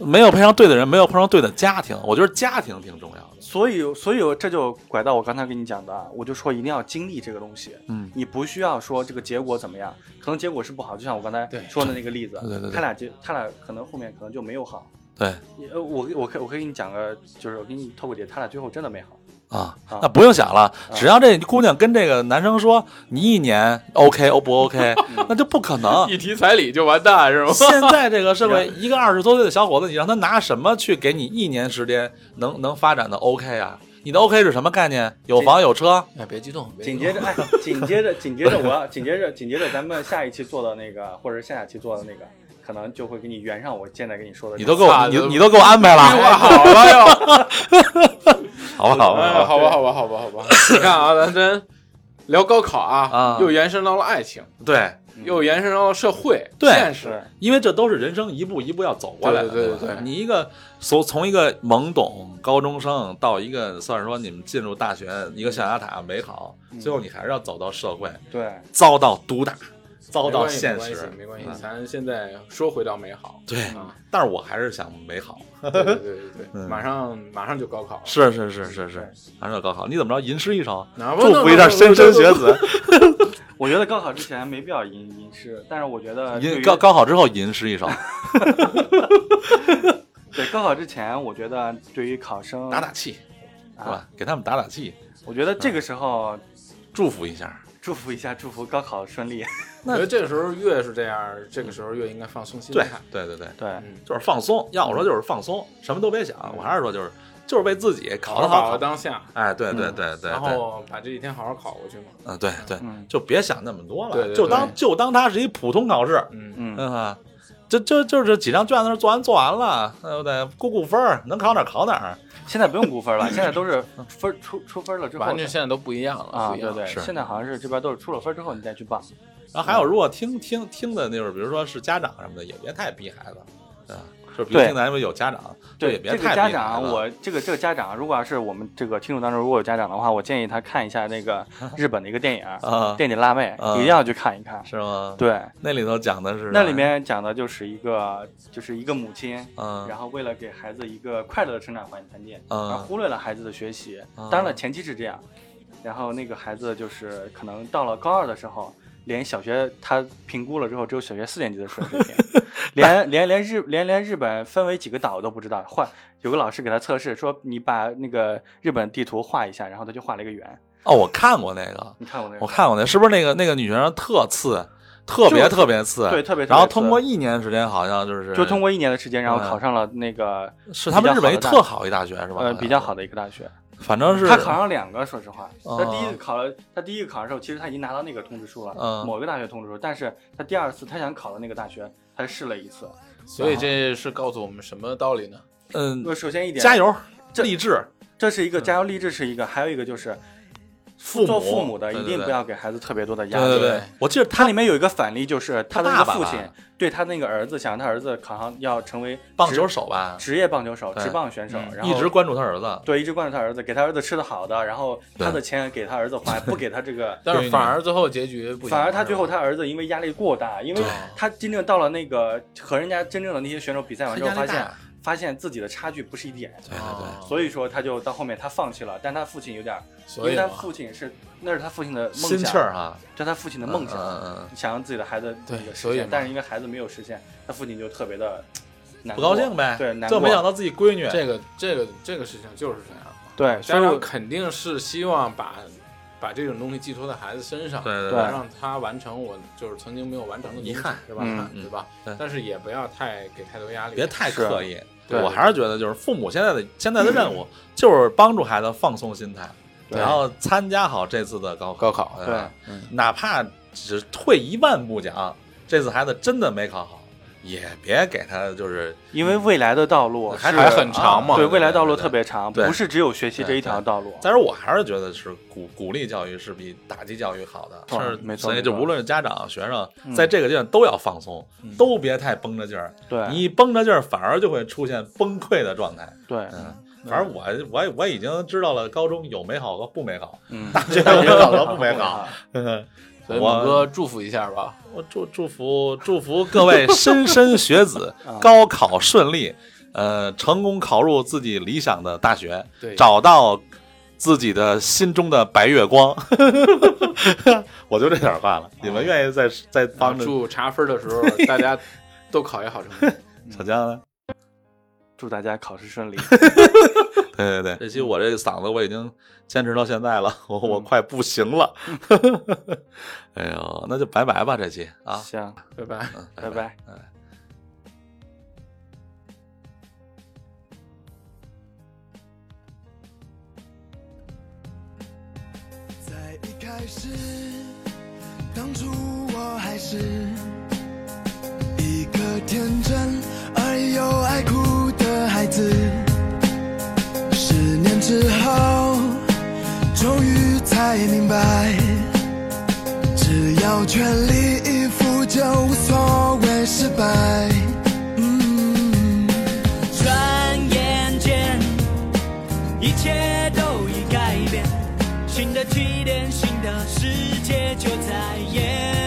Speaker 2: 没有碰上对的人，没有碰上对的家庭。我觉得家庭挺重要的。
Speaker 3: 所以，所以这就拐到我刚才跟你讲的啊，我就说一定要经历这个东西。
Speaker 2: 嗯，
Speaker 3: 你不需要说这个结果怎么样，可能结果是不好，就像我刚才
Speaker 5: 对
Speaker 3: 说的那个例子，
Speaker 2: 对对对对
Speaker 3: 他俩就他俩可能后面可能就没有好。
Speaker 2: 对
Speaker 3: 呃，我我可我可以给你讲个，就是我给你透个底，他俩最后真的没好。
Speaker 2: 啊
Speaker 3: 啊，
Speaker 2: 那不用想了，只要这姑娘跟这个男生说你一年
Speaker 3: 嗯
Speaker 2: OK 哦不 OK，那 就不 可能。
Speaker 4: 一提彩礼就完蛋
Speaker 3: 啊
Speaker 4: 是吗？
Speaker 2: 现在这个社会，一个二十多岁的小伙子，你让他拿什么去给你一年时间能能发展的 OK 啊？你的 OK 是什么概念？有房有车，
Speaker 4: 哎，别激动，别激
Speaker 3: 紧
Speaker 4: 动
Speaker 3: 接着，哎，紧接着，紧接着我要，紧接着，紧接着咱们下一期做的那个，或者下下期做的那个，可能就会给你圆上我现在跟你说的
Speaker 2: 你
Speaker 3: 这哎个。
Speaker 2: 都给我
Speaker 4: 啊
Speaker 2: 你
Speaker 4: 都
Speaker 2: 你都给我安排了，
Speaker 4: 哇，好
Speaker 3: 啊
Speaker 4: 了又，
Speaker 2: 好吧好吧
Speaker 4: 哎，
Speaker 2: 好吧，
Speaker 4: 好吧，好吧，好吧，好吧，你看啊，咱咱聊高考啊
Speaker 2: 啊，
Speaker 4: 又延伸到了爱情，
Speaker 2: 对，
Speaker 4: 又延伸到了社会
Speaker 2: 对
Speaker 4: 现实
Speaker 3: 是，
Speaker 2: 因为这都是人生一步一步要走过来的，
Speaker 4: 对对
Speaker 2: 吧
Speaker 4: 对对
Speaker 2: 你一个从从一个懵懂高中生到一个算是说你们进入大学一个象牙塔美好，最后你还是要走到社会，
Speaker 3: 对，
Speaker 2: 遭到毒打，遭
Speaker 4: 没
Speaker 2: 到
Speaker 4: 关系
Speaker 2: 现实，
Speaker 4: 没关系，没关
Speaker 2: 嗯
Speaker 4: 系，咱现在说回到 美好，
Speaker 2: 对
Speaker 4: 啊，
Speaker 2: 但是我还是想美好。
Speaker 4: 对对对对对，
Speaker 2: 嗯
Speaker 4: 马上马上就高考了，
Speaker 2: 是是是是是，马上要高考，你怎么着吟诗一首，
Speaker 4: 哪不
Speaker 2: 祝福一下莘莘学子。
Speaker 3: 我觉得高考之前没必要吟吟诗，但是我觉得对
Speaker 2: 吟
Speaker 3: 于
Speaker 2: 高高考之后吟诗一首，
Speaker 3: 对高考之前，我觉得对于考 生
Speaker 2: 打打嗯气，是
Speaker 3: 啊，
Speaker 2: 吧？给他们打打气，
Speaker 3: 我觉得这个时候
Speaker 2: 祝福一下。
Speaker 3: 祝福一下，祝福高考 顺利。
Speaker 4: 我觉得这个时候越是这样，这个时候越应该放松心
Speaker 2: 对
Speaker 4: 态。
Speaker 2: 对对对，
Speaker 3: 对，
Speaker 4: 嗯，
Speaker 2: 就是放松。要我
Speaker 3: 嗯
Speaker 2: 说就是放松，什么都别想。我还是说就是就是为自己考得
Speaker 4: 好好把
Speaker 2: 好
Speaker 4: 握
Speaker 2: 考。
Speaker 4: 当下，
Speaker 2: 哎，对对对对
Speaker 4: 然
Speaker 2: 对，
Speaker 4: 后把这几天好好考过去嘛。
Speaker 2: 嗯对对
Speaker 3: 嗯，
Speaker 2: 就别想那么多
Speaker 4: 对
Speaker 2: 了，
Speaker 4: 对
Speaker 2: 就
Speaker 4: 对
Speaker 2: 当就当它是一普通考试。
Speaker 4: 嗯，
Speaker 3: 嗯，
Speaker 2: 嗯啊，就就就是几张卷子做完做完了，对不对？估估分儿，能考哪儿考哪儿。
Speaker 3: 现在不用估分了，现在都是分出出分了之后
Speaker 4: 反正现在都不一样了
Speaker 3: 啊，
Speaker 4: 不一样
Speaker 3: 对对，
Speaker 4: 了
Speaker 2: 嗯是
Speaker 3: 现在好像是这边都是出了分之后你再去报。
Speaker 2: 然后还有，
Speaker 3: 嗯
Speaker 2: 如果听听听的那会儿，比如说是家长什么的，也别太逼孩子，啊，就是比如
Speaker 3: 对
Speaker 2: 听咱们有家长，就也
Speaker 3: 对
Speaker 2: 别
Speaker 3: 这
Speaker 2: 太
Speaker 3: 个
Speaker 2: 逼
Speaker 3: 家
Speaker 2: 孩子。
Speaker 3: 长，我这个这个家长，如果要是我们这个听众当中如果有家长的话，我建议他看一下 那个日本的一个电影
Speaker 2: 啊
Speaker 3: 《垫底辣妹
Speaker 2: 啊》，
Speaker 3: 一定要去看一看。
Speaker 2: 是啊吗？，
Speaker 3: 对，
Speaker 2: 那里头讲的是
Speaker 3: 那里面讲的就是一个就是一个母亲，
Speaker 2: 嗯
Speaker 3: 然后为了给孩子一个快乐的成长环环境，
Speaker 2: 嗯
Speaker 3: 而忽略了孩子的学习。
Speaker 2: 嗯
Speaker 3: 当然了，前期是这样，然后那个孩子就是可能到了高二的时候，连小学他评估了之后只有小学四年级的水平， 连连连日连连日本分为几个岛都不知道，画有个老师给他测试说你把那个日本地图画一下，然后他就画了一个圆。
Speaker 2: 哦，我看过那个，
Speaker 3: 你看我那
Speaker 2: 我
Speaker 3: 个，
Speaker 2: 看过那，是不是那个那个女学生特次，特别
Speaker 3: 就
Speaker 2: 特别次，
Speaker 3: 对特别特别
Speaker 2: 然后
Speaker 3: 次
Speaker 2: 通过一年时间，好像就是
Speaker 3: 就通过一年的时间，然后
Speaker 2: 嗯
Speaker 3: 考上了那个
Speaker 2: 是他们日本一
Speaker 3: 比较好的大
Speaker 2: 特好一啊大学是吧？
Speaker 3: 呃比较好，的一个大学。
Speaker 2: 反正是
Speaker 3: 他考上两个，说实话，
Speaker 2: 哦
Speaker 3: 他第一个考了，他第一个考的时候，其实他已经拿到那个通知书了，
Speaker 2: 嗯
Speaker 3: 某个大学通知书，但是他第二次他想考的那个大学，他试了一次。
Speaker 4: 所
Speaker 2: 啊
Speaker 4: 以这是告诉我们什么道理呢？
Speaker 2: 嗯
Speaker 3: 那，首先一点，
Speaker 2: 加，油，
Speaker 3: 这
Speaker 2: 励志，
Speaker 3: 这是一个加油励志是一个，还有一个就是
Speaker 2: 父母
Speaker 3: 做父母的
Speaker 2: 对
Speaker 3: 一
Speaker 2: 对
Speaker 3: 定
Speaker 2: 对
Speaker 3: 不要给孩子特别多的压
Speaker 2: 对
Speaker 3: 力。
Speaker 2: 对对，我记得
Speaker 3: 它里面有一个反例，就是他
Speaker 2: 他
Speaker 3: 的
Speaker 2: 爸
Speaker 3: 那个
Speaker 2: 爸
Speaker 3: 父
Speaker 2: 吧
Speaker 3: 亲对他那个儿子，想让他儿子考上要成为
Speaker 2: 棒
Speaker 3: 职
Speaker 2: 球手吧，
Speaker 3: 职业棒球手、
Speaker 2: 对嗯
Speaker 3: 职棒选手，然后
Speaker 2: 一直关注他儿子。
Speaker 3: 对一直关注他儿子，给他儿子吃的好的，然后他
Speaker 2: 对
Speaker 3: 的钱给他儿子花，不给他这个
Speaker 4: 但
Speaker 2: 对
Speaker 4: 是反而最后结局不行，
Speaker 3: 反而他最后
Speaker 4: 是
Speaker 3: 他儿子因为压力过大，因为他真正到了那个和人家真正的那些选手比赛完之后，
Speaker 2: 他压
Speaker 3: 发
Speaker 2: 力大
Speaker 3: 现发现自己的差距不是一点，
Speaker 2: 对
Speaker 4: 吧，
Speaker 2: 对
Speaker 4: 哦
Speaker 3: 所以说他就到后面他放弃了。但他父亲有点，因
Speaker 4: 所
Speaker 3: 为
Speaker 4: 以
Speaker 3: 他
Speaker 4: 嘛
Speaker 3: 父亲是那是他父亲的
Speaker 2: 对，
Speaker 3: 梦
Speaker 2: 心
Speaker 3: 想
Speaker 2: 气，儿哈，
Speaker 3: 这是他父亲的梦想，
Speaker 2: 嗯嗯
Speaker 3: 想让自己的孩子
Speaker 4: 对
Speaker 3: 那个实
Speaker 4: 所以
Speaker 3: 现
Speaker 4: 嘛，
Speaker 3: 但是因为孩子没有实现，他父亲就特别的
Speaker 2: 嗯，
Speaker 3: 难
Speaker 2: 不
Speaker 3: 过
Speaker 2: 高兴呗，
Speaker 3: 对，难
Speaker 2: 就
Speaker 3: 过
Speaker 2: 没想到自己闺女，
Speaker 4: 这个这个这个事情就是这样。
Speaker 3: 对，所
Speaker 4: 家
Speaker 3: 以
Speaker 4: 长
Speaker 3: 我
Speaker 4: 肯定是希望把把这种东西寄托在孩子身上，
Speaker 2: 对对
Speaker 3: 对
Speaker 4: 让他完成我就是曾经没有完成的
Speaker 2: 遗憾，
Speaker 4: 是吧？
Speaker 3: 嗯
Speaker 4: 对吧
Speaker 2: 对？
Speaker 4: 但是也不要太给太多压力，
Speaker 2: 别太
Speaker 3: 是
Speaker 2: 刻意。
Speaker 4: 对
Speaker 2: 我还是觉得，就是父母现在的现在的任 务，就是帮助孩子放松心态，
Speaker 4: 对
Speaker 2: 然后参加好这次的高考。
Speaker 4: 高考。
Speaker 2: 对
Speaker 3: 对
Speaker 2: 吧，哪怕只退一万步讲，这次孩子真的没考好，也别给他就是
Speaker 3: 因为未来的道路
Speaker 2: 还
Speaker 3: 是
Speaker 4: 还很长嘛
Speaker 2: 啊
Speaker 3: 对未来道路
Speaker 2: 对
Speaker 3: 特别长，
Speaker 2: 对
Speaker 3: 不是只有学习这一条
Speaker 2: 对对
Speaker 3: 道路。
Speaker 2: 但是我还是觉得是鼓鼓励教育是比打击教育好的，
Speaker 3: 哦
Speaker 2: 是
Speaker 3: 没错
Speaker 2: 所以
Speaker 3: 没
Speaker 2: 就
Speaker 3: 错
Speaker 2: 无论是家长学生，
Speaker 3: 嗯
Speaker 2: 在这个阶段都要放松，都别太绷着劲儿。
Speaker 3: 对
Speaker 2: 你一绷着劲儿，反而就会出现崩溃的状态。
Speaker 3: 对，
Speaker 2: 嗯，反正我我我已经知道了高中有美好和不美好，
Speaker 3: 嗯，
Speaker 2: 大学有美好和不美好。
Speaker 4: 所以
Speaker 2: 我
Speaker 4: 猛哥祝福一下吧，
Speaker 2: 我祝祝福祝福各位莘莘学子高考顺利，呃，成功考入自己理想的大学，
Speaker 4: 对
Speaker 2: 找到自己的心中的白月光。我就这点话了，你们愿意再再帮
Speaker 4: 帮
Speaker 2: 着
Speaker 4: 助查分的时候大家都考一好成绩。
Speaker 2: 小江呢？
Speaker 3: 祝大家考试顺 利。
Speaker 2: 对对对，这期我这嗓子我已经坚持到现在了，我我快不行了。 哎呦，那就拜拜吧，这期啊，
Speaker 3: 行，
Speaker 4: 拜拜。
Speaker 2: 嗯
Speaker 3: 拜拜。
Speaker 6: 在一开始，当初我还是一个天真而又爱哭的孩子。十年之后，终于才明白，只要全力以赴就无所谓失败。嗯，
Speaker 7: 转眼间，一切都已改变，新的起点，新的世界就在眼